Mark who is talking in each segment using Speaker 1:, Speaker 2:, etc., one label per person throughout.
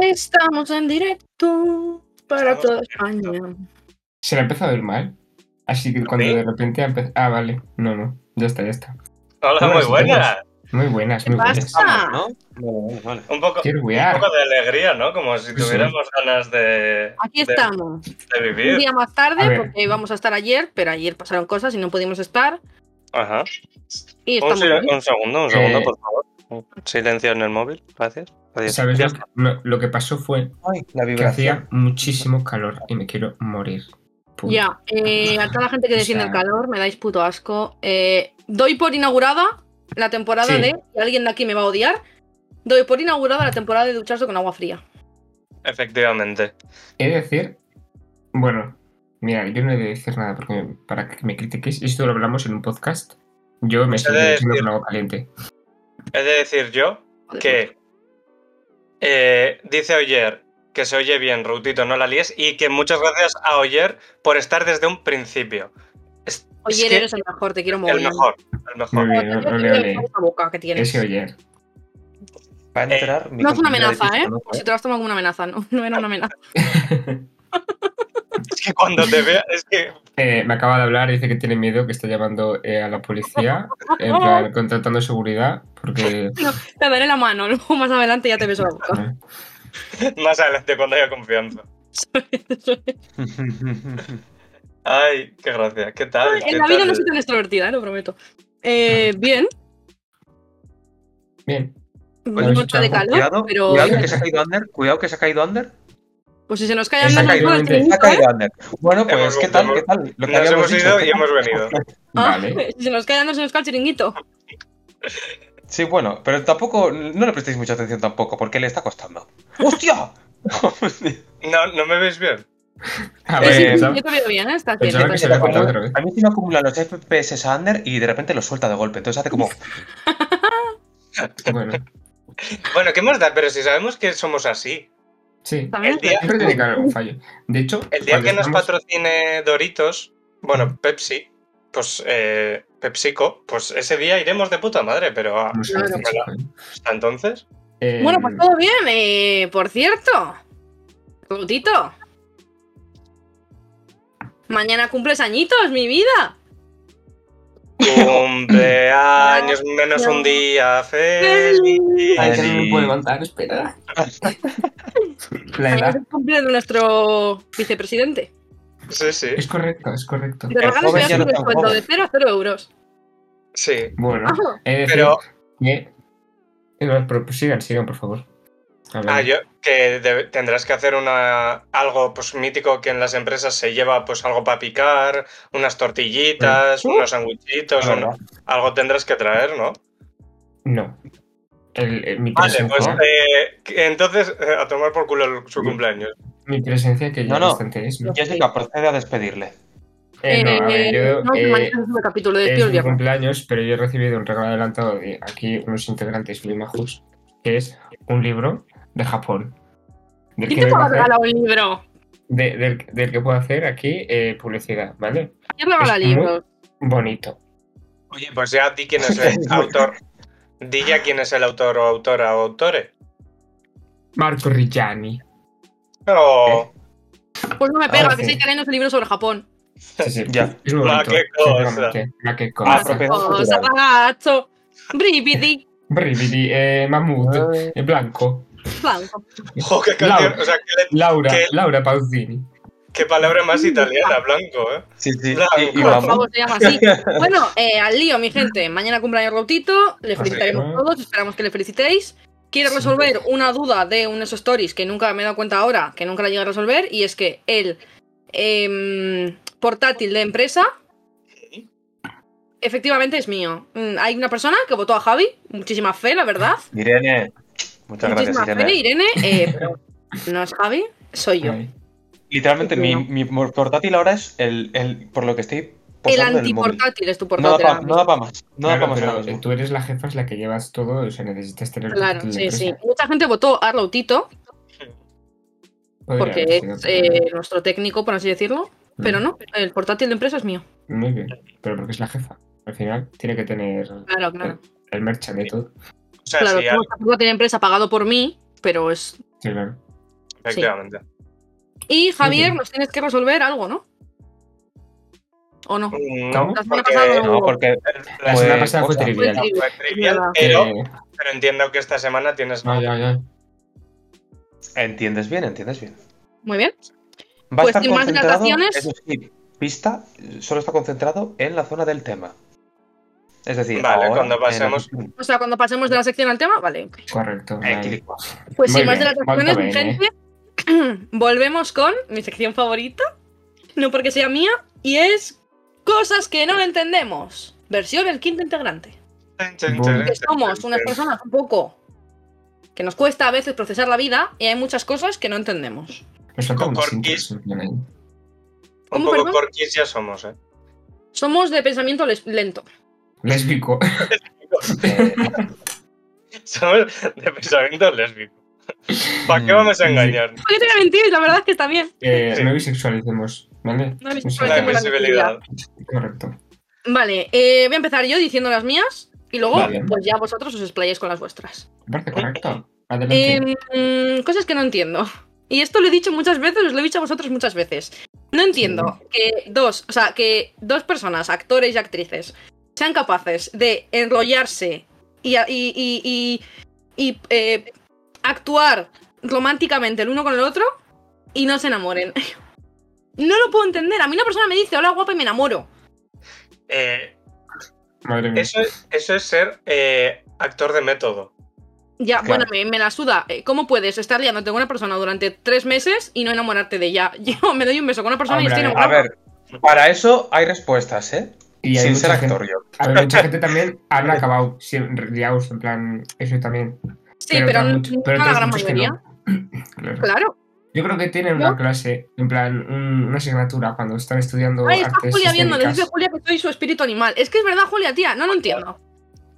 Speaker 1: Estamos en directo para toda
Speaker 2: Estamos en directo.
Speaker 1: España.
Speaker 3: Se me ha empezado a ir mal. Así que cuando
Speaker 2: ¿Sí?
Speaker 3: de repente ha empe- Ah, vale. No, no. Ya está, ya está.
Speaker 2: Hola, muy
Speaker 3: Buenas,
Speaker 2: buenas. Ah.
Speaker 3: Muy buenas, muy buenas.
Speaker 1: pasa?
Speaker 4: ¿no? Vale, vale, vale.
Speaker 2: Un poco,
Speaker 3: Quiero
Speaker 2: un
Speaker 3: wear.
Speaker 2: poco de alegría, ¿no? Como si
Speaker 3: Sí.
Speaker 2: tuviéramos ganas de,
Speaker 1: Aquí
Speaker 2: de-
Speaker 1: estamos.
Speaker 2: de
Speaker 1: Un
Speaker 2: vivir.
Speaker 1: día más
Speaker 3: A
Speaker 1: tarde,
Speaker 3: ver.
Speaker 1: porque íbamos a estar ayer, pero ayer pasaron cosas y no pudimos estar.
Speaker 2: Ajá.
Speaker 1: Y
Speaker 2: Un,
Speaker 1: estamos
Speaker 2: sil-
Speaker 1: aquí.
Speaker 2: un segundo, un segundo, por favor. Silencio en el móvil, gracias. Adiós.
Speaker 3: ¿Sabes
Speaker 2: Ya
Speaker 3: lo,
Speaker 2: está.
Speaker 3: lo- lo que pasó fue
Speaker 4: Ay, la
Speaker 3: que
Speaker 4: vibración.
Speaker 3: hacía muchísimo calor y me quiero morir.
Speaker 2: oh.
Speaker 3: Punto.
Speaker 1: Ya, eh, a toda la gente que
Speaker 3: O
Speaker 1: defiende el
Speaker 3: sea-
Speaker 1: calor, me dais puto asco. Eh, doy por inaugurada la temporada
Speaker 3: Sí.
Speaker 1: de. y alguien de aquí me va a odiar. Doy por inaugurada la temporada de ducharse con agua fría.
Speaker 2: Efectivamente.
Speaker 3: He de decir. Bueno, mira, yo no he de decir nada porque para que me critiquéis. Esto lo hablamos en un podcast. Yo me
Speaker 2: Pues he
Speaker 3: estoy
Speaker 2: de
Speaker 3: diciendo
Speaker 2: decir-
Speaker 3: con agua caliente.
Speaker 2: He de decir yo
Speaker 1: Joder,
Speaker 2: que eh, dice Oyer que se oye bien, Routito, no la líes, y que muchas gracias a Oyer por estar desde un principio. Es-
Speaker 1: Oye,
Speaker 2: es que
Speaker 1: eres el mejor, te quiero mover.
Speaker 2: el mejor, el mejor.
Speaker 3: Muy bien,
Speaker 1: Joder,
Speaker 3: ole, ole.
Speaker 1: esa boca que tienes.
Speaker 3: Ese oyer.
Speaker 4: Va a
Speaker 2: Eh,
Speaker 4: entrar mi
Speaker 1: No es una
Speaker 4: compañera de
Speaker 1: amenaza, ¿eh?
Speaker 4: piso, ¿no?
Speaker 1: Por Si te lo has tomado como una amenaza, no, no era una amenaza.
Speaker 2: Es que cuando te vea, es que
Speaker 3: Eh, me acaba de hablar, dice que tiene miedo, que está llamando eh, a la policía, en plan, contratando seguridad, porque...
Speaker 1: Te daré la mano, luego más adelante ya te beso la boca.
Speaker 2: más adelante cuando haya confianza. Ay, qué gracia, ¿qué tal? ¿Qué
Speaker 1: en la vida
Speaker 2: tal?
Speaker 1: no soy tan extrovertida, eh, lo prometo. Eh, bien,
Speaker 3: Bien,
Speaker 1: un golpe de
Speaker 3: chapo,
Speaker 1: calor,
Speaker 4: Cuidado,
Speaker 1: pero
Speaker 4: cuidado que se ha caído Under. Cuidado que se ha caído Under.
Speaker 1: pues si se nos cae el
Speaker 3: Se ha
Speaker 1: nano
Speaker 3: caído
Speaker 1: del
Speaker 3: antes.
Speaker 1: trinito,
Speaker 4: Se ha caído Under. Bueno,
Speaker 2: Hemos
Speaker 4: pues, ¿qué
Speaker 2: vuelto,
Speaker 4: tal? ¿Qué tal? Lo que
Speaker 2: Nos
Speaker 4: habíamos
Speaker 2: hemos
Speaker 4: dicho,
Speaker 2: ido
Speaker 4: ¿qué
Speaker 2: y
Speaker 4: tal?
Speaker 2: hemos venido.
Speaker 1: Ah,
Speaker 3: vale.
Speaker 1: Si se nos cae el nano, se nos cae el chiringuito.
Speaker 4: Sí, bueno, pero tampoco. No le prestéis mucha atención tampoco, porque le está costando. ¡Hostia!
Speaker 2: No, no me veis bien.
Speaker 3: A
Speaker 1: Eh,
Speaker 3: ver,
Speaker 1: sí,
Speaker 4: Eh,
Speaker 3: pensaba-
Speaker 1: yo te veo bien, ¿eh? estás bien.
Speaker 3: pensaba que
Speaker 1: estás
Speaker 3: se
Speaker 1: bien.
Speaker 3: había cortado otra vez.
Speaker 4: A mí se me acumulan los FPS a Under y de repente los suelta de golpe. Entonces hace como.
Speaker 3: Bueno,
Speaker 2: Bueno, ¿qué más da? Pero si sabemos que somos así.
Speaker 3: sí.
Speaker 1: También
Speaker 2: el día-
Speaker 1: estás
Speaker 3: Siempre tiene que haber algún fallo. De hecho,
Speaker 2: El día
Speaker 3: cuando
Speaker 2: que nos
Speaker 3: estábamos-
Speaker 2: patrocine Doritos,
Speaker 4: Mm.
Speaker 2: bueno, Pepsi, pues eh, PepsiCo, pues ese día iremos de puta madre, pero ah,
Speaker 4: Mm.
Speaker 3: No sé,
Speaker 1: Claro.
Speaker 3: chico, ¿eh?
Speaker 2: hasta entonces.
Speaker 3: Eh,
Speaker 1: Bueno, pues todo bien, eh, por cierto. Rutito. Mañana cumples añitos, mi vida.
Speaker 2: Cumpleaños menos un día
Speaker 3: Ay, que
Speaker 2: feliz.
Speaker 3: no me puedo levantar, espera. La edad.
Speaker 1: Mañana cumple nuestro vicepresidente.
Speaker 2: Sí, sí,
Speaker 3: Es correcto, es correcto.
Speaker 1: Te regalo
Speaker 4: joven
Speaker 1: si haces
Speaker 4: ya no
Speaker 1: un
Speaker 4: es tan
Speaker 1: descuento de
Speaker 4: joven.
Speaker 1: 0 a 0 euros.
Speaker 2: sí.
Speaker 3: Bueno,
Speaker 1: Ah,
Speaker 3: he de decir
Speaker 2: Pero,
Speaker 3: que... eh, No, pero pues sigan, sigan, por favor. A ver.
Speaker 2: ah, yo, que de- tendrás que hacer una algo pues mítico que en las empresas se lleva pues algo para picar, unas tortillitas, unos sandwichitos,
Speaker 4: Ah,
Speaker 2: un- algo tendrás que traer, ¿no?
Speaker 3: No. El- el- mi,
Speaker 2: Vale,
Speaker 3: presencia,
Speaker 2: pues eh, que- entonces eh, a tomar por culo el- su cumpleaños.
Speaker 3: mi presencia que ya
Speaker 4: No, no.
Speaker 3: bastante es. ¿no?
Speaker 4: Jessica procede a despedirle.
Speaker 3: Eh, no, a ver, yo,
Speaker 1: no,
Speaker 3: eh,
Speaker 1: mañana es un capítulo de
Speaker 3: es
Speaker 1: despido el
Speaker 3: mi
Speaker 1: viernes.
Speaker 3: cumpleaños, pero yo he recibido un regalo adelantado de aquí unos integrantes muy majos, que es un libro de Japón. Del
Speaker 1: ¿Quién te
Speaker 3: que, vengo a
Speaker 1: puede
Speaker 3: hacer,
Speaker 1: regalar un libro?
Speaker 3: de- del, del que puedo hacer aquí eh, publicidad, ¿vale?
Speaker 1: ¿Quién regala
Speaker 3: Es
Speaker 1: libros?
Speaker 3: Bonito.
Speaker 2: Oye, pues ya di quién es el autor. Di ya quién es el autor o autora o autore.
Speaker 3: Marco Rigiani.
Speaker 2: No,
Speaker 1: Pues no me
Speaker 4: Ah,
Speaker 1: pega, que
Speaker 3: sí.
Speaker 1: soy italiano ese libro sobre Japón.
Speaker 3: Sí, sí,
Speaker 4: Ya.
Speaker 3: Es muy bonito.
Speaker 2: Ah, qué cosa.
Speaker 3: sinceramente. Ah, qué cosa.
Speaker 4: Ah, propiedad
Speaker 1: Oh,
Speaker 4: cultural.
Speaker 1: ragazzo. Brividi.
Speaker 3: Brividi, eh, Mahmood,
Speaker 1: Ah.
Speaker 3: eh, Blanco,
Speaker 1: Blanco.
Speaker 2: jo, qué canción.
Speaker 3: Laura.
Speaker 2: O sea, qué, le-
Speaker 3: Laura,
Speaker 2: ¿Qué?
Speaker 3: Laura Pausini.
Speaker 2: qué palabra más italiana, blanco, ¿eh?
Speaker 4: Sí, sí.
Speaker 2: Claro,
Speaker 4: Y, y
Speaker 1: Por
Speaker 4: vamos.
Speaker 1: favor, se llama así. Bueno, eh, al lío, mi gente. Mañana cumpleaños Rautito. Le felicitaremos
Speaker 3: Así.
Speaker 1: todos. Esperamos que le felicitéis. Quiero
Speaker 3: Sí.
Speaker 1: resolver una duda de unos stories que nunca me he dado cuenta ahora, que nunca la llegué a resolver. Y es que el em, portátil de empresa. Efectivamente es mío. Mm, Hay una persona que votó a Javi. Muchísima fe, la verdad.
Speaker 4: Irene. Muchas
Speaker 1: Muchísima
Speaker 4: gracias, Irene.
Speaker 1: fe, Irene. eh, pero no es Javi, soy yo.
Speaker 3: Ay,
Speaker 4: Literalmente, mi,
Speaker 1: Sí.
Speaker 4: mi portátil ahora es el, el por lo que estoy
Speaker 1: El
Speaker 4: posando pues el móvil.
Speaker 1: antiportátil es tu
Speaker 4: No da
Speaker 1: portátil.
Speaker 4: para
Speaker 1: ahora mismo.
Speaker 4: más. No da
Speaker 3: claro,
Speaker 4: para más
Speaker 3: pero
Speaker 4: ahora mismo.
Speaker 3: tú eres la jefa, es la que llevas todo, o sea, necesitas tener
Speaker 1: Claro,
Speaker 3: control de
Speaker 1: sí, sí.
Speaker 3: empresa.
Speaker 1: Mucha gente votó a Rautito
Speaker 3: Podría
Speaker 1: porque
Speaker 3: haber sido
Speaker 1: es
Speaker 3: otro.
Speaker 1: eh, nuestro técnico, por así decirlo.
Speaker 3: Mm.
Speaker 1: Pero no, el portátil de empresa es mío.
Speaker 3: Muy bien, pero porque es la jefa. Al final tiene que tener
Speaker 1: Claro, claro.
Speaker 3: el merchan de todo.
Speaker 2: O sea,
Speaker 1: claro,
Speaker 2: si
Speaker 1: como esta tiene empresa pagado por mí, pero es
Speaker 3: Sí, claro.
Speaker 2: Efectivamente.
Speaker 1: Y Javier,
Speaker 3: Ok.
Speaker 1: nos tienes que resolver algo, ¿no? ¿O no?
Speaker 2: No,
Speaker 1: La semana
Speaker 2: porque
Speaker 1: pasada
Speaker 4: No, porque
Speaker 2: Mm, la
Speaker 3: La semana
Speaker 4: Pues,
Speaker 3: pasada fue
Speaker 4: cosa.
Speaker 3: trivial.
Speaker 1: Fue
Speaker 2: fue trivial,
Speaker 1: verdad.
Speaker 2: pero,
Speaker 3: Eh,
Speaker 2: pero entiendo que esta semana tienes.
Speaker 4: Ah,
Speaker 3: no, ya, ya.
Speaker 4: entiendes bien, entiendes bien.
Speaker 1: Muy bien.
Speaker 4: Va
Speaker 1: Pues
Speaker 4: a estar
Speaker 1: sin más
Speaker 4: concentrado,
Speaker 1: dilataciones-
Speaker 4: eso sí, pista eh, solo está concentrado en la zona del tema. Es decir,
Speaker 2: Vale,
Speaker 4: ahora,
Speaker 2: cuando
Speaker 4: en la
Speaker 2: pasemos-
Speaker 4: sección.
Speaker 1: O sea, cuando pasemos de la sección al tema, vale. ok.
Speaker 3: Correcto.
Speaker 4: Eh,
Speaker 3: vale.
Speaker 4: clic.
Speaker 1: Pues
Speaker 3: Muy
Speaker 1: sin más
Speaker 3: bien,
Speaker 1: dilataciones, mi
Speaker 3: cuánto
Speaker 1: gente, volvemos con mi sección favorita. No porque sea mía, y es cosas que no entendemos. Versión el quinto integrante. que somos unas personas un poco que nos cuesta a veces procesar la vida y hay muchas cosas que no entendemos.
Speaker 3: Nos falta
Speaker 2: Con
Speaker 3: unos
Speaker 2: Corquis.
Speaker 3: cinco, se me viene ahí.
Speaker 2: Un
Speaker 1: ¿Cómo,
Speaker 2: poco
Speaker 1: perdón?
Speaker 2: corquis ya somos, ¿eh?
Speaker 1: Somos de pensamiento les- lento.
Speaker 3: Lésbico.
Speaker 4: Eh,
Speaker 2: Somos de pensamiento lésbico. ¿Para qué vamos a
Speaker 3: Sí.
Speaker 2: engañar?
Speaker 1: ¿Por qué te voy a mentir? La verdad es que está bien.
Speaker 3: Eh,
Speaker 2: Sí.
Speaker 3: No bisexualicemos, ¿vale?
Speaker 1: No
Speaker 2: La
Speaker 1: bisexualicemos.
Speaker 2: invisibilidad.
Speaker 3: Correcto.
Speaker 1: Vale, eh, voy a empezar yo diciendo las mías y luego
Speaker 3: Vale.
Speaker 1: pues ya vosotros os explayáis con las vuestras.
Speaker 3: Me Parece correcto. Adelante.
Speaker 1: Eh, mm, cosas que no entiendo. Y esto lo he dicho muchas veces, os lo he dicho a vosotros muchas veces. No entiendo que dos, o sea, que dos personas, actores y actrices, sean capaces de enrollarse y, a- y- y- y- y, eh, actuar románticamente el uno con el otro y no se enamoren. No lo puedo entender. A mí una persona me dice, hola guapa, y me enamoro.
Speaker 2: Eh,
Speaker 3: Madre mía.
Speaker 2: eso, eso es ser eh, actor de método.
Speaker 1: Ya, bueno,
Speaker 4: Claro.
Speaker 1: me, me la suda. Eh, ¿Cómo puedes estar liándote con una persona durante tres meses y no enamorarte de ella? Yo me doy un beso con una persona y
Speaker 3: Hombre,
Speaker 1: estoy
Speaker 4: a
Speaker 1: enamorada.
Speaker 4: ver, para eso hay respuestas, ¿eh?
Speaker 3: Y hay
Speaker 4: Sin
Speaker 3: mucha
Speaker 4: ser
Speaker 3: gente-
Speaker 4: actor yo.
Speaker 3: A ver, mucha gente también habrá acabado siempre liados, en plan, eso también.
Speaker 1: sí, pero,
Speaker 3: otras
Speaker 1: no-
Speaker 3: muchas-
Speaker 1: no
Speaker 3: pero
Speaker 1: la
Speaker 3: otras
Speaker 1: gran
Speaker 3: muchas que
Speaker 1: mayoría.
Speaker 3: no. Claro.
Speaker 1: Claro.
Speaker 3: Yo creo que tienen
Speaker 1: ¿No?
Speaker 3: una clase, en plan, un- una asignatura cuando están estudiando
Speaker 1: Ahí está
Speaker 3: artes
Speaker 1: Julia viendo, nos dice
Speaker 3: escénicas.
Speaker 1: Julia que soy su espíritu animal. Es que es verdad, Julia, tía, no lo entiendo.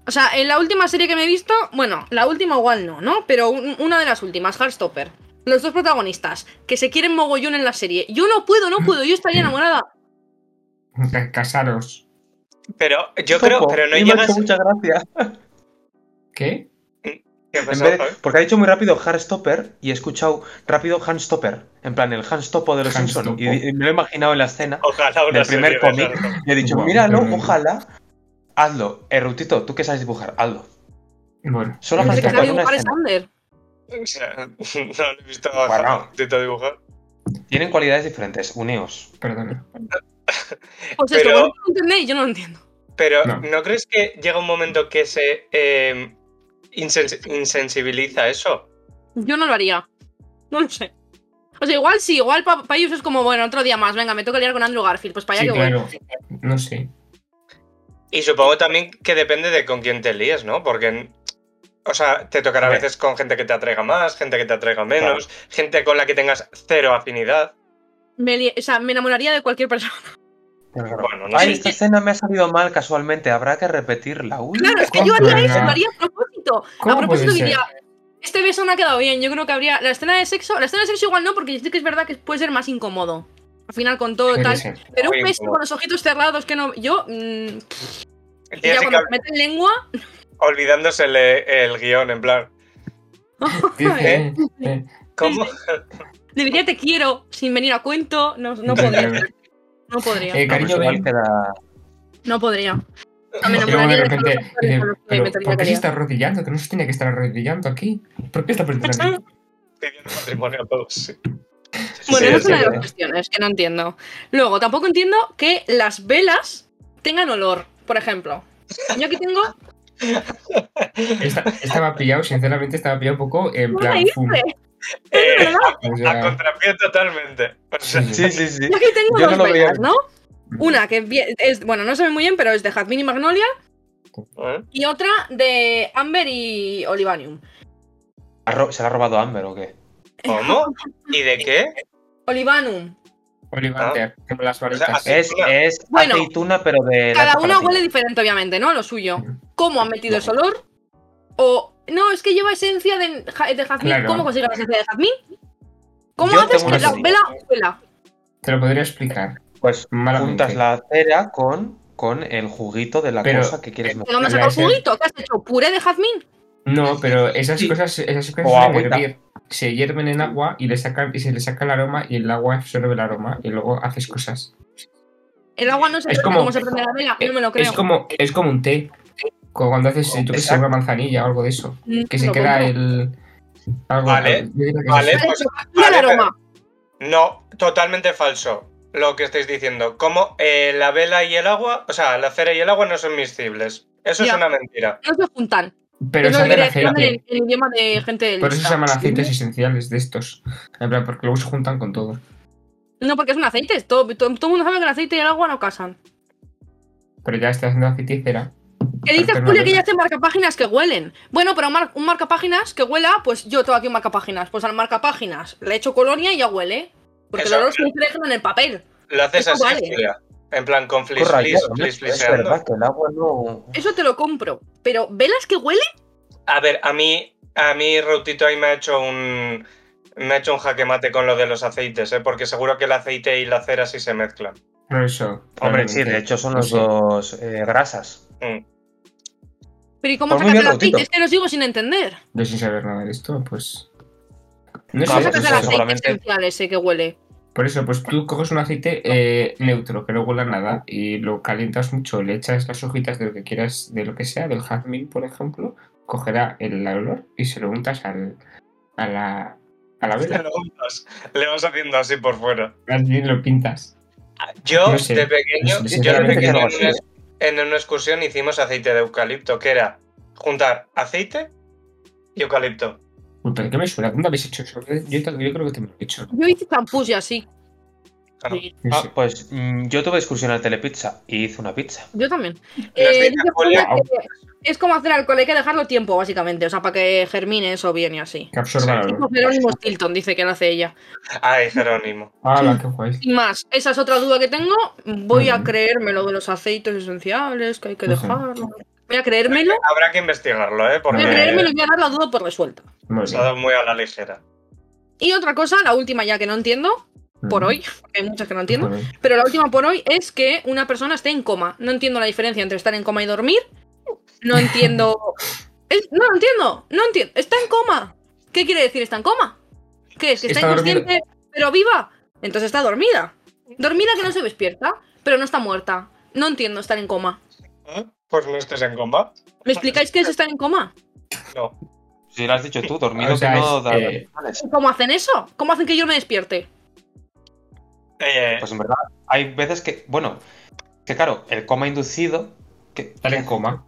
Speaker 1: O sea, en la última serie que me he visto, bueno, la última igual no, ¿no? Pero un- una de las últimas, Heartstopper. Los dos protagonistas, que se quieren mogollón en la serie. Yo no puedo, no puedo, yo estaría enamorada.
Speaker 3: Ca- Casaros.
Speaker 2: Pero yo creo,
Speaker 4: Topo,
Speaker 2: pero no
Speaker 4: y me ha
Speaker 2: llegas.
Speaker 4: hecho mucha gracia.
Speaker 3: ¿Qué?
Speaker 2: ¿Qué ha
Speaker 4: En
Speaker 2: pasado,
Speaker 4: vez de-
Speaker 2: Javi?
Speaker 4: porque ha dicho muy rápido Hardstopper y he escuchado rápido Handstopper. En plan, el Handstopo de los
Speaker 3: Hans
Speaker 4: Simpsons.
Speaker 3: Topo.
Speaker 4: Y, y me lo he imaginado en la escena.
Speaker 2: Ojalá una
Speaker 4: del
Speaker 2: serie de
Speaker 4: primer cómic.
Speaker 2: esas, ¿no?
Speaker 4: Y he dicho,
Speaker 3: Guau,
Speaker 4: míralo,
Speaker 3: pero-
Speaker 4: ojalá. Hazlo. Erutito, tú que sabes dibujar, hazlo.
Speaker 3: Bueno. este no
Speaker 4: Solo
Speaker 1: El
Speaker 4: Hans
Speaker 3: sé.
Speaker 1: que
Speaker 4: Topo.
Speaker 1: sabe
Speaker 4: una
Speaker 1: dibujar es
Speaker 4: escena.
Speaker 1: Ander.
Speaker 2: O sea, no lo he visto a
Speaker 4: Bueno.
Speaker 2: Javi Tito dibujar.
Speaker 4: Tienen cualidades diferentes, uneos.
Speaker 3: Perdona.
Speaker 1: Pues esto,
Speaker 2: Pero-
Speaker 1: vosotros no lo entendéis, yo no lo entiendo.
Speaker 2: Pero
Speaker 3: No.
Speaker 2: no. crees que llega un momento que se eh, insens- insensibiliza eso?
Speaker 1: Yo no lo haría. No lo sé. O sea, igual sí, igual para ellos es como, bueno, otro día más, venga, me toca liar con Andrew Garfield, pues para allá
Speaker 3: Sí,
Speaker 1: que voy.
Speaker 3: claro. No sé.
Speaker 2: Y supongo también que depende de con quién te líes, ¿no? Porque, o sea, te tocará a
Speaker 4: Hombre.
Speaker 2: veces con gente que te atraiga más, gente que te atraiga menos, gente con la que tengas cero afinidad.
Speaker 1: Me li- o sea, me enamoraría de cualquier persona.
Speaker 2: Bueno, no
Speaker 4: Ay,
Speaker 2: sé.
Speaker 4: esta escena me ha salido mal casualmente. Habrá que repetirla. Uy,
Speaker 1: Claro, es que
Speaker 3: ¿Cómo
Speaker 1: yo haría
Speaker 3: puede
Speaker 1: eso,
Speaker 3: ser?
Speaker 1: lo haría a propósito.
Speaker 3: ¿Cómo
Speaker 1: A propósito
Speaker 3: puede ser?
Speaker 1: diría, este beso no ha quedado bien, yo creo que habría... La escena de sexo, la escena de sexo igual no, porque yo sé que es verdad que puede ser más incómodo. Al final con todo
Speaker 3: Puede
Speaker 1: tal.
Speaker 3: ser.
Speaker 1: Pero
Speaker 2: Muy
Speaker 1: un beso
Speaker 2: incómodo.
Speaker 1: con los ojitos cerrados que no... Yo... mm, ya
Speaker 2: Jessica
Speaker 1: cuando me meten lengua...
Speaker 2: olvidándose el, el guión, en plan.
Speaker 3: Dice, eh, eh,
Speaker 2: ¿Cómo?
Speaker 1: Le diría te quiero, sin venir a cuento. No, no
Speaker 3: Claro.
Speaker 1: podría. No podría.
Speaker 3: eh,
Speaker 4: Hombre,
Speaker 3: cariño,
Speaker 4: igual
Speaker 3: ven.
Speaker 4: queda-
Speaker 1: No podría. O sea, me
Speaker 3: Y luego
Speaker 1: enamoraría
Speaker 3: de
Speaker 1: de todos los
Speaker 3: repente,
Speaker 1: actores
Speaker 3: eh,
Speaker 1: con los que
Speaker 3: pero
Speaker 1: me tenía
Speaker 3: ¿por qué
Speaker 1: que
Speaker 3: se
Speaker 1: liar.
Speaker 3: está arrodillando? Que no se tiene que estar arrodillando aquí. ¿Por qué está
Speaker 1: Mm,
Speaker 3: poniendo aquí?
Speaker 2: Pidiendo matrimonio a todos. sí.
Speaker 1: Bueno,
Speaker 2: Sí,
Speaker 1: esa es una
Speaker 2: sí,
Speaker 1: de las
Speaker 2: sí.
Speaker 1: cuestiones que no entiendo. Luego, tampoco entiendo que las velas tengan olor, por ejemplo. Yo aquí tengo
Speaker 3: Esta- estaba pillado, sinceramente, estaba pillado un poco en
Speaker 1: una
Speaker 3: plan. fum.
Speaker 1: isla.
Speaker 2: Eh,
Speaker 3: O
Speaker 2: a
Speaker 3: sea,
Speaker 2: contrapié totalmente. O sea,
Speaker 3: Sí,
Speaker 4: Sí, sí, sí.
Speaker 1: Yo aquí tengo
Speaker 4: Yo no
Speaker 1: dos
Speaker 4: lo veía.
Speaker 1: velas, ¿no? Una que vi- es, bueno, no se ve muy bien, pero es de Jazmín y Magnolia.
Speaker 2: ¿eh?
Speaker 1: Y otra de Amber y Olivanium.
Speaker 4: ¿Ha ro- ¿Se la ha robado Amber o qué?
Speaker 2: ¿Cómo? ¿Y de qué?
Speaker 1: Olivanum.
Speaker 3: Olivander, que con las varitas.
Speaker 2: sea,
Speaker 4: Es,
Speaker 2: Aceituna.
Speaker 4: es
Speaker 1: Bueno,
Speaker 4: aceituna, pero de. la
Speaker 1: Cada
Speaker 4: época
Speaker 1: una
Speaker 4: latina.
Speaker 1: huele diferente, obviamente, ¿no? Lo suyo.
Speaker 3: Ujú.
Speaker 1: ¿Cómo han metido ese olor? O. No, es que lleva esencia de, ja- de jazmín.
Speaker 3: Claro.
Speaker 1: ¿Cómo consiguen la esencia de jazmín? ¿Cómo
Speaker 4: Yo
Speaker 1: haces
Speaker 4: tengo
Speaker 1: que
Speaker 3: una
Speaker 1: la
Speaker 3: teoría.
Speaker 1: vela huela?
Speaker 3: Te lo podría explicar.
Speaker 4: Pues
Speaker 3: Malamente.
Speaker 4: juntas la cera con, con el juguito de la
Speaker 3: Pero-
Speaker 4: cosa que quieres
Speaker 1: ¿De
Speaker 4: meter.
Speaker 1: dónde has
Speaker 3: La
Speaker 1: sacado
Speaker 3: esencia-
Speaker 1: juguito? ¿Qué has hecho? ¿Puré de jazmín?
Speaker 3: No, pero esas
Speaker 4: Sí.
Speaker 3: cosas, esas cosas
Speaker 4: O
Speaker 3: suelen
Speaker 4: agüita.
Speaker 3: hervir. se hierven en agua y le sacan y se le saca el aroma y el agua absorbe el aroma y luego haces cosas.
Speaker 1: El agua no se
Speaker 3: Es
Speaker 1: prende
Speaker 3: como- eh,
Speaker 1: como se prende la vela, no me lo creo.
Speaker 3: Es como es como un té. Como Cuando haces yo qué sé,
Speaker 4: Oh, Exacto.
Speaker 3: una manzanilla o algo de eso,
Speaker 1: Mm,
Speaker 3: que se
Speaker 1: lo
Speaker 3: queda
Speaker 1: compro.
Speaker 3: el algo-
Speaker 2: Vale,
Speaker 3: yo diría que es
Speaker 2: vale.
Speaker 3: eso.
Speaker 1: Vale,
Speaker 2: pues,
Speaker 1: mira el
Speaker 2: vale,
Speaker 1: aroma.
Speaker 2: No, totalmente falso lo que estáis diciendo. Como eh, la vela y el agua, o sea, la cera y el agua no son miscibles. Eso es
Speaker 1: Ya.
Speaker 2: una mentira.
Speaker 1: No se juntan.
Speaker 3: Pero
Speaker 1: es lo
Speaker 3: sabe
Speaker 1: que
Speaker 3: el
Speaker 1: decían
Speaker 3: aceite.
Speaker 1: en el idioma de gente
Speaker 3: Por eso se
Speaker 1: lista.
Speaker 3: llaman aceites esenciales de estos. En plan, porque luego se juntan con todo.
Speaker 1: No, porque es un aceite. Todo, todo, todo el mundo sabe que el aceite y el agua no casan.
Speaker 3: Pero ya está haciendo aceiticera.
Speaker 1: ¿Qué dices,
Speaker 3: Pero no
Speaker 1: Julio, que
Speaker 3: huele.
Speaker 1: ya hace marcapáginas que huelen? Bueno, pero mar- un marcapáginas que huela, pues yo tengo aquí un marcapáginas. Pues al marcapáginas le echo colonia y ya huele. Porque
Speaker 2: Eso-
Speaker 1: el olor se deja en el papel.
Speaker 2: Lo haces
Speaker 1: Eso
Speaker 2: así,
Speaker 1: vale.
Speaker 2: Julia, En plan, con flis,
Speaker 4: Corra,
Speaker 2: flis,
Speaker 4: ya, ¿no?
Speaker 2: flis,
Speaker 4: es
Speaker 2: fliseando.
Speaker 4: verdad que el agua no.
Speaker 1: Eso te lo compro. Pero, ¿velas que huelen?
Speaker 2: A ver, a mí, a mí Rautito ahí me ha hecho un. Me ha hecho un jaque mate con lo de los aceites, ¿eh? porque seguro que el aceite y la cera sí se mezclan.
Speaker 3: Por eso.
Speaker 4: Hombre,
Speaker 3: probablemente.
Speaker 4: sí, de hecho son
Speaker 3: No
Speaker 4: los
Speaker 3: sé.
Speaker 4: dos eh, grasas.
Speaker 2: Mm.
Speaker 1: Pero ¿y cómo
Speaker 4: Pues
Speaker 1: sacas
Speaker 4: muy
Speaker 1: el
Speaker 4: bien, Rautito.
Speaker 1: aceite? Es que lo sigo sin entender.
Speaker 3: Yo sin saber nada de esto, pues. No
Speaker 1: ¿Cómo
Speaker 3: sé,
Speaker 4: Ah,
Speaker 1: sacas
Speaker 4: pues
Speaker 1: el
Speaker 3: pues,
Speaker 4: eso,
Speaker 1: aceite
Speaker 4: seguramente.
Speaker 1: esencial ese que huele?
Speaker 3: por eso, pues tú coges un aceite eh, neutro, que no huela a nada, y lo calientas mucho, le echas las hojitas de lo que quieras, de lo que sea, del jazmín, por ejemplo, cogerá el olor y se lo untas al, a la, a la
Speaker 2: Le
Speaker 3: vela.
Speaker 2: vas- Le vas haciendo así por fuera.
Speaker 3: Más bien lo pintas.
Speaker 2: Yo,
Speaker 3: No sé,
Speaker 2: de pequeño,
Speaker 3: no sé,
Speaker 2: yo de
Speaker 4: sinceramente
Speaker 2: pequeño
Speaker 4: no lo
Speaker 2: en, una,
Speaker 4: sé.
Speaker 2: en una excursión hicimos aceite de eucalipto, que era juntar aceite y eucalipto.
Speaker 3: Uy, pero ¿qué me suena? ¿Dónde habéis hecho eso? Yo, te- yo creo que te lo he hecho.
Speaker 1: Yo hice champús y así.
Speaker 2: Ah, no.
Speaker 1: Sí,
Speaker 3: No
Speaker 4: Ah,
Speaker 3: sé.
Speaker 4: pues mm, yo tuve excursión al Telepizza y hice una pizza.
Speaker 1: Yo también.
Speaker 2: Las
Speaker 1: Eh,
Speaker 2: de
Speaker 1: dice
Speaker 2: Julia-
Speaker 1: Julia que es como hacer alcohol, hay que dejarlo tiempo, básicamente. O sea, para que germine eso bien y así.
Speaker 3: Que absorba el
Speaker 1: Tipo
Speaker 3: olor.
Speaker 1: Jerónimo Stilton dice que lo hace ella.
Speaker 2: Ay, Jerónimo.
Speaker 3: ¡Hala, qué guay!
Speaker 1: Sin más, esa es otra duda que tengo. Voy a
Speaker 3: Mm.
Speaker 1: creérmelo de los aceites esenciales, que hay que
Speaker 3: Ujú.
Speaker 1: dejarlo. Voy a creérmelo.
Speaker 2: Habrá que investigarlo, ¿eh?
Speaker 1: Voy a
Speaker 3: Bien.
Speaker 2: Porque
Speaker 1: creérmelo y voy a dar la duda por resuelta.
Speaker 3: Muy
Speaker 2: se
Speaker 3: bien.
Speaker 2: ha dado muy a la ligera.
Speaker 1: Y otra cosa, la última ya que no entiendo, por
Speaker 3: Mm.
Speaker 1: hoy, porque hay muchas que no entiendo,
Speaker 3: Muy bien.
Speaker 1: pero la última por hoy es que una persona esté en coma. No entiendo la diferencia entre estar en coma y dormir. No entiendo. Es- no lo entiendo, no entiendo. Está en coma. ¿Qué quiere decir está en coma? ¿Qué es? Que está,
Speaker 3: Está dormida.
Speaker 1: inconsciente, pero viva. Entonces está dormida. Dormida que no se despierta, pero no está muerta. No entiendo estar en coma.
Speaker 2: ¿Eh? Pues no estés en comba.
Speaker 1: ¿Me explicáis qué es estar en coma?
Speaker 2: No.
Speaker 4: Si lo has dicho tú, dormido
Speaker 3: O sea,
Speaker 4: que no
Speaker 3: es,
Speaker 4: da
Speaker 3: eh,
Speaker 4: razones.
Speaker 1: ¿Cómo hacen eso? ¿Cómo hacen que yo me despierte?
Speaker 2: Eh,
Speaker 4: Pues en verdad, hay veces que. Bueno, que claro, el coma inducido. Que,
Speaker 3: Estar en coma.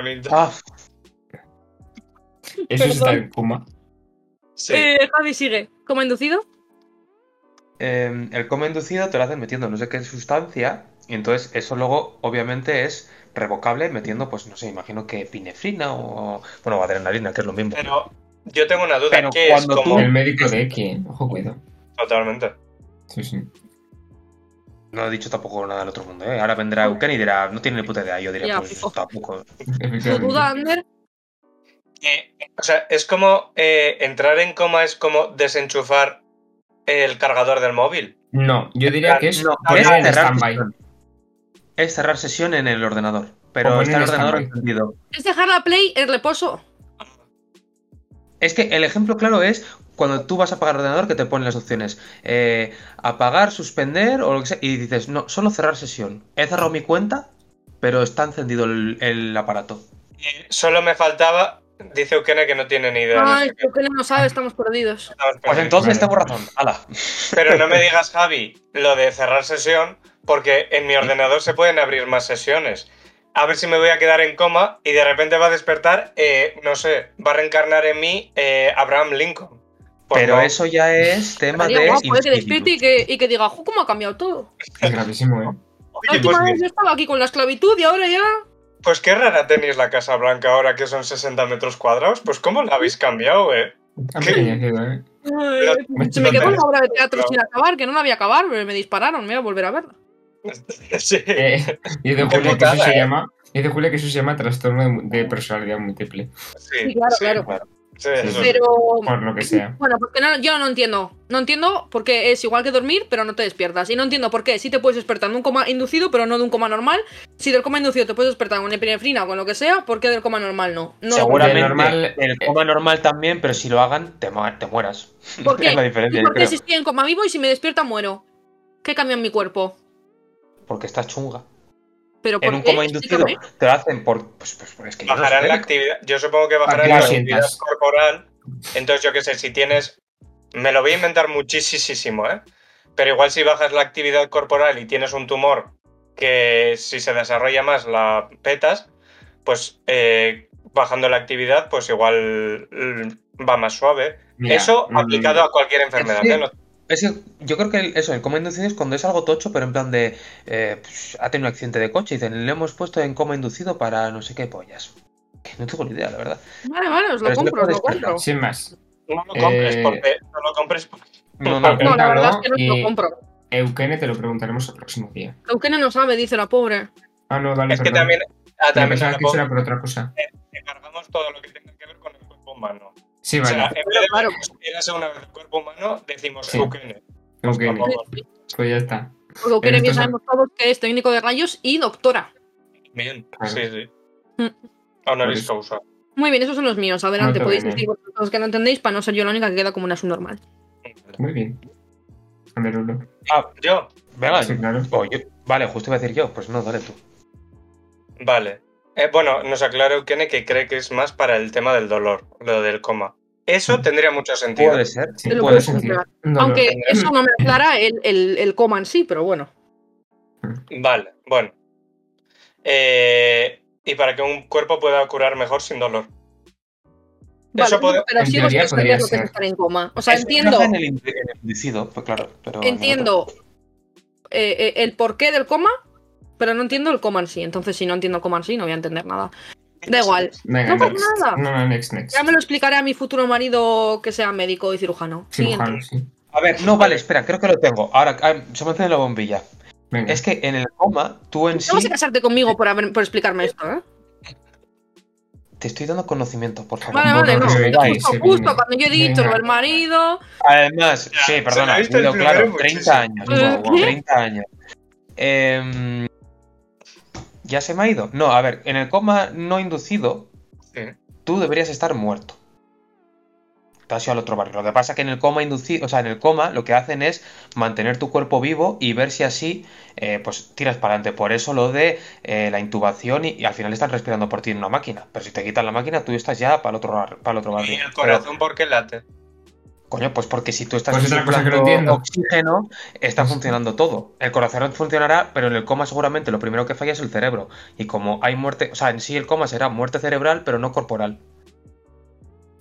Speaker 2: bonito.
Speaker 4: Ah,
Speaker 3: Eso es estar
Speaker 1: Perdón.
Speaker 3: en coma.
Speaker 2: Sí.
Speaker 1: Eh, Javi sigue. ¿Coma inducido?
Speaker 4: eh, el coma inducido te lo hacen metiendo no sé qué sustancia. Y entonces eso luego, obviamente, es revocable metiendo, pues no sé, imagino que epinefrina o. Bueno, o adrenalina, que es lo mismo.
Speaker 2: Pero yo tengo una duda.
Speaker 4: Pero
Speaker 2: ¿Qué es
Speaker 4: cuando tú-
Speaker 2: como?
Speaker 3: El médico de X, ¿eh? ojo, cuidado.
Speaker 2: Totalmente.
Speaker 3: Sí, sí.
Speaker 4: No he dicho tampoco nada del otro mundo, ¿eh? Ahora vendrá Euken y dirá, no tiene ni puta idea. Yo diré,
Speaker 1: Ya,
Speaker 4: pues
Speaker 1: pico.
Speaker 4: tampoco.
Speaker 1: ¿Tu duda,
Speaker 3: Efectivamente.
Speaker 1: Ander?
Speaker 2: Eh, o sea, es como eh, entrar en coma es como desenchufar el cargador del móvil.
Speaker 3: No, yo diría que es
Speaker 4: No,
Speaker 3: poner
Speaker 4: es
Speaker 3: en
Speaker 4: cerrar
Speaker 3: stand-by.
Speaker 4: sesión. Es cerrar sesión en el ordenador.
Speaker 3: O
Speaker 4: Pero
Speaker 3: poner
Speaker 4: está el
Speaker 3: en
Speaker 4: ordenador
Speaker 3: standby.
Speaker 4: encendido.
Speaker 1: Es dejar la play en reposo.
Speaker 4: Es que el ejemplo claro es cuando tú vas a apagar el ordenador que te ponen las opciones. eh, apagar, suspender o lo que sea. Y dices, no, solo cerrar sesión. He cerrado mi cuenta, pero está encendido el, el aparato.
Speaker 2: Y Eh, solo me faltaba, dice Eukene que no tiene ni idea. no
Speaker 1: Ay,
Speaker 2: sé qué
Speaker 1: tú que no sabe, estamos perdidos.
Speaker 2: estamos
Speaker 4: Pues
Speaker 2: pensando.
Speaker 4: entonces
Speaker 3: claro.
Speaker 4: tengo razón. ¡Hala!
Speaker 2: Pero no me digas, Javi, lo de cerrar sesión, porque en mi ordenador se pueden abrir más sesiones. A ver si me voy a quedar en coma y de repente va a despertar, eh, no sé, va a reencarnar en mí eh, Abraham Lincoln. Pues
Speaker 4: Pero
Speaker 2: no.
Speaker 4: eso ya es tema
Speaker 1: Estaría
Speaker 4: de.
Speaker 1: guapo, eh, que
Speaker 4: espíritu.
Speaker 1: despierte y que, y que diga, "Jo, ¿cómo ha cambiado todo?
Speaker 3: Es gravísimo, ¿eh?
Speaker 1: La
Speaker 2: Oye,
Speaker 1: última
Speaker 2: pues,
Speaker 1: vez yo estaba aquí con la esclavitud y ahora ya...
Speaker 2: pues qué rara tenéis la Casa Blanca ahora que son 60 metros cuadrados. Pues cómo la habéis cambiado, eh.
Speaker 3: Ha
Speaker 2: ¿Qué?
Speaker 3: pequeñecido, ¿eh?
Speaker 1: Ay,
Speaker 3: Pero-
Speaker 1: se me quedó una obra de teatro
Speaker 2: Claro.
Speaker 1: sin acabar, que no la voy a acabar, pero me dispararon, me voy a volver a verla.
Speaker 2: sí.
Speaker 3: Eh, Y dice
Speaker 2: Qué
Speaker 3: Julia que
Speaker 2: putada,
Speaker 3: eso se
Speaker 2: ¿eh?
Speaker 3: llama... Dice Julia que eso se llama trastorno de, de personalidad múltiple.
Speaker 2: Sí,
Speaker 1: Sí, claro,
Speaker 2: sí.
Speaker 1: claro.
Speaker 2: Sí, eso sí.
Speaker 1: Pero.
Speaker 3: por lo que sea.
Speaker 1: Bueno, porque no, yo no entiendo. No entiendo por qué es igual que dormir, pero no te despiertas. Y no entiendo por qué si te puedes despertar de un coma inducido, pero no de un coma normal. Si del coma inducido te puedes despertar con epinefrina o con lo que sea, ¿por qué del coma normal no? No,
Speaker 4: Seguramente
Speaker 3: De normal- eh,
Speaker 4: el coma normal también, pero si lo hagan, te, mu- te mueras.
Speaker 1: ¿por qué?
Speaker 4: Es la
Speaker 1: ¿Y
Speaker 4: diferencia, yo
Speaker 1: por qué
Speaker 4: creo.
Speaker 1: si estoy en coma vivo y si me despierta muero? ¿Qué cambia en mi cuerpo?
Speaker 4: Porque estás chunga.
Speaker 1: Pero ¿por
Speaker 4: En un
Speaker 1: qué?
Speaker 4: coma inducido
Speaker 1: Explícame.
Speaker 4: te lo hacen por. Pues, pues, pues, es que yo no
Speaker 2: Bajarán
Speaker 4: sé.
Speaker 2: la actividad. Yo supongo que bajarán
Speaker 3: que
Speaker 2: la
Speaker 3: la
Speaker 2: actividad
Speaker 3: sientas.
Speaker 2: corporal. Entonces, yo qué sé, si tienes. Me lo voy a inventar muchísimo, ¿eh? Pero igual si bajas la actividad corporal y tienes un tumor que si se desarrolla más la petas, pues eh, bajando la actividad, pues igual mm, va más suave.
Speaker 3: Mira,
Speaker 2: Eso
Speaker 3: mm,
Speaker 2: aplicado a cualquier enfermedad.
Speaker 4: sí.
Speaker 2: ¿eh? No-
Speaker 4: Es que yo creo que el- eso, el coma inducido es cuando es algo tocho, pero en plan de. eh, pues, ha tenido un accidente de coche y dicen, le hemos puesto en coma inducido para no sé qué pollas. Que no tengo ni idea, la verdad.
Speaker 1: Vale, vale, os lo
Speaker 4: Pero si te
Speaker 1: compro, os lo
Speaker 4: puedes despertar,
Speaker 1: compro.
Speaker 3: Sin más.
Speaker 2: No lo compres,
Speaker 3: Eh,
Speaker 2: porque, no lo compres porque-
Speaker 4: No, no,
Speaker 1: No, la
Speaker 3: Pregúntalo
Speaker 1: verdad es que no os lo
Speaker 3: y-
Speaker 1: compro.
Speaker 3: Eukene te lo preguntaremos el próximo día.
Speaker 1: Aunque no lo sabe, dice la pobre.
Speaker 3: Ah, no, vale.
Speaker 2: Es que
Speaker 3: perdón.
Speaker 2: también, ah,
Speaker 3: Me
Speaker 2: también
Speaker 3: pensaba que
Speaker 2: tampoco
Speaker 3: eso era por otra cosa.
Speaker 2: Eh, cargamos todo lo que tenga que ver con el cuerpo humano.
Speaker 3: Sí,
Speaker 2: O
Speaker 3: vale.
Speaker 2: sea, en vez de
Speaker 1: Claro.
Speaker 2: era una vez el cuerpo humano, decimos
Speaker 3: Sí.
Speaker 2: Eukene.
Speaker 3: Eukene.
Speaker 2: Por
Speaker 1: Sí,
Speaker 2: favor.
Speaker 1: sí.
Speaker 3: Pues ya está.
Speaker 1: Porque Eugenia
Speaker 3: Esto
Speaker 1: bien
Speaker 3: es-
Speaker 1: sabemos todos que es técnico de rayos y doctora.
Speaker 2: Bien,
Speaker 3: Claro.
Speaker 2: sí, sí.
Speaker 1: Mm.
Speaker 2: Honoris
Speaker 3: Por
Speaker 2: causa.
Speaker 1: Muy bien, esos son los míos. Adelante,
Speaker 3: Muy
Speaker 1: podéis
Speaker 3: bien.
Speaker 1: decir vosotros los que no entendéis para no ser yo la única que queda como una subnormal.
Speaker 3: Muy bien. A ver, uno.
Speaker 2: Ah, Yo,
Speaker 4: Venga,
Speaker 3: Sí, claro.
Speaker 4: o yo- Vale, justo iba a decir yo. Pues no, dale tú.
Speaker 2: vale. Eh, bueno, nos aclara Eukene que cree que es más para el tema del dolor, lo del coma. Eso
Speaker 3: Mm.
Speaker 2: tendría mucho sentido.
Speaker 4: Puede ser.
Speaker 3: Sí,
Speaker 1: Te lo
Speaker 4: puede
Speaker 1: puedo
Speaker 4: ser.
Speaker 1: comprar.
Speaker 3: No, no.
Speaker 1: Aunque eso no me aclara el, el, el coma en sí, pero bueno.
Speaker 2: Vale, bueno. Eh, y para que un cuerpo pueda curar mejor sin dolor.
Speaker 1: Vale,
Speaker 2: Eso puede-
Speaker 1: pero
Speaker 3: en
Speaker 1: sigo sin
Speaker 3: teoría podría
Speaker 1: entender lo que es
Speaker 3: ser.
Speaker 1: estar en coma. O sea,
Speaker 4: Eso
Speaker 1: entiendo,
Speaker 4: encaja En el, in- en el inducido, pues claro. Pero en el
Speaker 1: entiendo eh, eh, el porqué del coma, pero no entiendo el coma en sí. Entonces, si no entiendo el coma en sí, no voy a entender nada. Da igual.
Speaker 3: Venga,
Speaker 1: no pasa
Speaker 3: next.
Speaker 1: nada.
Speaker 3: No, no, next, next.
Speaker 1: Ya me lo explicaré a mi futuro marido que sea médico y cirujano.
Speaker 3: Cirujano,
Speaker 1: Siguiente.
Speaker 3: sí.
Speaker 4: otro. A ver, no, vale, espera, creo que lo tengo. Ahora, ah, se me enciende la bombilla.
Speaker 3: Venga.
Speaker 4: Es que en el coma, tú en
Speaker 1: No vas
Speaker 4: sí
Speaker 1: a casarte conmigo por, haber- por explicarme esto, ¿eh?
Speaker 4: te estoy dando conocimiento, por favor.
Speaker 1: Vale,
Speaker 3: Bueno,
Speaker 1: vale, no.
Speaker 3: que
Speaker 1: Yo
Speaker 3: vengáis,
Speaker 1: justo,
Speaker 3: se
Speaker 1: justo
Speaker 3: viene.
Speaker 1: cuando yo he dicho lo
Speaker 3: Venga.
Speaker 1: del marido.
Speaker 4: Además,
Speaker 2: Ya, se
Speaker 4: sí,
Speaker 2: lo
Speaker 4: perdona,
Speaker 2: he visto el
Speaker 4: Guido,
Speaker 2: primero
Speaker 4: claro,
Speaker 2: muchísimo.
Speaker 4: 30 años,
Speaker 1: ¿Eh?
Speaker 4: guau, guau, 30 años. Em, ¿Ya se me ha ido? No, a ver, en el coma no inducido,
Speaker 2: Sí.
Speaker 4: tú deberías estar muerto. Te has ido al otro barrio. Lo que pasa es que en el coma inducido, o sea, en el coma lo que hacen es mantener tu cuerpo vivo y ver si así eh, pues tiras para adelante. Por eso lo de eh, la intubación y, y al final están respirando por ti en una máquina. Pero si te quitan la máquina, tú estás ya para el otro, bar- para el otro barrio.
Speaker 2: Y el
Speaker 4: Pero-
Speaker 2: corazón, porque late?
Speaker 4: Coño, pues porque si tú estás
Speaker 3: Pues otra cosa que no
Speaker 4: suplando
Speaker 3: entiendo. Pues-
Speaker 4: oxígeno, está funcionando todo. El corazón funcionará, pero en el coma seguramente lo primero que falla es el cerebro. Y como hay muerte, o sea, en sí el coma será muerte cerebral, pero no corporal.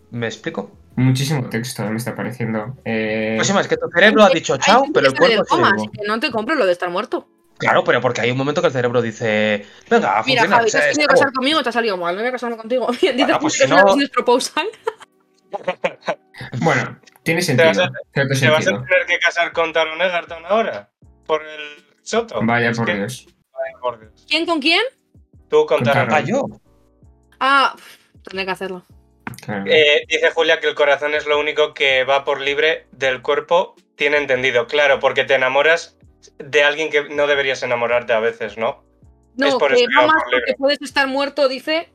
Speaker 4: ¿Me explico?
Speaker 3: Muchísimo texto me está pareciendo. Eh,
Speaker 4: Pues es que tu cerebro ha dicho
Speaker 1: Hay
Speaker 4: chao,
Speaker 1: gente
Speaker 4: pero
Speaker 1: que
Speaker 4: el
Speaker 1: está en
Speaker 4: cuerpo sigue
Speaker 1: coma,
Speaker 4: vivo.
Speaker 1: así que no te compro lo de estar muerto.
Speaker 4: Claro, pero porque hay un momento que el cerebro dice, venga, a
Speaker 1: Mira,
Speaker 4: funcionar.
Speaker 1: Javi, te
Speaker 4: o sea,
Speaker 1: has querido
Speaker 4: está
Speaker 1: casar conmigo, te ha salido mal, no voy a casarme contigo. Dice
Speaker 4: Bueno, pues
Speaker 1: que es
Speaker 4: si
Speaker 1: una
Speaker 4: no-
Speaker 1: business proposal.
Speaker 3: bueno, tiene
Speaker 2: vas
Speaker 3: sentido. Cierto
Speaker 2: ¿Te vas a
Speaker 3: sentido.
Speaker 2: tener que casar con Taron Egerton ahora? ¿Por el soto?
Speaker 3: Vaya
Speaker 2: Es
Speaker 3: por
Speaker 2: que-
Speaker 3: Dios.
Speaker 2: vaya por Dios.
Speaker 1: ¿Quién con quién?
Speaker 2: Tú con
Speaker 3: Con
Speaker 2: Taron.
Speaker 3: Taron.
Speaker 4: bueno. Ah, yo.
Speaker 1: Ah, pff, tendré que hacerlo.
Speaker 3: Claro.
Speaker 2: Eh, dice Julia que el corazón es lo único que va por libre del cuerpo, tiene entendido. Claro, porque te enamoras de alguien que no deberías enamorarte a veces, ¿no?
Speaker 1: No,
Speaker 2: Es por
Speaker 1: que
Speaker 2: eso que
Speaker 1: va
Speaker 2: va
Speaker 1: más
Speaker 2: por libre.
Speaker 1: porque puedes estar muerto, dice.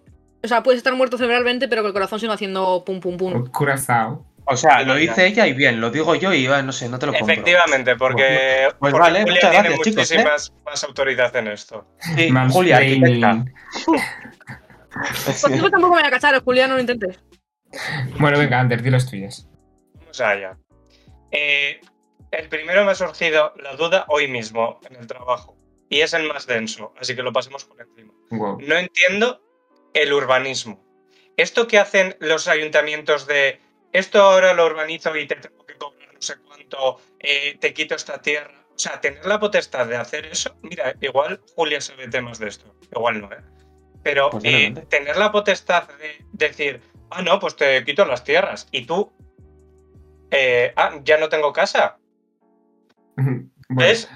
Speaker 1: O sea, puedes estar muerto cerebralmente, pero que el corazón sigue haciendo pum pum pum.
Speaker 3: O Curazao.
Speaker 4: O sea, lo dice ella y bien, lo digo yo y ah, no sé, no te lo compro.
Speaker 2: Efectivamente, porque,
Speaker 4: Pues
Speaker 2: porque
Speaker 4: vale,
Speaker 2: Julia
Speaker 4: muchas
Speaker 2: tiene
Speaker 4: gracias, chicos, ¿eh?
Speaker 2: muchísimas más autoridad en esto.
Speaker 4: Sí, Julia,
Speaker 3: Mansplaining.
Speaker 4: arquitecta.
Speaker 1: Pues tú tampoco me voy a casar, Julián, no lo intentes.
Speaker 3: Bueno, venga, Ander, di las tuyas.
Speaker 2: Vamos allá. Eh, el primero me ha surgido la duda hoy mismo en el trabajo y es el más denso, así que lo pasemos por encima.
Speaker 3: Wow.
Speaker 2: No entiendo el urbanismo. Esto que hacen los ayuntamientos de esto ahora lo urbanizo y te tengo que cobrar no sé cuánto, eh, te quito esta tierra. O sea, tener la potestad de hacer eso, mira, igual Julia sabe temas de esto, igual no, ¿eh? Pero
Speaker 3: Pues
Speaker 4: Posiblemente.
Speaker 2: eh, tener la potestad de decir, ah, no, pues te quito las tierras y tú, eh, ah, ya no tengo casa,
Speaker 3: Bueno,
Speaker 2: ¿ves?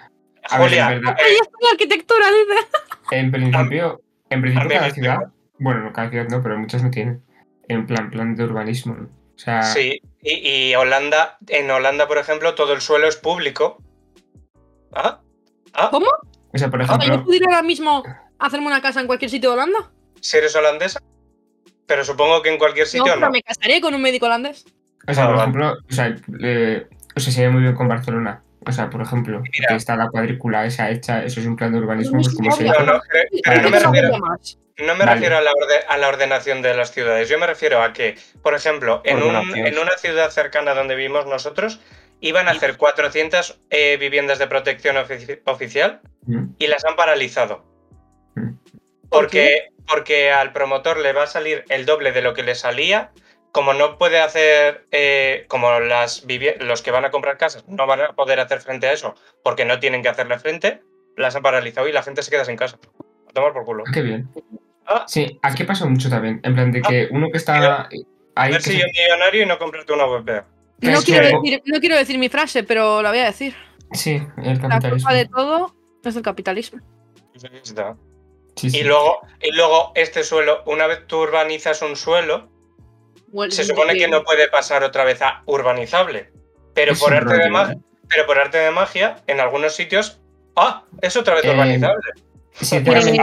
Speaker 3: a ver,
Speaker 2: Julia,
Speaker 3: es verdad.
Speaker 1: ¡Ay, estoy en arquitectura! Dice.
Speaker 3: en principio, en
Speaker 2: a
Speaker 3: principio
Speaker 2: mí
Speaker 3: cada
Speaker 2: me-
Speaker 3: ciudad, bueno, no cada ciudad no, pero muchas no tienen. En plan, plan de urbanismo. ¿no? O sea,
Speaker 2: Sí, y, y Holanda, en Holanda, por ejemplo, todo el suelo es público. ¿Ah? ¿Ah?
Speaker 1: ¿Cómo?
Speaker 3: o sea, por
Speaker 1: O sea, yo
Speaker 3: ejemplo,
Speaker 1: pudiera ahora mismo hacerme una casa en cualquier sitio de Holanda.
Speaker 2: Si eres holandesa. Pero supongo que en cualquier
Speaker 1: No,
Speaker 2: sitio no.
Speaker 1: pero me casaré con un médico holandés.
Speaker 3: o sea, por
Speaker 2: Ah,
Speaker 3: ejemplo, o sea, eh, o sea, se ve muy bien con Barcelona. O sea, por ejemplo,
Speaker 2: Mira.
Speaker 3: que está la cuadrícula esa hecha, eso es un plan de urbanismo,
Speaker 1: Pero no es
Speaker 3: pues como se
Speaker 1: obvio.
Speaker 2: No,
Speaker 3: hizo.
Speaker 1: Yo
Speaker 2: no, pero- pero no me
Speaker 1: tengo una
Speaker 2: refiero,
Speaker 1: duda más.
Speaker 2: no me
Speaker 3: Vale.
Speaker 2: refiero a, la orde- a la ordenación de las ciudades. Yo me refiero a que, por ejemplo, en, un-
Speaker 4: Ordenación.
Speaker 2: en una ciudad cercana donde vivimos nosotros, iban a hacer 400 eh, viviendas de protección ofici- oficial
Speaker 3: Mm.
Speaker 2: y las han paralizado.
Speaker 3: Mm.
Speaker 2: Porque, porque al promotor le va a salir el doble de lo que le salía. Como no puede hacer, eh, como las vivie- los que van a comprar casas no van a poder hacer frente a eso, porque no tienen que hacerle frente, las han paralizado y la gente se queda sin casa. A tomar por culo.
Speaker 3: Ah, Qué bien.
Speaker 2: Ah.
Speaker 3: Sí, aquí pasa mucho también. En plan de que uno que está
Speaker 2: A
Speaker 3: ahí.
Speaker 2: ver
Speaker 3: que
Speaker 2: si
Speaker 3: se-
Speaker 2: yo millonario y no comprarte una web.
Speaker 3: que
Speaker 1: No
Speaker 3: es
Speaker 1: quiero,
Speaker 3: que-
Speaker 1: decir, no quiero decir mi frase, pero la voy a decir.
Speaker 3: Sí, el
Speaker 1: La culpa
Speaker 3: capitalismo.
Speaker 1: de todo es del capitalismo.
Speaker 3: Sí, sí.
Speaker 2: Pues Y luego, y luego este suelo, una vez tú urbanizas un suelo,
Speaker 1: Bueno,
Speaker 2: se supone que no puede pasar otra vez a urbanizable. Pero
Speaker 3: Es
Speaker 2: por
Speaker 3: un
Speaker 2: arte de
Speaker 3: rollo,
Speaker 2: magia,
Speaker 3: ¿eh?
Speaker 2: pero por arte de magia, en algunos sitios, ah, es otra vez
Speaker 3: Eh,
Speaker 2: urbanizable. pues,
Speaker 3: Sinceramente,
Speaker 1: Eh,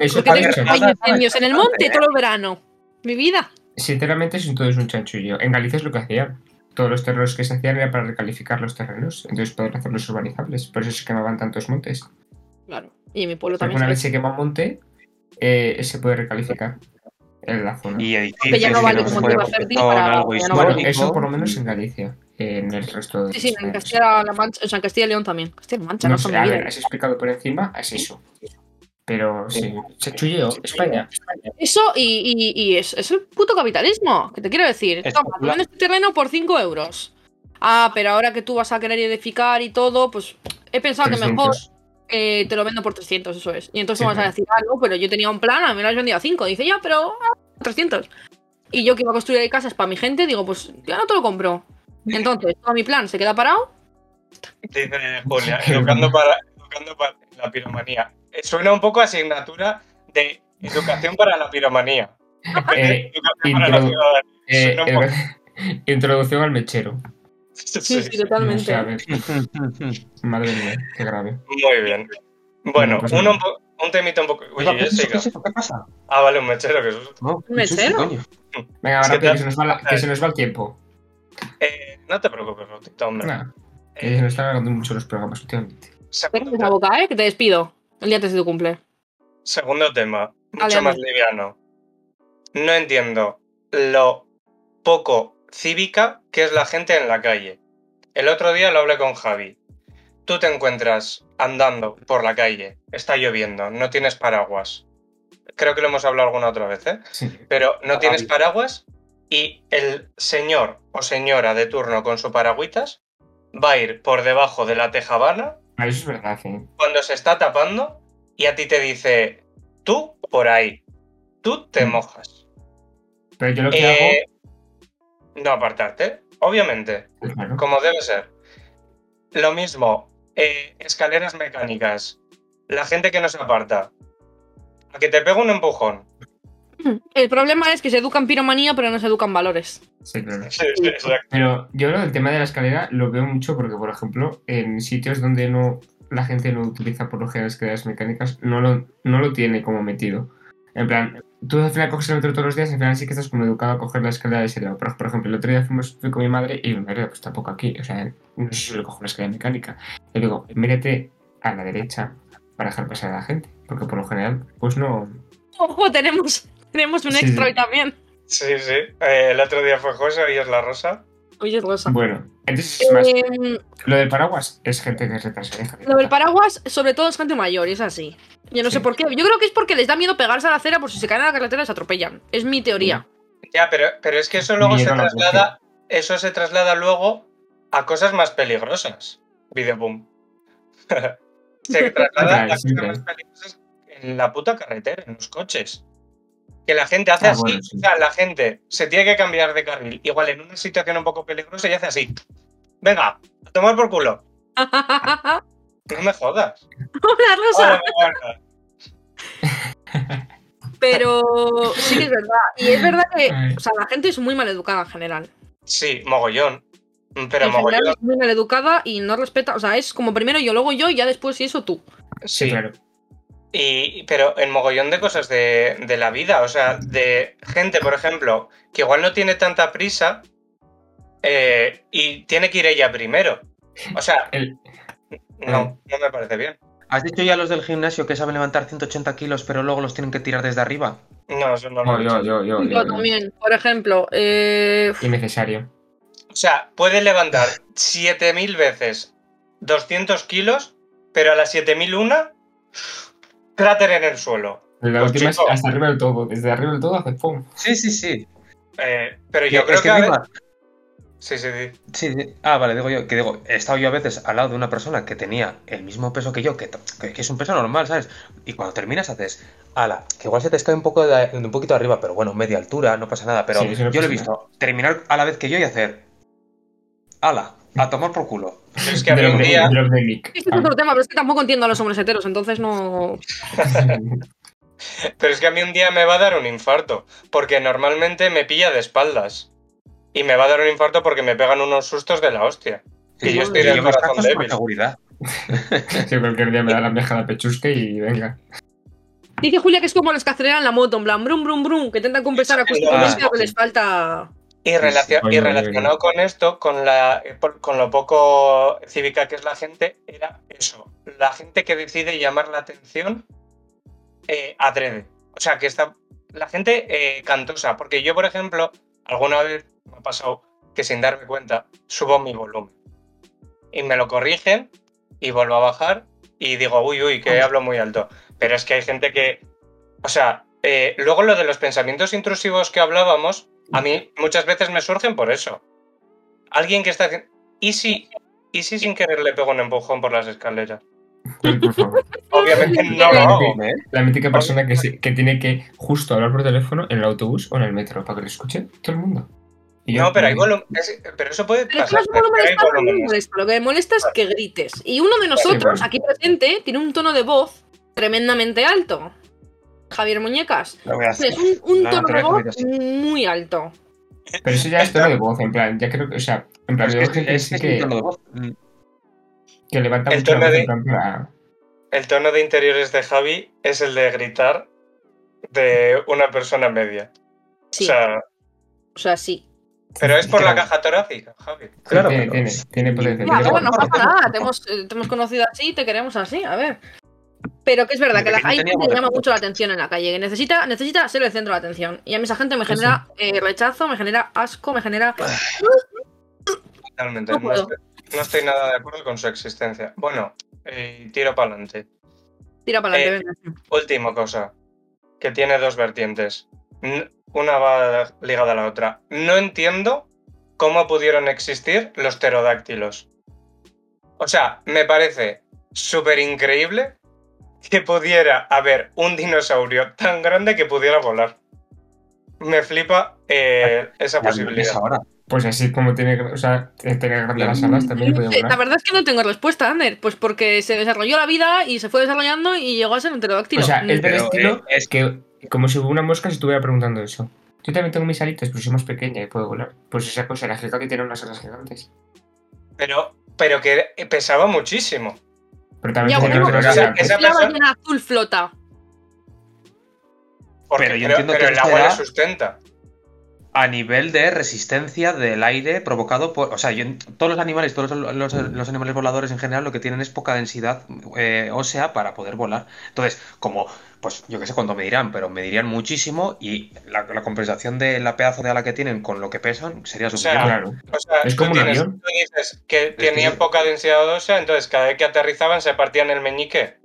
Speaker 3: eso
Speaker 1: porque tengo
Speaker 3: parece-
Speaker 1: pequeños incendios en el monte todo el verano. Mi vida.
Speaker 3: sinceramente, eso todo es un chanchullo. En Galicia es lo que hacían. Todos los terrenos que se hacían era para recalificar los terrenos, entonces poder hacerlos urbanizables. Por eso se quemaban tantos montes.
Speaker 1: Claro. Y en mi pueblo
Speaker 3: Porque
Speaker 1: también.
Speaker 3: una
Speaker 1: se
Speaker 3: vez se quema un monte, eh, se puede recalificar en la zona.
Speaker 4: Y
Speaker 1: Pero ya
Speaker 4: edificios,
Speaker 1: no
Speaker 4: y
Speaker 3: vale
Speaker 4: que no
Speaker 3: como
Speaker 4: se puede
Speaker 3: tierra
Speaker 4: porque
Speaker 1: fértil
Speaker 4: son
Speaker 1: para-
Speaker 4: algo
Speaker 1: ya no
Speaker 3: Bueno,
Speaker 4: histórico.
Speaker 3: eso por lo menos en Galicia. En el resto de
Speaker 1: Sí, sí, en
Speaker 3: España,
Speaker 1: Castilla-La Mancha, o sea, en Castilla-León también. Castilla-La Mancha, no,
Speaker 3: No
Speaker 1: son
Speaker 3: sé,
Speaker 1: mi
Speaker 3: a
Speaker 1: vida.
Speaker 3: ver, has explicado por encima, es eso. Pero sí, chanchulleo, España.
Speaker 1: Eso y, y- y es, es el puto capitalismo, que te quiero decir.
Speaker 4: Es
Speaker 1: Toma, te
Speaker 4: popular.
Speaker 1: vendo este terreno por 5 euros. Ah, pero ahora que tú vas a querer edificar y todo, pues he pensado que mejor
Speaker 3: 300.
Speaker 1: eh, te lo vendo por 300, eso es. Y entonces
Speaker 3: Sí,
Speaker 1: me vas a
Speaker 3: claro.
Speaker 1: decir, ah, no, pero yo tenía un plan, a mí me lo has vendido a 5. Dice, ya, pero ah, 300. Y yo que iba a construir ahí casas para mi gente, digo, pues ya no te lo compro. Entonces, todo mi plan se queda parado.
Speaker 2: Dice Julia, educando para, educando para la piromanía. Eh, Suena un poco a asignatura de educación para la piromanía.
Speaker 3: Eh,
Speaker 2: Educación para la
Speaker 3: introdu-
Speaker 2: ciudadanía.
Speaker 3: eh,
Speaker 2: Suena un poco-
Speaker 3: eh, introducción al mechero.
Speaker 1: Sí, sí, totalmente.
Speaker 3: O sea, a ver, madre mía, qué grave.
Speaker 2: Muy bien. Bueno,
Speaker 3: Bueno, pues
Speaker 2: uno
Speaker 3: nada.
Speaker 2: un, po- un temito un poco. Uy,
Speaker 4: Oiga,
Speaker 2: yo
Speaker 4: ¿qué es eso?
Speaker 2: sigo.
Speaker 4: ¿Qué es eso? ¿Qué pasa?
Speaker 2: Ah, vale, un mechero, que susto.
Speaker 4: No,
Speaker 1: ¿Un
Speaker 4: ¿qué es eso,
Speaker 1: mesero?
Speaker 4: coño?
Speaker 3: Venga,
Speaker 2: Es que
Speaker 3: ahora
Speaker 2: te-
Speaker 3: que, se nos va la- que se nos va el tiempo.
Speaker 2: Eh, no te preocupes, Rotito, hombre.
Speaker 3: Nada, que se
Speaker 2: Eh,
Speaker 3: nos están alargando mucho los programas últimamente.
Speaker 2: segundo,
Speaker 1: Tengo esa boca, ¿eh? Que te despido. El día antes de tu cumple.
Speaker 2: segundo tema, mucho
Speaker 1: Dale,
Speaker 2: más
Speaker 1: dale.
Speaker 2: liviano. No entiendo lo poco cívica que es la gente en la calle. El otro día lo hablé con Javi. Tú te encuentras andando por la calle, está lloviendo, no tienes paraguas. Creo que lo hemos hablado alguna otra vez, ¿eh?
Speaker 3: Sí.
Speaker 2: pero no
Speaker 4: Ah,
Speaker 2: tienes
Speaker 4: bien.
Speaker 2: paraguas y el señor o señora de turno con su paragüitas va a ir por debajo de la tejabana
Speaker 3: Ah, Eso es verdad, sí.
Speaker 2: cuando se está tapando y a ti te dice, tú por ahí, tú te
Speaker 3: Mm.
Speaker 2: mojas.
Speaker 3: Pero yo lo que
Speaker 2: Eh, no apartarte, obviamente,
Speaker 3: hago. Claro.
Speaker 2: como debe ser. Lo mismo, eh, escaleras mecánicas, la gente que no se aparta, a que te pega un empujón.
Speaker 1: El problema es que se educan piromanía, pero no se educan valores.
Speaker 3: Sí, claro.
Speaker 2: Exacto.
Speaker 3: Pero yo lo del tema de la escalera lo veo mucho porque, por ejemplo, en sitios donde no la gente no utiliza por lo general escaleras mecánicas, no lo, no lo tiene como metido. En plan, tú al final coges el metro todos los días y al final sí que estás como educado a coger la escalera de ese lado. Por, por ejemplo, el otro día fuimos, fui con mi madre y mi madre, pues tampoco aquí, o sea, no sé si le cojo la escalera mecánica. Le digo, mírate a la derecha para dejar pasar a la gente, porque por lo general, pues no...
Speaker 1: Ojo, tenemos, tenemos un
Speaker 3: Sí,
Speaker 1: extra
Speaker 3: sí.
Speaker 1: hoy también.
Speaker 2: Sí, sí. Eh, el otro día fue José y es la rosa.
Speaker 1: Oye, Rosa.
Speaker 3: Bueno, entonces es más,
Speaker 1: Em,
Speaker 3: lo del paraguas es gente que es retrasada. hija de
Speaker 1: Lo del
Speaker 3: puta.
Speaker 1: paraguas, sobre todo es gente mayor, y es así. Yo no
Speaker 3: Sí.
Speaker 1: sé por qué. Yo creo que es porque les da miedo pegarse a la acera por si se caen a la carretera y se atropellan. Es mi teoría.
Speaker 2: Ya, pero, pero es que eso luego
Speaker 3: Miedo
Speaker 2: se
Speaker 3: a la
Speaker 2: traslada. Eso se traslada luego a cosas más peligrosas. Videoboom. se traslada a
Speaker 3: Siempre,
Speaker 2: cosas
Speaker 3: siempre.
Speaker 2: más peligrosas en la puta carretera, en los coches. Que la gente hace
Speaker 3: Ah,
Speaker 2: así.
Speaker 3: bueno, sí.
Speaker 2: O sea, la gente se tiene que cambiar de carril. Igual en una situación un poco peligrosa y hace así. Venga, a tomar por culo.
Speaker 1: Hola,
Speaker 2: No me jodas.
Speaker 1: Rosa.
Speaker 2: Hola, hola.
Speaker 1: Pero sí que es verdad. Y es verdad que
Speaker 3: Ay.
Speaker 1: o sea, la gente es muy mal educada en general.
Speaker 2: Sí, mogollón. Mm, Pero
Speaker 1: en general
Speaker 2: mogollón.
Speaker 1: es muy maleducada y no respeta. O sea, es como primero yo, luego yo y ya después si eso tú.
Speaker 2: Sí,
Speaker 3: claro.
Speaker 2: Y, pero en mogollón de cosas de, de la vida, o sea, de gente, por ejemplo, que igual no tiene tanta prisa eh, y tiene que ir ella primero. O sea,
Speaker 3: El-
Speaker 2: no, no me parece bien.
Speaker 4: ¿Has dicho ya a los del gimnasio que saben levantar 180 kilos, pero luego los tienen que tirar desde arriba?
Speaker 2: No, eso no lo
Speaker 3: No,
Speaker 2: he dicho.
Speaker 3: yo, yo, yo, yo,
Speaker 1: Yo
Speaker 3: yo.
Speaker 1: también, por ejemplo, eh,
Speaker 3: Innecesario.
Speaker 2: O sea, puede levantar 7000 veces 200 kilos, pero a las 7001, cráter en el suelo.
Speaker 3: La
Speaker 2: Pues
Speaker 3: última es
Speaker 2: chico.
Speaker 3: hasta arriba del todo. Desde arriba del todo hace pum.
Speaker 4: Sí, sí, sí.
Speaker 2: Eh, pero yo
Speaker 4: Es
Speaker 2: creo que. a
Speaker 4: encima-
Speaker 2: ve- Sí, sí, sí.
Speaker 4: Sí, sí. ah, vale, digo yo, que digo, he estado yo a veces al lado de una persona que tenía el mismo peso que yo, que, t- que- que es un peso normal, ¿sabes? Y cuando terminas haces, ala, que igual se te escae un poco de, de un poquito arriba, pero bueno, media altura, no pasa nada, pero
Speaker 3: Sí, eso no
Speaker 4: yo lo he
Speaker 3: pasa
Speaker 4: visto terminar a la vez que yo y hacer, ala, a tomar por culo.
Speaker 2: Yo es que había
Speaker 3: Drop
Speaker 2: un
Speaker 3: de-
Speaker 2: día.
Speaker 3: drop de Nick.
Speaker 1: es que es otro tema, pero es que tampoco entiendo a los hombres heteros, entonces no.
Speaker 2: Pero es que a mí un día me va a dar un infarto, porque normalmente me pilla de espaldas. Y me va a dar un infarto porque me pegan unos sustos de la hostia. Y yo estoy
Speaker 4: Y
Speaker 2: del
Speaker 4: me
Speaker 2: corazón
Speaker 4: escapo por
Speaker 2: débil.
Speaker 4: seguridad.
Speaker 3: Sí, cualquier día me da la viajada pechusque y venga.
Speaker 1: Dice Julia que es como los que aceleran la moto, en plan, brum, brum, brum, que intentan compensar a
Speaker 2: Sí, sí,
Speaker 1: cuesta
Speaker 4: ah,
Speaker 1: de lo que
Speaker 2: sí.
Speaker 1: les falta.
Speaker 2: Y, relacio-
Speaker 3: Oye,
Speaker 2: y
Speaker 3: oye,
Speaker 2: relacionado
Speaker 3: oye.
Speaker 2: con esto, con, la, eh, por- con lo poco cívica que es la gente, era eso. La gente que decide llamar la atención eh, adrede. O sea, que está la gente eh, cantosa. Porque yo, por ejemplo, alguna vez me ha pasado que sin darme cuenta subo mi volumen. Y me lo corrigen y vuelvo a bajar y digo, uy, uy, que hablo muy alto. Pero es que hay gente que... O sea, eh, luego lo de los pensamientos intrusivos que hablábamos, a mí muchas veces me surgen por eso. Alguien que está... haci- ¿Y si, ¿Y si sin querer le pego un empujón por las escaleras?
Speaker 3: Por favor.
Speaker 2: Obviamente no lo hago.
Speaker 4: ¿Eh?
Speaker 3: La mítica persona que, se- que tiene que justo hablar por teléfono en el autobús o en el metro para que lo escuche todo el mundo. Y yo-
Speaker 2: No, pero hay volum- es- pero eso puede
Speaker 1: Pero es que
Speaker 2: pasar.
Speaker 1: los volúmenes
Speaker 2: hay
Speaker 1: están muy
Speaker 2: volúmenes.
Speaker 1: molestos, Lo que me molesta es que grites. Y uno de nosotros,
Speaker 3: bueno.
Speaker 1: aquí presente, tiene un tono de voz tremendamente alto. Javier Muñecas.
Speaker 4: Lo voy a hacer.
Speaker 1: Es un, un
Speaker 4: No,
Speaker 1: tono de
Speaker 4: te lo he
Speaker 1: voz
Speaker 4: comido, sí.
Speaker 1: muy alto.
Speaker 3: Pero eso ya es tono de voz, en plan, ya creo que, o sea, en plan,
Speaker 4: Es
Speaker 3: yo creo
Speaker 4: que
Speaker 3: que
Speaker 4: es-
Speaker 3: sí
Speaker 4: es
Speaker 3: que,
Speaker 4: mi tono de voz. Mm,
Speaker 3: que levanta
Speaker 2: El
Speaker 3: mucho la
Speaker 2: tono
Speaker 3: voz
Speaker 2: de-
Speaker 3: en plan para-
Speaker 2: El tono de interiores de Javi es el de gritar de una persona media.
Speaker 1: Sí.
Speaker 2: O sea,
Speaker 1: sí.
Speaker 2: pero es por la
Speaker 4: Claro.
Speaker 2: caja torácica, Javi.
Speaker 4: Claro,
Speaker 3: tiene,
Speaker 4: pero-
Speaker 3: tiene, tiene potencia.
Speaker 1: Ya,
Speaker 3: tiene
Speaker 1: pero no
Speaker 3: potencia.
Speaker 1: pasa nada. Te hemos, eh, te hemos conocido así y te queremos así. A ver. Pero que es verdad
Speaker 4: Desde
Speaker 1: que la,
Speaker 4: pequeño
Speaker 1: hay gente
Speaker 4: teníamos
Speaker 1: que llama
Speaker 4: respeto.
Speaker 1: mucho la atención en la calle. Que necesita, necesita ser el centro de atención. Y a mí esa gente me
Speaker 3: Sí,
Speaker 1: genera eh, rechazo, me genera asco, me genera.
Speaker 2: Totalmente.
Speaker 1: No
Speaker 2: No
Speaker 1: puedo.
Speaker 2: estoy, no estoy nada de acuerdo con su existencia. Bueno, eh, tiro para adelante.
Speaker 1: Tira para
Speaker 2: Eh,
Speaker 1: adelante, venga.
Speaker 2: Última cosa, que tiene dos vertientes. N- Una va ligada a la otra. No entiendo cómo pudieron existir los pterodáctilos. O sea, me parece súper increíble que pudiera haber un dinosaurio tan grande que pudiera volar. Me flipa eh, esa
Speaker 4: ya lo ves
Speaker 2: posibilidad.
Speaker 4: ahora.
Speaker 3: Pues así como tiene, o sea, tiene grandes las alas, también puede
Speaker 1: Eh, La
Speaker 3: volar.
Speaker 1: verdad es que no tengo respuesta, Ander. Pues porque se desarrolló la vida y se fue desarrollando y llegó a ser un pterodáctilo.
Speaker 3: O sea,
Speaker 1: Mm,
Speaker 3: es del
Speaker 4: Pero,
Speaker 3: estilo
Speaker 4: eh, es-
Speaker 3: que, como si una mosca se estuviera preguntando eso. Yo también tengo mis alitas, pero soy más pequeña y puedo volar. Pues esa cosa, la gigante tiene unas alas gigantes.
Speaker 2: Pero, pero que pesaba muchísimo.
Speaker 3: Pero también
Speaker 1: Ya,
Speaker 3: tiene
Speaker 1: bueno, pues,
Speaker 3: otras
Speaker 1: o sea,
Speaker 3: alas.
Speaker 2: esa-
Speaker 1: la
Speaker 2: persona-
Speaker 1: ballena azul flota.
Speaker 2: Porque
Speaker 4: Pero yo
Speaker 2: creo-
Speaker 4: entiendo
Speaker 2: pero
Speaker 4: que
Speaker 2: el agua
Speaker 4: será-
Speaker 2: le sustenta.
Speaker 4: a nivel de resistencia del aire provocado por. O sea, yo- todos los animales, todos los, los-
Speaker 2: Mm.
Speaker 4: los animales voladores en general lo que tienen es poca densidad eh, ósea para poder volar. Entonces, como, pues yo qué sé cuánto medirán, pero medirán muchísimo y la, la compensación de la pedazo de ala que tienen con lo que pesan sería
Speaker 2: sea,
Speaker 4: suficiente.
Speaker 3: Claro.
Speaker 2: O sea,
Speaker 3: Es
Speaker 2: tú
Speaker 3: como un
Speaker 2: tienes-
Speaker 3: avión.
Speaker 2: tú dices que
Speaker 4: que-
Speaker 2: tenían poca densidad ósea, entonces cada vez que aterrizaban se partían el meñique.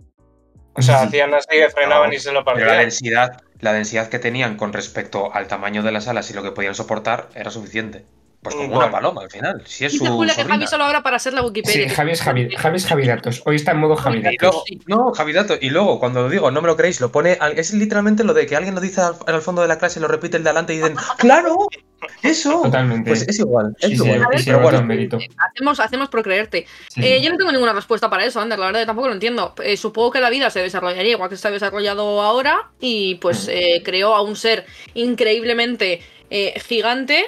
Speaker 2: O sea, hacían así, frenaban y se lo
Speaker 4: Pero la
Speaker 2: partían.
Speaker 4: densidad, la densidad que tenían con respecto al tamaño de las alas y lo que podían soportar era suficiente. Pues como
Speaker 2: Bueno.
Speaker 4: una paloma al final, si es
Speaker 1: Dice
Speaker 4: su
Speaker 1: Julia que
Speaker 4: sobrina.
Speaker 1: Javi solo ahora para hacer la
Speaker 3: Sí,
Speaker 1: Wikipedia.
Speaker 3: Javi es Javi, Javi es Javi Datos. Hoy está en modo Javi
Speaker 4: Y
Speaker 3: Datos.
Speaker 4: luego, no, Javi Dato, y luego cuando lo digo, no me lo creéis, lo pone, al- es literalmente lo de que alguien lo dice al, al fondo de la clase, lo repite el de adelante y dicen, ¡claro! ¡Eso!
Speaker 3: Totalmente.
Speaker 4: Pues es igual, es
Speaker 3: Sí, sí,
Speaker 4: igual.
Speaker 1: ver,
Speaker 3: sí,
Speaker 4: pero
Speaker 3: otro
Speaker 4: bueno,
Speaker 3: mérito.
Speaker 1: Hacemos, hacemos por creerte.
Speaker 3: Sí,
Speaker 1: Eh,
Speaker 3: sí.
Speaker 1: yo no tengo ninguna respuesta para eso, Ander. La verdad, yo tampoco lo entiendo. Eh, supongo que la vida se desarrollaría igual que se ha desarrollado ahora y
Speaker 3: Mm.
Speaker 1: pues
Speaker 3: Ujú.
Speaker 1: eh, creó a un ser increíblemente eh, gigante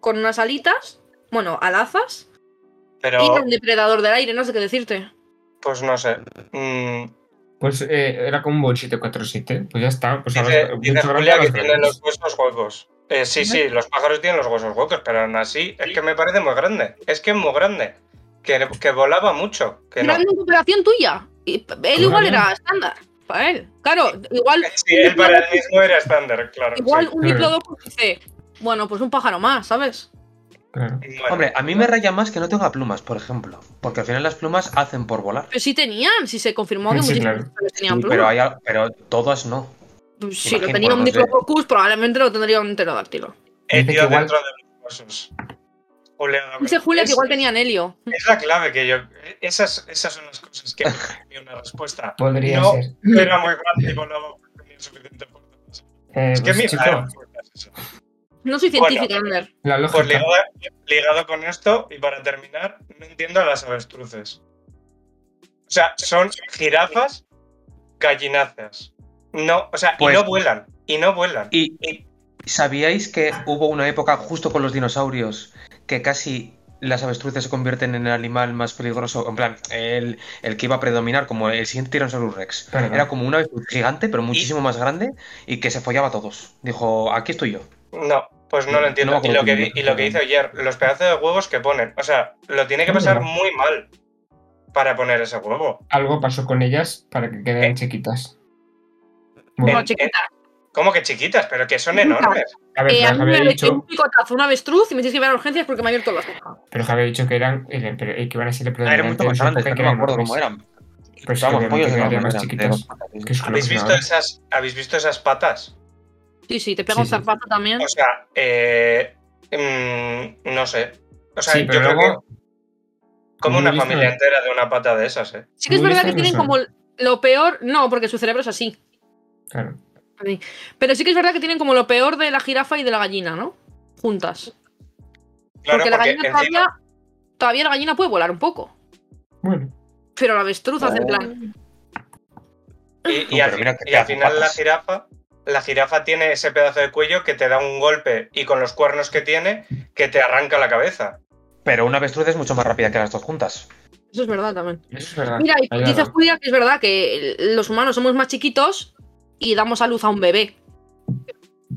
Speaker 1: con unas alitas, bueno, alazas, y
Speaker 2: Pero,
Speaker 1: un depredador del aire, no sé qué decirte.
Speaker 2: pues no sé. Mm,
Speaker 3: Pues eh, era como un bol 747. Pues ya está. Pues
Speaker 2: dice
Speaker 3: ahora,
Speaker 2: dice
Speaker 3: mucho
Speaker 2: Julia que
Speaker 3: gracias a los
Speaker 2: tienen
Speaker 3: grandes.
Speaker 2: los huesos huecos. Eh, sí, sí, los pájaros tienen los huesos huecos, pero aún así es que me parece muy grande. Es que es muy grande. Que, que volaba mucho. Que no.
Speaker 1: Grande cooperación tuya. Y p- él igual era estándar, para él. Claro, igual,
Speaker 2: Sí, él para él mismo era estándar, claro.
Speaker 1: igual un
Speaker 3: claro.
Speaker 1: diplodocus dice, bueno, pues un pájaro más, ¿sabes?
Speaker 3: Claro.
Speaker 2: sí. Bueno,
Speaker 4: Hombre, a mí me raya más que no tenga plumas, por ejemplo. Porque al final las plumas hacen por volar.
Speaker 1: Pero sí tenían, sí se confirmó que
Speaker 3: Sí,
Speaker 1: muchísimos
Speaker 3: claro.
Speaker 1: pájaros tenían plumas.
Speaker 4: Pero, hay, al- pero todas no.
Speaker 1: Pues si lo
Speaker 4: Imagino,
Speaker 1: tenía un
Speaker 4: no sé.
Speaker 1: diplodocus, probablemente lo tendría un pterodáctilo.
Speaker 2: el
Speaker 3: dice
Speaker 2: tío
Speaker 3: que igual-
Speaker 2: dentro de los huesos. Julia, no-
Speaker 1: Dice Julia
Speaker 2: Es-
Speaker 1: que igual tenían helio.
Speaker 2: Es la clave que yo. eh, Esas, esas son las cosas que me dio una respuesta.
Speaker 3: Podría
Speaker 2: No.
Speaker 3: ser.
Speaker 2: Era muy grande y volaba porque tenía suficiente por todas.
Speaker 3: Eh,
Speaker 2: Es que
Speaker 3: pues,
Speaker 2: mira,
Speaker 3: chico,
Speaker 2: era fuerte, es eso.
Speaker 1: No soy
Speaker 2: Bueno.
Speaker 1: científica, Ander.
Speaker 3: la lógica.
Speaker 2: Pues ligado, ligado con esto, y para terminar, no entiendo a las avestruces. O sea, son jirafas gallinazas. No, o sea,
Speaker 4: Pues-
Speaker 2: y no vuelan. Y no vuelan.
Speaker 4: Y
Speaker 2: Y-
Speaker 4: ¿sabíais que hubo una época justo con los dinosaurios que casi las avestruces se convierten en el animal más peligroso? En plan, el, el que iba a predominar como el siguiente Tyrannosaurus Rex.
Speaker 3: Perdón.
Speaker 4: Era como una avestruz gigante, pero muchísimo más grande y que se follaba a todos. Dijo, aquí estoy yo.
Speaker 2: No, pues no lo entiendo.
Speaker 4: No me
Speaker 2: y,
Speaker 4: acuerdo
Speaker 2: lo que,
Speaker 4: quién
Speaker 2: di-
Speaker 4: dijo,
Speaker 2: y lo que hizo
Speaker 4: pero-
Speaker 2: ayer, los pedazos de huevos que ponen. O sea, lo tiene que
Speaker 3: Anda.
Speaker 2: pasar muy mal para poner ese huevo.
Speaker 3: Algo pasó con ellas para que quedaran
Speaker 2: Eh.
Speaker 3: chiquitas.
Speaker 1: Como
Speaker 3: Bueno,
Speaker 2: Eh,
Speaker 1: chiquita.
Speaker 2: ¿Cómo que chiquitas? Pero que son
Speaker 1: Nunca.
Speaker 2: enormes.
Speaker 3: a ver,
Speaker 1: Eh, a
Speaker 3: pero
Speaker 1: mí me
Speaker 3: había
Speaker 1: habéis hecho
Speaker 3: dicho,
Speaker 1: un picotazo, una avestruz y me tienes que llevar a urgencias porque me ha abierto la boca.
Speaker 3: pero había dicho que eran el emper- eh, que iban a ser el
Speaker 4: Ah, eran mucho más grandes, pero no me acuerdo cómo eran.
Speaker 3: Pues
Speaker 4: Vamos,
Speaker 3: obviamente
Speaker 4: pollos
Speaker 3: que
Speaker 4: enormes
Speaker 3: eran más
Speaker 4: eran,
Speaker 3: chiquitas.
Speaker 4: enormes.
Speaker 3: Que es lo
Speaker 2: ¿Habéis
Speaker 3: que
Speaker 2: visto,
Speaker 3: no-
Speaker 2: esas, ¿Habéis visto esas patas?
Speaker 1: Sí, sí, te pega
Speaker 3: Sí, Pues
Speaker 1: un
Speaker 3: sí.
Speaker 1: zarpazo también.
Speaker 2: O sea, eh, mm, no sé. O sea,
Speaker 3: Sí,
Speaker 2: yo
Speaker 3: pero
Speaker 2: creo
Speaker 3: luego.
Speaker 2: que como una
Speaker 3: muy listo,
Speaker 2: familia
Speaker 3: ¿no?
Speaker 2: entera de una pata de esas, ¿eh?
Speaker 1: Sí que es
Speaker 3: muy
Speaker 1: verdad que
Speaker 3: listos
Speaker 1: tienen
Speaker 3: no son.
Speaker 1: como lo peor. No, porque su cerebro es así.
Speaker 3: Claro.
Speaker 1: Pero sí que es verdad que tienen como lo peor de la jirafa y de la gallina, ¿no? Juntas.
Speaker 2: Claro,
Speaker 1: porque
Speaker 2: porque,
Speaker 1: la gallina
Speaker 2: encima,
Speaker 1: todavía. Todavía la gallina puede volar un poco.
Speaker 3: Bueno,
Speaker 1: Pero la avestruz hace en
Speaker 4: Oh.
Speaker 1: plan.
Speaker 2: y, y
Speaker 4: No,
Speaker 2: al,
Speaker 4: pero mira que
Speaker 2: y
Speaker 4: te
Speaker 2: al
Speaker 4: hace
Speaker 2: final la
Speaker 4: patas.
Speaker 2: jirafa, la jirafa tiene ese pedazo de cuello que te da un golpe y con los cuernos que tiene, que te arranca la cabeza.
Speaker 4: Pero una avestruz es mucho más rápida que las dos juntas.
Speaker 1: Eso es verdad también.
Speaker 3: eso es
Speaker 2: Ah,
Speaker 3: verdad.
Speaker 1: Mira, y
Speaker 3: Hay
Speaker 1: dice
Speaker 3: algo.
Speaker 1: Julia que es verdad que los humanos somos más chiquitos y damos a luz a un bebé,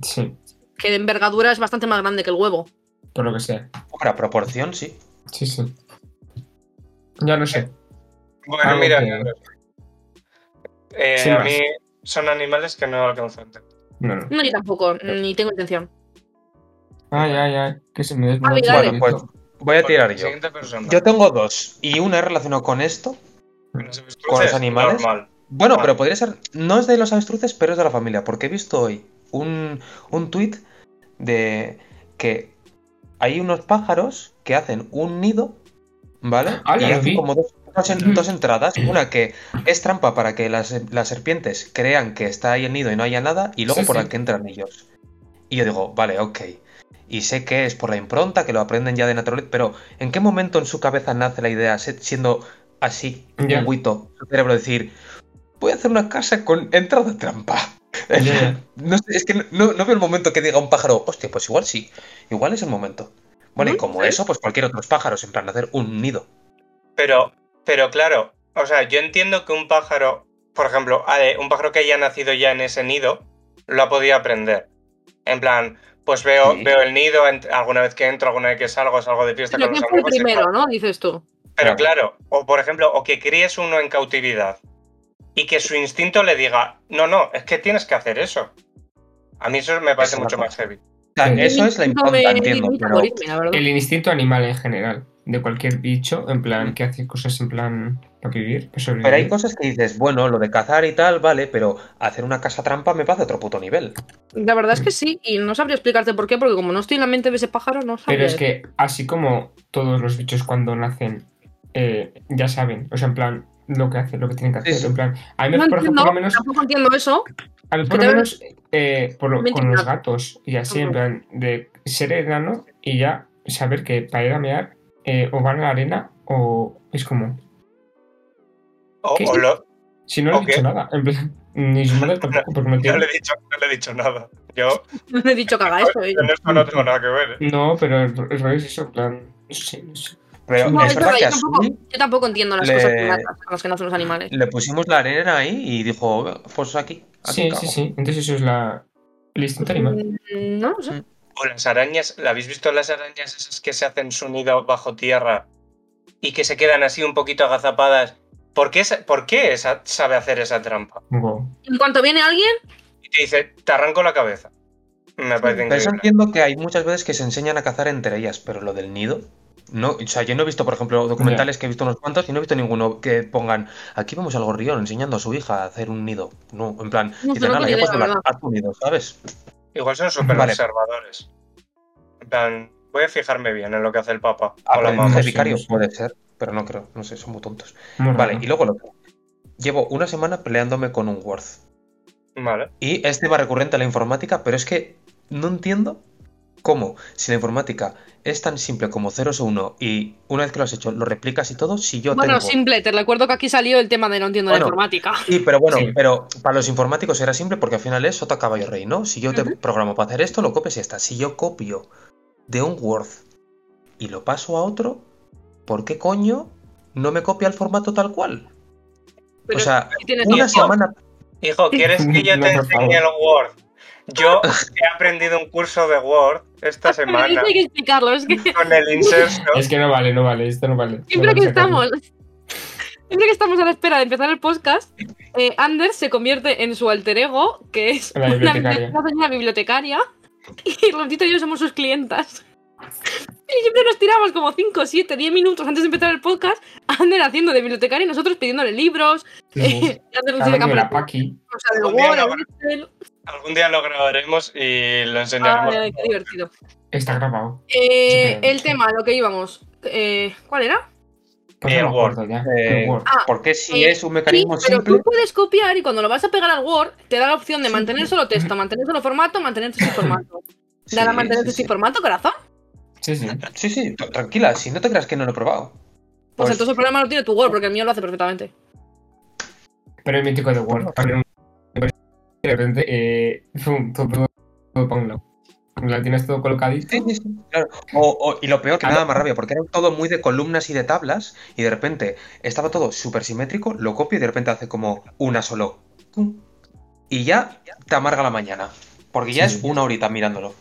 Speaker 3: Sí,
Speaker 1: que de envergadura es bastante más grande que el huevo.
Speaker 3: por lo que sea.
Speaker 4: Ahora, proporción, sí.
Speaker 3: Sí, sí. Ya lo sé.
Speaker 2: Bueno,
Speaker 3: Algo
Speaker 2: mira,
Speaker 3: que-
Speaker 2: eh,
Speaker 3: Sin
Speaker 2: a
Speaker 3: más.
Speaker 2: mí son animales que no alcanzo a entender.
Speaker 3: No, no.
Speaker 1: No, ni tampoco, ni tengo intención.
Speaker 3: Ay, ay, ay. Que se me desnuda.
Speaker 1: Javi,
Speaker 3: el
Speaker 1: dale.
Speaker 3: chiquito.
Speaker 4: Bueno, pues voy a tirar yo.
Speaker 2: Siguiente persona.
Speaker 4: Yo tengo dos y una es relacionada con esto.
Speaker 2: Con los avestruces,
Speaker 4: ¿Con los animales?
Speaker 2: Normal.
Speaker 4: Bueno,
Speaker 2: Vale.
Speaker 4: pero podría ser. No es de los avestruces, pero es de la familia. Porque he visto hoy un, un tuit de que hay unos pájaros que hacen un nido, ¿vale?
Speaker 3: Ah,
Speaker 4: y
Speaker 3: ya lo
Speaker 4: hacen
Speaker 3: vi.
Speaker 4: como dos, dos en- dos entradas. Una que es trampa para que las, las serpientes crean que está ahí el nido y no haya nada, y luego
Speaker 3: Sí,
Speaker 4: por
Speaker 3: sí.
Speaker 4: la que entran ellos. Y yo digo, vale, ok. Y sé que es por la impronta, que lo aprenden ya de naturaleza, pero ¿en qué momento en su cabeza nace la idea, se- siendo así,
Speaker 3: Ya.
Speaker 4: un buito, su cerebro decir, voy a hacer una casa con entrada trampa?
Speaker 3: Ya, ya.
Speaker 4: No sé, es que no, no veo el momento que diga un pájaro, hostia, pues igual sí, igual es el momento. Bueno, y
Speaker 1: Ujú,
Speaker 4: como
Speaker 1: sí.
Speaker 4: eso, pues cualquier otro pájaro, en plan hacer un nido.
Speaker 2: Pero, pero claro, o sea, yo entiendo que un pájaro, por ejemplo, a ver, un pájaro que haya nacido ya en ese nido, lo ha podido aprender. En plan, pues veo,
Speaker 4: Sí.
Speaker 2: veo el nido, ent- alguna vez que entro, alguna vez que salgo, salgo de fiesta
Speaker 1: Pero
Speaker 2: con
Speaker 1: que
Speaker 2: los
Speaker 1: fue el
Speaker 2: amigos. y
Speaker 1: primero,
Speaker 2: tal.
Speaker 1: ¿no? Dices tú.
Speaker 2: Pero claro, o por ejemplo, o que críes uno en cautividad y que su instinto le diga, no, no, es que tienes que hacer eso. A mí eso me parece
Speaker 4: Exacto.
Speaker 2: mucho más heavy.
Speaker 4: O sea,
Speaker 3: Sí.
Speaker 4: eso es la
Speaker 1: No me
Speaker 4: impronta, entiendo,
Speaker 1: limita a
Speaker 4: pero
Speaker 1: morirme, la verdad.
Speaker 3: El instinto animal en general. De cualquier bicho, en plan, que hace cosas en plan para vivir, para sobrevivir.
Speaker 4: Pero hay cosas que dices, bueno, lo de cazar y tal, vale, pero hacer una casa trampa me pasa a otro puto nivel.
Speaker 1: La verdad es que sí, y no sabría explicarte por qué, porque como no estoy en la mente de ese pájaro, no sabría.
Speaker 3: Pero es que así como todos los bichos cuando nacen eh, ya saben, o sea, en plan, lo que hacen, lo que tienen que hacer.
Speaker 4: Sí, sí.
Speaker 3: En plan, a mí,
Speaker 1: no
Speaker 3: me-
Speaker 1: entiendo,
Speaker 3: por ejemplo, por lo menos,
Speaker 1: tampoco entiendo eso.
Speaker 3: a mí
Speaker 1: que
Speaker 3: por lo
Speaker 1: te-
Speaker 3: menos eh, por lo-
Speaker 1: me
Speaker 3: con los
Speaker 1: entiendo.
Speaker 3: gatos y así,
Speaker 1: Ujú.
Speaker 3: en plan, de ser enano y ya saber que para ir a mear eh, o van a la arena o es como,
Speaker 2: O,
Speaker 3: ¿Qué?
Speaker 2: o lo-
Speaker 3: si no le he
Speaker 2: Ok.
Speaker 3: dicho nada, en plan, Ni Ismael tampoco, porque no
Speaker 2: Yo
Speaker 3: tiene.
Speaker 2: le he dicho, no le he dicho nada. Yo
Speaker 1: No he dicho que haga eso. ¿eh?
Speaker 2: en esto no tengo nada que ver. ¿eh?
Speaker 3: No, pero el el rollo es eso, en plan. No sé, no sé.
Speaker 4: Pero
Speaker 1: No,
Speaker 4: es
Speaker 1: es
Speaker 4: verdad
Speaker 1: verdad,
Speaker 4: que
Speaker 1: yo, tampoco,
Speaker 4: Asumi
Speaker 1: yo tampoco entiendo las
Speaker 4: le-
Speaker 1: cosas que matan a los que no son los animales.
Speaker 4: le pusimos la arena ahí y dijo, pues aquí. aquí
Speaker 3: Sí,
Speaker 4: cago".
Speaker 3: sí, sí. Entonces eso es la. El instinto animal.
Speaker 1: Mm, No lo sé.
Speaker 2: O las arañas, ¿la habéis visto las arañas esas que se hacen su nido bajo tierra y que se quedan así un poquito agazapadas? ¿Por qué, esa- por qué esa sabe hacer esa trampa?
Speaker 3: Wow.
Speaker 1: En cuanto viene alguien,
Speaker 2: Y te dice, te arranco la cabeza. Me parece
Speaker 4: Pero eso
Speaker 2: increíble.
Speaker 4: entiendo que hay muchas veces que se enseñan a cazar entre ellas, pero lo del nido. No, o sea, yo no he visto, por ejemplo, documentales que he visto unos cuantos y no he visto ninguno que pongan aquí vemos al gorrión enseñando a su hija a hacer un nido. No, en plan,
Speaker 1: No,
Speaker 4: dicen,
Speaker 1: pero no
Speaker 4: "Hala,
Speaker 1: tengo
Speaker 4: ya puedes
Speaker 1: idea, la
Speaker 4: volar, haz tu nido, ¿sabes?
Speaker 2: Igual son súper
Speaker 4: Vale.
Speaker 2: observadores. En plan, voy a fijarme bien en lo que hace el Papa. o la
Speaker 4: Hablan
Speaker 2: mamá.
Speaker 4: de
Speaker 3: vamos,
Speaker 4: vicario,
Speaker 3: sí, sí.
Speaker 4: puede ser, pero no creo, no sé, son muy tontos.
Speaker 3: Muy
Speaker 4: Vale,
Speaker 3: raro.
Speaker 4: y luego lo otro. Llevo una semana peleándome con un Worth.
Speaker 2: Vale.
Speaker 4: Y es tema recurrente a la informática, pero es que no entiendo cómo, si la informática es tan simple como ceros o uno y una vez que lo has hecho lo replicas y todo, si yo
Speaker 1: bueno,
Speaker 4: tengo...
Speaker 1: simple, te recuerdo que aquí salió el tema de no entiendo
Speaker 4: Bueno.
Speaker 1: la informática.
Speaker 4: Sí, pero bueno,
Speaker 3: Sí.
Speaker 4: pero para los informáticos era simple porque al final es sota caballo rey, ¿no? Si yo te programo para hacer esto, lo copias y ya está. Si yo copio de un Word y lo paso a otro, ¿por qué coño no me copia el formato tal cual?
Speaker 1: Pero
Speaker 4: o sea,
Speaker 1: sí tienes
Speaker 4: una
Speaker 1: razón.
Speaker 4: semana
Speaker 2: Hijo, ¿quieres que yo
Speaker 3: No,
Speaker 2: te
Speaker 3: por
Speaker 2: enseñe el Word? Yo he aprendido un curso de Word esta
Speaker 1: Pero
Speaker 2: semana
Speaker 1: esto hay que explicarlo, es que
Speaker 2: con el inserto.
Speaker 3: Es que no vale, no vale, esto no vale.
Speaker 1: siempre
Speaker 3: No
Speaker 1: que
Speaker 3: vamos a acabar.
Speaker 1: estamos, siempre que estamos a la espera de empezar el podcast, eh, Anders se convierte en su alter ego, que es
Speaker 3: La
Speaker 1: una,
Speaker 3: bibliotecaria.
Speaker 1: una señora bibliotecaria, y Roncito y yo somos sus clientas. Y siempre nos tiramos como 5, 7, 10 minutos antes de empezar el podcast, Ander haciendo de bibliotecaria y nosotros pidiéndole libros.
Speaker 3: Sí.
Speaker 1: Eh, Ander nos dice que
Speaker 3: Hablando de
Speaker 1: compra
Speaker 3: la Paki,
Speaker 1: libros, a lo
Speaker 2: Un día
Speaker 1: Word, a
Speaker 2: grabar-
Speaker 1: Excel.
Speaker 2: Algún día lo grabaremos y lo enseñaremos.
Speaker 1: Ay, ay, qué divertido.
Speaker 3: está grabado.
Speaker 1: Eh,
Speaker 3: Sí, claro.
Speaker 1: el tema, lo que íbamos. Eh, ¿Cuál era?
Speaker 3: Pues
Speaker 2: El
Speaker 3: no me
Speaker 2: Word.
Speaker 3: acuerdo ya.
Speaker 4: Eh,
Speaker 3: El Word.
Speaker 4: porque si
Speaker 1: Eh,
Speaker 4: es un mecanismo
Speaker 1: sí, pero
Speaker 4: simple...
Speaker 1: tú puedes copiar y cuando lo vas a pegar al Word, te da la opción de mantener solo texto, mantener solo formato, mantener sin formato. Dale a
Speaker 4: Sí,
Speaker 1: mantener
Speaker 4: sí,
Speaker 1: sin
Speaker 4: sí.
Speaker 1: formato, corazón.
Speaker 3: Sí, sí.
Speaker 4: Sí, sí, t- tranquila, si no te creas que no lo he probado.
Speaker 1: Pues,
Speaker 4: Pues-
Speaker 1: entonces el problema lo tiene tu Word, porque el mío lo hace perfectamente.
Speaker 3: Pero el mítico de Word. abre un- De repente, eh, pum, todo, todo, todo para un lado. La tienes todo colocadito.
Speaker 4: Sí, sí, sí, claro. O- o- y lo peor que me daba más rabia, porque era todo muy de columnas y de tablas, y de repente estaba todo súper simétrico, lo copio y de repente hace como una solo. tum, Y ya te amarga la mañana, porque ya
Speaker 3: Sí.
Speaker 4: es una horita mirándolo.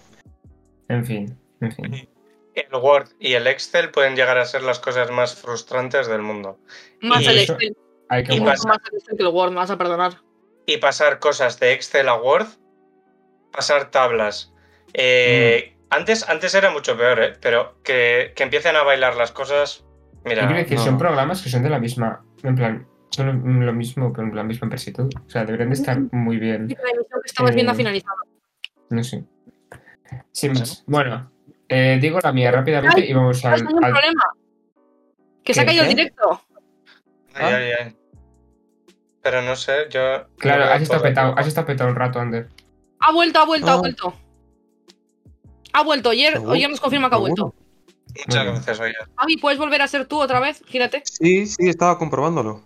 Speaker 3: En fin, en fin.
Speaker 2: El Word y el Excel pueden llegar a ser las cosas más frustrantes del mundo.
Speaker 1: Más
Speaker 2: Y
Speaker 1: el
Speaker 3: eso-
Speaker 1: Excel,
Speaker 3: Hay que
Speaker 2: Y
Speaker 3: guardar.
Speaker 2: pasa-
Speaker 1: más el Excel que el Word, me vas a perdonar.
Speaker 2: Y pasar cosas de Excel a Word, pasar tablas. Eh,
Speaker 3: Mm.
Speaker 2: antes, antes era mucho peor, ¿eh? pero que, que empiecen a bailar las cosas.
Speaker 3: Yo quiero
Speaker 2: Mira,
Speaker 3: decir,
Speaker 4: no.
Speaker 3: son programas que son de la misma. En plan, son lo- lo mismo, pero en la misma empresa y todo. O sea, deberían de estar muy bien.
Speaker 1: La emisión que estabas viendo ha
Speaker 3: Eh,
Speaker 1: finalizado.
Speaker 3: No sé. Sin más. Bueno, eh, digo la mía rápidamente y vamos
Speaker 1: ¿Sabes
Speaker 3: al.
Speaker 1: ningún
Speaker 3: al-
Speaker 1: problema? Que se ha
Speaker 3: ¿Qué?
Speaker 1: caído el
Speaker 4: ¿Eh?
Speaker 1: directo.
Speaker 2: ay, ay, ay. Pero no sé, yo.
Speaker 3: Claro,
Speaker 2: yo
Speaker 3: has estado
Speaker 2: todo.
Speaker 3: petado, has estado petado un rato, Ander.
Speaker 1: Ha vuelto, ha vuelto, ha
Speaker 4: Ah.
Speaker 1: vuelto. Ha vuelto, ayer,
Speaker 4: Seguro,
Speaker 1: ayer nos confirma que ha vuelto.
Speaker 2: Muchas
Speaker 3: Bueno.
Speaker 2: gracias, oye.
Speaker 1: Javi, ¿puedes volver a ser tú otra vez? Gírate.
Speaker 4: Sí, sí, estaba comprobándolo.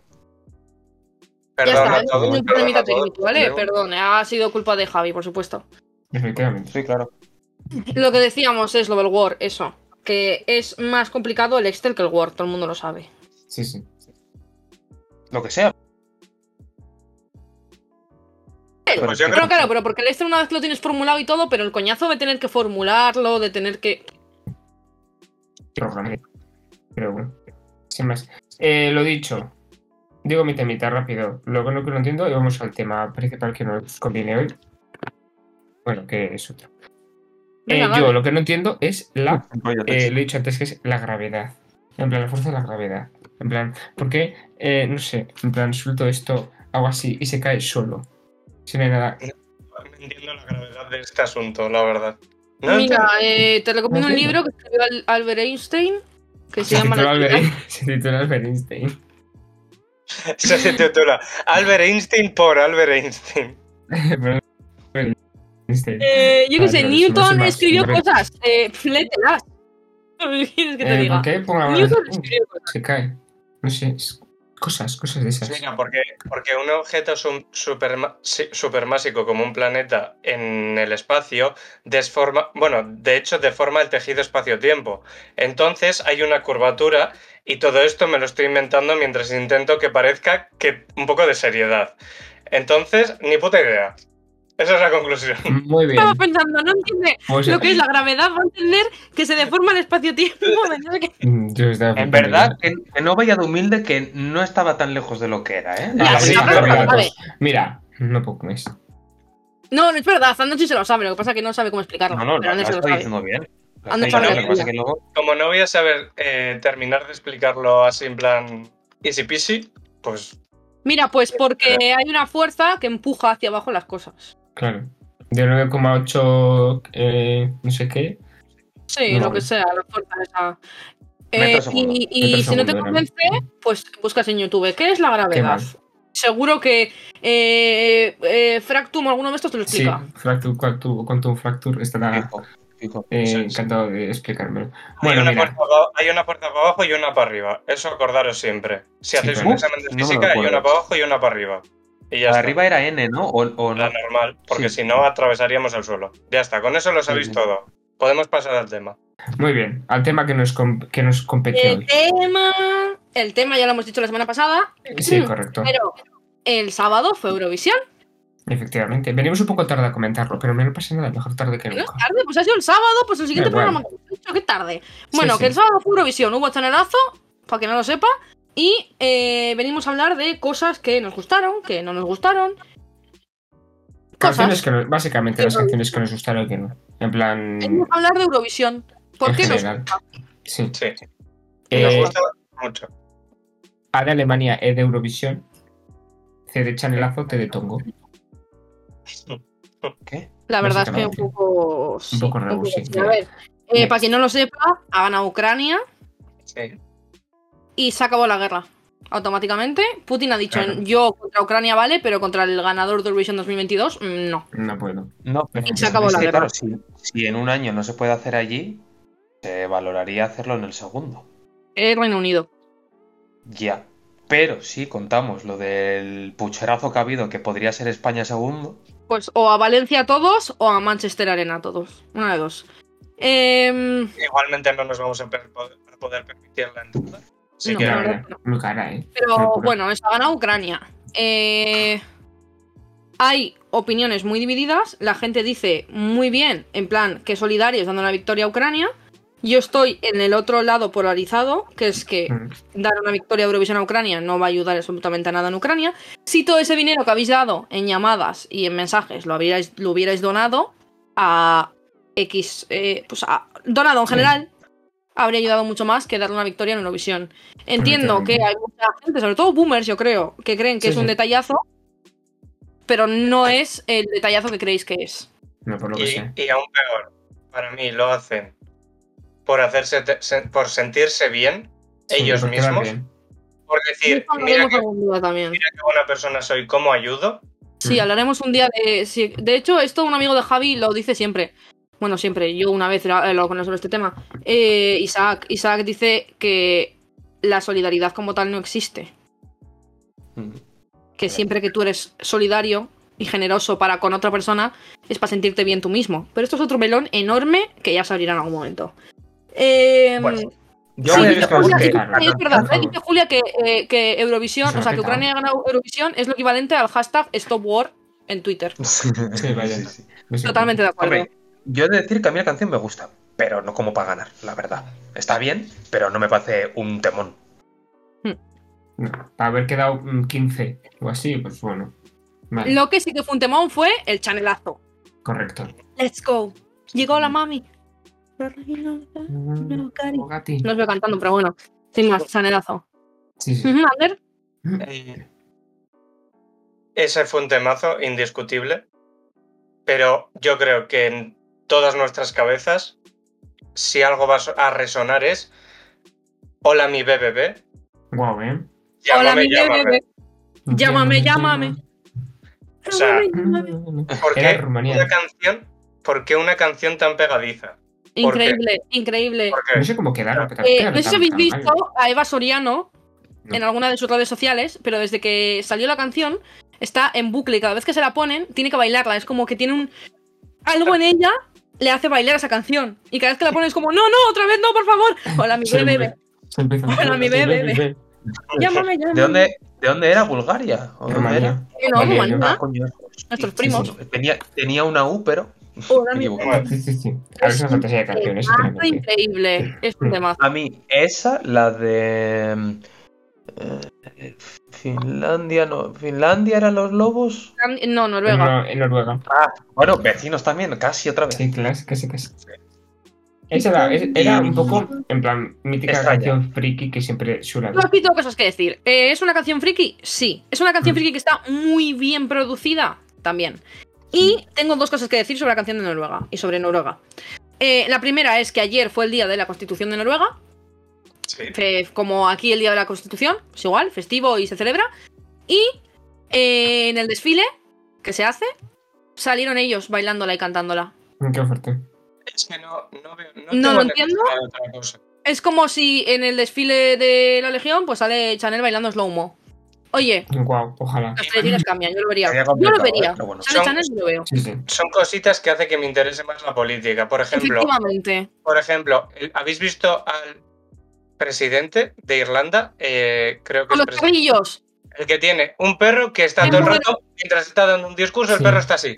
Speaker 2: Perdona
Speaker 1: ya
Speaker 2: a
Speaker 1: está, es
Speaker 2: todos.
Speaker 1: un
Speaker 2: perdona
Speaker 1: problemita
Speaker 2: a todos.
Speaker 1: técnico, ¿vale?
Speaker 4: Leo.
Speaker 1: Perdón, ha sido culpa de Javi, por supuesto.
Speaker 3: Efectivamente.
Speaker 4: Sí, claro.
Speaker 1: Lo que decíamos es lo del Word, eso. Que es más complicado el Excel que el Word, todo el mundo lo sabe.
Speaker 3: Sí, sí.
Speaker 4: Lo que sea.
Speaker 2: Pues yo
Speaker 1: Pero claro, pero porque el Excel una vez que lo tienes formulado y todo, pero el coñazo de tener que formularlo, de tener que...
Speaker 3: Programé. Pero bueno. Sin más. Eh, lo dicho. Digo mi temita rápido. Lo que no, que no entiendo y vamos al tema principal que nos conviene hoy. Bueno, que es otro. Eh,
Speaker 1: Venga, dale.
Speaker 3: yo lo que no entiendo es la Eh,
Speaker 4: El
Speaker 3: lo he dicho antes que es la gravedad. En plan, la fuerza de la gravedad. En plan, ¿por qué? eh, no sé, en plan, suelto esto, hago así y se cae solo. Si no hay nada.
Speaker 2: No entiendo la gravedad de este asunto, la verdad. No
Speaker 1: Mira, eh, te recomiendo un
Speaker 3: No
Speaker 1: libro
Speaker 3: entiendo.
Speaker 1: que escribió Al- Albert Einstein, que se
Speaker 3: Se
Speaker 1: llama...
Speaker 3: titula,
Speaker 1: La
Speaker 3: Albert,
Speaker 1: gravedad.
Speaker 3: Ein- se titula Albert Einstein.
Speaker 2: Se titula Albert Einstein por Albert Einstein.
Speaker 3: Pero- Albert Einstein.
Speaker 1: Eh, yo qué sé,
Speaker 3: Vale, vale, se me hace
Speaker 1: Newton
Speaker 3: más,
Speaker 1: escribió
Speaker 3: hombre.
Speaker 1: cosas. Eh, lételas. ¿Qué quieres que te
Speaker 3: Eh,
Speaker 1: diga?
Speaker 3: ¿Por qué pongo la mano
Speaker 1: Newton
Speaker 3: así?
Speaker 1: escribió cosas.
Speaker 3: Se cae. No sé, es Cosas, cosas de esas.
Speaker 2: Sí, no, porque, porque un objeto sum- superma- si- supermásico como un planeta en el espacio desforma, bueno, de hecho deforma el tejido espacio-tiempo. Entonces hay una curvatura y todo esto me lo estoy inventando mientras intento que parezca que un poco de seriedad. Entonces, ni puta idea. Esa es la conclusión.
Speaker 3: Muy bien.
Speaker 1: Estaba pensando, no entiende
Speaker 3: Pues,
Speaker 1: lo que es la gravedad, va a entender que se deforma el espacio-tiempo. de no sé qué.
Speaker 3: mm, yo estaba
Speaker 4: En
Speaker 3: apuntando
Speaker 4: verdad,
Speaker 3: ya.
Speaker 4: que, que no vaya de humilde que no estaba tan lejos de lo que era, ¿eh?
Speaker 1: Ya,
Speaker 3: Ah,
Speaker 1: pues
Speaker 3: sí,
Speaker 1: habrá-
Speaker 3: había
Speaker 1: habrá-
Speaker 3: datos. Mira, no poco más.
Speaker 1: No, no es verdad, Zandon sí se lo sabe, lo que pasa es que no sabe cómo explicarlo.
Speaker 4: No, no,
Speaker 1: pero
Speaker 4: lo, lo
Speaker 1: Ander se lo
Speaker 4: está
Speaker 1: sabe.
Speaker 4: diciendo bien. Lo
Speaker 1: Anda,
Speaker 4: está diciendo bien,
Speaker 2: chaval,
Speaker 4: lo que pasa es que luego-
Speaker 2: Como no voy a saber eh, terminar de explicarlo así en plan easy peasy, pues
Speaker 1: Mira, pues porque hay una fuerza que empuja hacia abajo las cosas.
Speaker 3: Claro. De 9,8 eh, no sé qué.
Speaker 1: Sí,
Speaker 3: No,
Speaker 1: lo que
Speaker 3: vale.
Speaker 1: sea, la fuerza esa. Eh,
Speaker 4: Metro segundo.
Speaker 1: y y
Speaker 3: Metro
Speaker 1: si no te
Speaker 3: segundo,
Speaker 1: convence, pues buscas en YouTube. ¿Qué es la gravedad?
Speaker 3: Qué
Speaker 1: Seguro que eh, eh, Fractum o alguno de estos te lo
Speaker 3: Sí,
Speaker 1: explica.
Speaker 3: Fracture, Quantum, Quantum Fracture estará
Speaker 4: Fijo, fijo.
Speaker 3: eh,
Speaker 2: Sí, sí.
Speaker 3: encantado de explicármelo.
Speaker 2: Hay
Speaker 3: Bueno,
Speaker 2: una,
Speaker 3: mira.
Speaker 2: puerta para, hay una puerta para abajo y una para arriba. Eso acordaros siempre. Si hacéis
Speaker 3: Sí,
Speaker 2: un
Speaker 3: ¿no?
Speaker 2: examen de
Speaker 4: No me lo
Speaker 2: física, hay una
Speaker 4: acuerdo.
Speaker 2: para abajo y una para arriba. Y ya
Speaker 4: La de
Speaker 2: está.
Speaker 4: arriba era N, ¿no? O, o
Speaker 2: la
Speaker 4: no.
Speaker 2: normal, porque
Speaker 3: Sí.
Speaker 2: si no atravesaríamos el suelo. Ya está, con eso lo sabéis
Speaker 4: Sí.
Speaker 2: todo. Podemos pasar al tema.
Speaker 3: Muy bien. Al tema que nos, com- que nos compete
Speaker 1: El
Speaker 3: hoy.
Speaker 1: tema, el tema ya lo hemos dicho la semana pasada,
Speaker 3: Sí, correcto.
Speaker 1: pero el sábado fue Eurovisión.
Speaker 3: Efectivamente. Venimos un poco tarde a comentarlo, pero no pasa nada. Mejor tarde que
Speaker 1: ¿Qué
Speaker 3: nunca.
Speaker 1: tarde? Pues ha sido el sábado, pues el siguiente
Speaker 3: Da igual.
Speaker 1: programa que hemos hecho, qué tarde. Bueno,
Speaker 3: Sí,
Speaker 1: que
Speaker 3: sí.
Speaker 1: el sábado fue Eurovisión, hubo chanelazo, para que no lo sepa, y eh, venimos a hablar de cosas que nos gustaron, que no nos gustaron.
Speaker 3: Canciones
Speaker 1: Cosas.
Speaker 3: que nos- básicamente
Speaker 1: Sí,
Speaker 3: las
Speaker 1: no.
Speaker 3: canciones que nos gustaron y que no. En plan.
Speaker 1: Venimos a hablar de Eurovisión. ¿Por
Speaker 3: En
Speaker 1: qué nos
Speaker 3: general.
Speaker 1: gusta?
Speaker 3: Sí.
Speaker 2: Sí, nos
Speaker 3: Eh,
Speaker 2: gusta mucho.
Speaker 3: A de Alemania, E de Eurovisión. C de Chanelazo, T de Tongo.
Speaker 4: ¿Qué?
Speaker 1: La verdad es que un
Speaker 3: Básicamente.
Speaker 1: poco. sí,
Speaker 3: poco raro, sí,
Speaker 1: A
Speaker 3: ya.
Speaker 1: ver,
Speaker 3: Next.
Speaker 1: para quien no lo sepa, ha ganado Ucrania
Speaker 2: Sí.
Speaker 1: y se acabó la guerra. Automáticamente, Putin ha dicho:
Speaker 3: Claro.
Speaker 1: Yo contra Ucrania vale, pero contra el ganador de Eurovisión 2022, mm, no.
Speaker 3: No puedo.
Speaker 4: No, pero
Speaker 1: Y se acabó
Speaker 4: es
Speaker 1: la
Speaker 4: que,
Speaker 1: guerra.
Speaker 4: claro, si, si en un año no se puede hacer allí, se valoraría hacerlo en el segundo.
Speaker 1: Es Reino Unido.
Speaker 4: Ya. Pero si contamos lo del pucherazo que ha habido, que podría ser España segundo,
Speaker 1: Pues o a Valencia a todos o a Manchester Arena a todos. Una de dos. Em,
Speaker 2: Igualmente no nos vamos a per- poder, a poder permitir la entrada. Así
Speaker 1: No,
Speaker 2: que
Speaker 1: la
Speaker 3: La
Speaker 1: verdad
Speaker 3: verdad, muy cara, ¿eh?
Speaker 1: pero
Speaker 3: Locura.
Speaker 1: bueno, eso ha ganado Ucrania. Eh, hay opiniones muy divididas. La gente dice muy bien, en plan, que solidarios dando la victoria a Ucrania. Yo estoy en el otro lado polarizado, que es que
Speaker 3: Mm.
Speaker 1: dar una victoria de Eurovisión a Ucrania no va a ayudar absolutamente a nada en Ucrania. Si todo ese dinero que habéis dado en llamadas y en mensajes lo hubierais, lo hubierais donado a X, eh, pues a, donado en general, habría ayudado mucho más que darle una victoria en Eurovisión. Entiendo que hay mucha gente, sobre todo boomers, yo creo, que creen que
Speaker 3: Sí,
Speaker 1: es un
Speaker 3: sí.
Speaker 1: detallazo, pero no es el detallazo que creéis que es.
Speaker 3: No, por lo que
Speaker 2: Y,
Speaker 3: sea.
Speaker 2: y aún peor, para mí lo hacen por hacerse te- se- por sentirse bien ellos
Speaker 3: Sí, porque va
Speaker 2: mismos,
Speaker 3: pues, bien.
Speaker 2: por
Speaker 1: Y
Speaker 2: decir,
Speaker 1: eso
Speaker 2: mira
Speaker 1: hablaremos
Speaker 2: qué,
Speaker 1: algún día también.
Speaker 2: mira qué buena persona soy, cómo ayudo.
Speaker 1: Sí,
Speaker 3: Mm.
Speaker 1: hablaremos un día de. sí, De hecho, esto un amigo de Javi lo dice siempre. Bueno, siempre. Yo una vez lo, eh, lo conozco sobre este tema. Eh, Isaac. Isaac dice que la solidaridad como tal no existe.
Speaker 4: mm,
Speaker 1: Que siempre que tú eres solidario y generoso para con otra persona es para sentirte bien tú mismo. Pero esto es otro melón enorme que ya se abrirá en algún momento. Eh,
Speaker 2: Bueno,
Speaker 4: Yo
Speaker 1: sí,
Speaker 4: voy a
Speaker 1: dice
Speaker 4: decir
Speaker 3: pues,
Speaker 1: Julia,
Speaker 4: que-
Speaker 1: dice- es verdad,
Speaker 3: por
Speaker 1: eh, dice Julia que, eh, que Eurovisión,
Speaker 3: Se
Speaker 1: o sea, que
Speaker 3: repita.
Speaker 1: Ucrania ha ganado Eurovisión es lo equivalente al hashtag Stop War en Twitter.
Speaker 3: Sí, vaya.
Speaker 4: Sí, sí.
Speaker 3: No sé.
Speaker 1: Totalmente de acuerdo.
Speaker 4: Hombre, yo he de decir que a mí la canción me gusta, pero no como para ganar, la verdad. Está bien, pero no me parece un temón.
Speaker 3: No, Para haber quedado mm, 15 o así, pues bueno. Vale,
Speaker 1: Lo que sí que fue un temón fue el chanelazo.
Speaker 3: correcto.
Speaker 1: Let's go. Llegó la mami.
Speaker 3: Mm,
Speaker 1: Cari.
Speaker 3: o Gati.
Speaker 1: No os veo cantando, pero bueno. Sin más, chanelazo.
Speaker 3: Sí, sí.
Speaker 1: Ujú, Ander,
Speaker 2: Eh, Ese fue un temazo indiscutible, pero yo creo que en todas nuestras cabezas, si algo va a so- a resonar es Hola mi BBB,
Speaker 3: Guau, ¿eh?
Speaker 1: Hola,
Speaker 2: llámame,
Speaker 1: mi
Speaker 2: llámame.
Speaker 1: bebé. Llámame, llámame.
Speaker 2: O sea, ¿por
Speaker 3: Era
Speaker 2: qué
Speaker 3: Rumanía.
Speaker 2: una canción? ¿Por qué una canción tan pegadiza?
Speaker 1: Increíble, increíble.
Speaker 2: ¿Por
Speaker 3: No
Speaker 2: qué?
Speaker 3: sé cómo quedaron, pero
Speaker 1: Eh,
Speaker 3: quedaron
Speaker 1: no sé si
Speaker 3: tan-
Speaker 1: habéis
Speaker 3: tan mal.
Speaker 1: visto a Eva Soriano
Speaker 3: No.
Speaker 1: en alguna de sus redes sociales, pero desde que salió la canción está en bucle. y Cada vez que se la ponen, tiene que bailarla. Es como que tiene un. Algo en ella le hace bailar esa canción. Y cada vez que la ponen es como, no, no, otra vez no, por favor. Hola, mi bebé, bebé. Hola, mi bebé, bebé. Llámame, llámame.
Speaker 4: ¿De dónde, ¿De dónde era? ¿Bulgaria? ¿O dónde era?
Speaker 3: Hermana.
Speaker 1: Sí, no,
Speaker 3: Vale,
Speaker 1: Rumanía,
Speaker 4: Ah, coño.
Speaker 1: nuestros
Speaker 3: sí,
Speaker 1: primos.
Speaker 3: sí.
Speaker 4: Tenía, tenía una U, pero.
Speaker 1: Hola,
Speaker 4: me
Speaker 1: mi
Speaker 4: equivoqué.
Speaker 2: Bueno,
Speaker 3: Sí, sí, sí. Ahora es una fantasía de canciones.
Speaker 1: temazo
Speaker 3: sinceramente.
Speaker 1: increíble. Es un tema.
Speaker 4: A mí, esa, la de. mm, eh, Finlandia, no. ¿Finlandia eran los lobos?
Speaker 1: No,
Speaker 3: En
Speaker 1: Noruega.
Speaker 3: Nor- en Noruega.
Speaker 4: Bueno, vecinos también, casi otra vez.
Speaker 3: Sí, claro, casi, casi. Esa era, es- era un poco, en plan, mítica
Speaker 4: Extraña.
Speaker 3: canción friki que siempre suele
Speaker 1: No,
Speaker 3: haber.
Speaker 1: aquí tengo cosas que decir. Eh, ¿Es una canción friki? Sí. ¿Es una canción
Speaker 3: Mm.
Speaker 1: friki que está muy bien producida? También. Y
Speaker 4: Mm.
Speaker 1: tengo dos cosas que decir sobre la canción de Noruega y sobre Noruega. Eh, la primera es que ayer fue el día de la Constitución de Noruega,
Speaker 2: Sí.
Speaker 1: fe- como aquí el día de la Constitución, es igual, festivo y se celebra. Y eh, en el desfile que se hace, salieron ellos bailándola y cantándola.
Speaker 3: Qué fuerte.
Speaker 2: Es que no, no veo. No,
Speaker 1: No
Speaker 2: tengo
Speaker 1: lo
Speaker 2: en
Speaker 1: entiendo.
Speaker 2: la cabeza otra cosa.
Speaker 1: Es como si en el desfile de la Legión, pues sale Chanel bailando slow-mo. Oye,
Speaker 3: Guau, ojalá.
Speaker 1: las tradiciones cambian, yo lo vería.
Speaker 4: Sería
Speaker 1: Yo lo
Speaker 4: complicado,
Speaker 1: vería.
Speaker 4: ¿eh? Pero bueno.
Speaker 1: Sale
Speaker 2: Son-
Speaker 1: Chanel, yo lo veo.
Speaker 3: Sí, sí.
Speaker 2: Son cositas que hace que me interese más la política. Por ejemplo,
Speaker 1: Efectivamente.
Speaker 2: por ejemplo, el- ¿habéis visto al presidente de Irlanda? Eh, creo que
Speaker 1: Con
Speaker 2: es
Speaker 1: los
Speaker 2: presidente.
Speaker 1: carrillos.
Speaker 2: el que tiene un perro que está
Speaker 1: Me
Speaker 2: todo el
Speaker 1: muero.
Speaker 2: rato mientras está dando un discurso,
Speaker 3: Sí.
Speaker 2: el perro está así.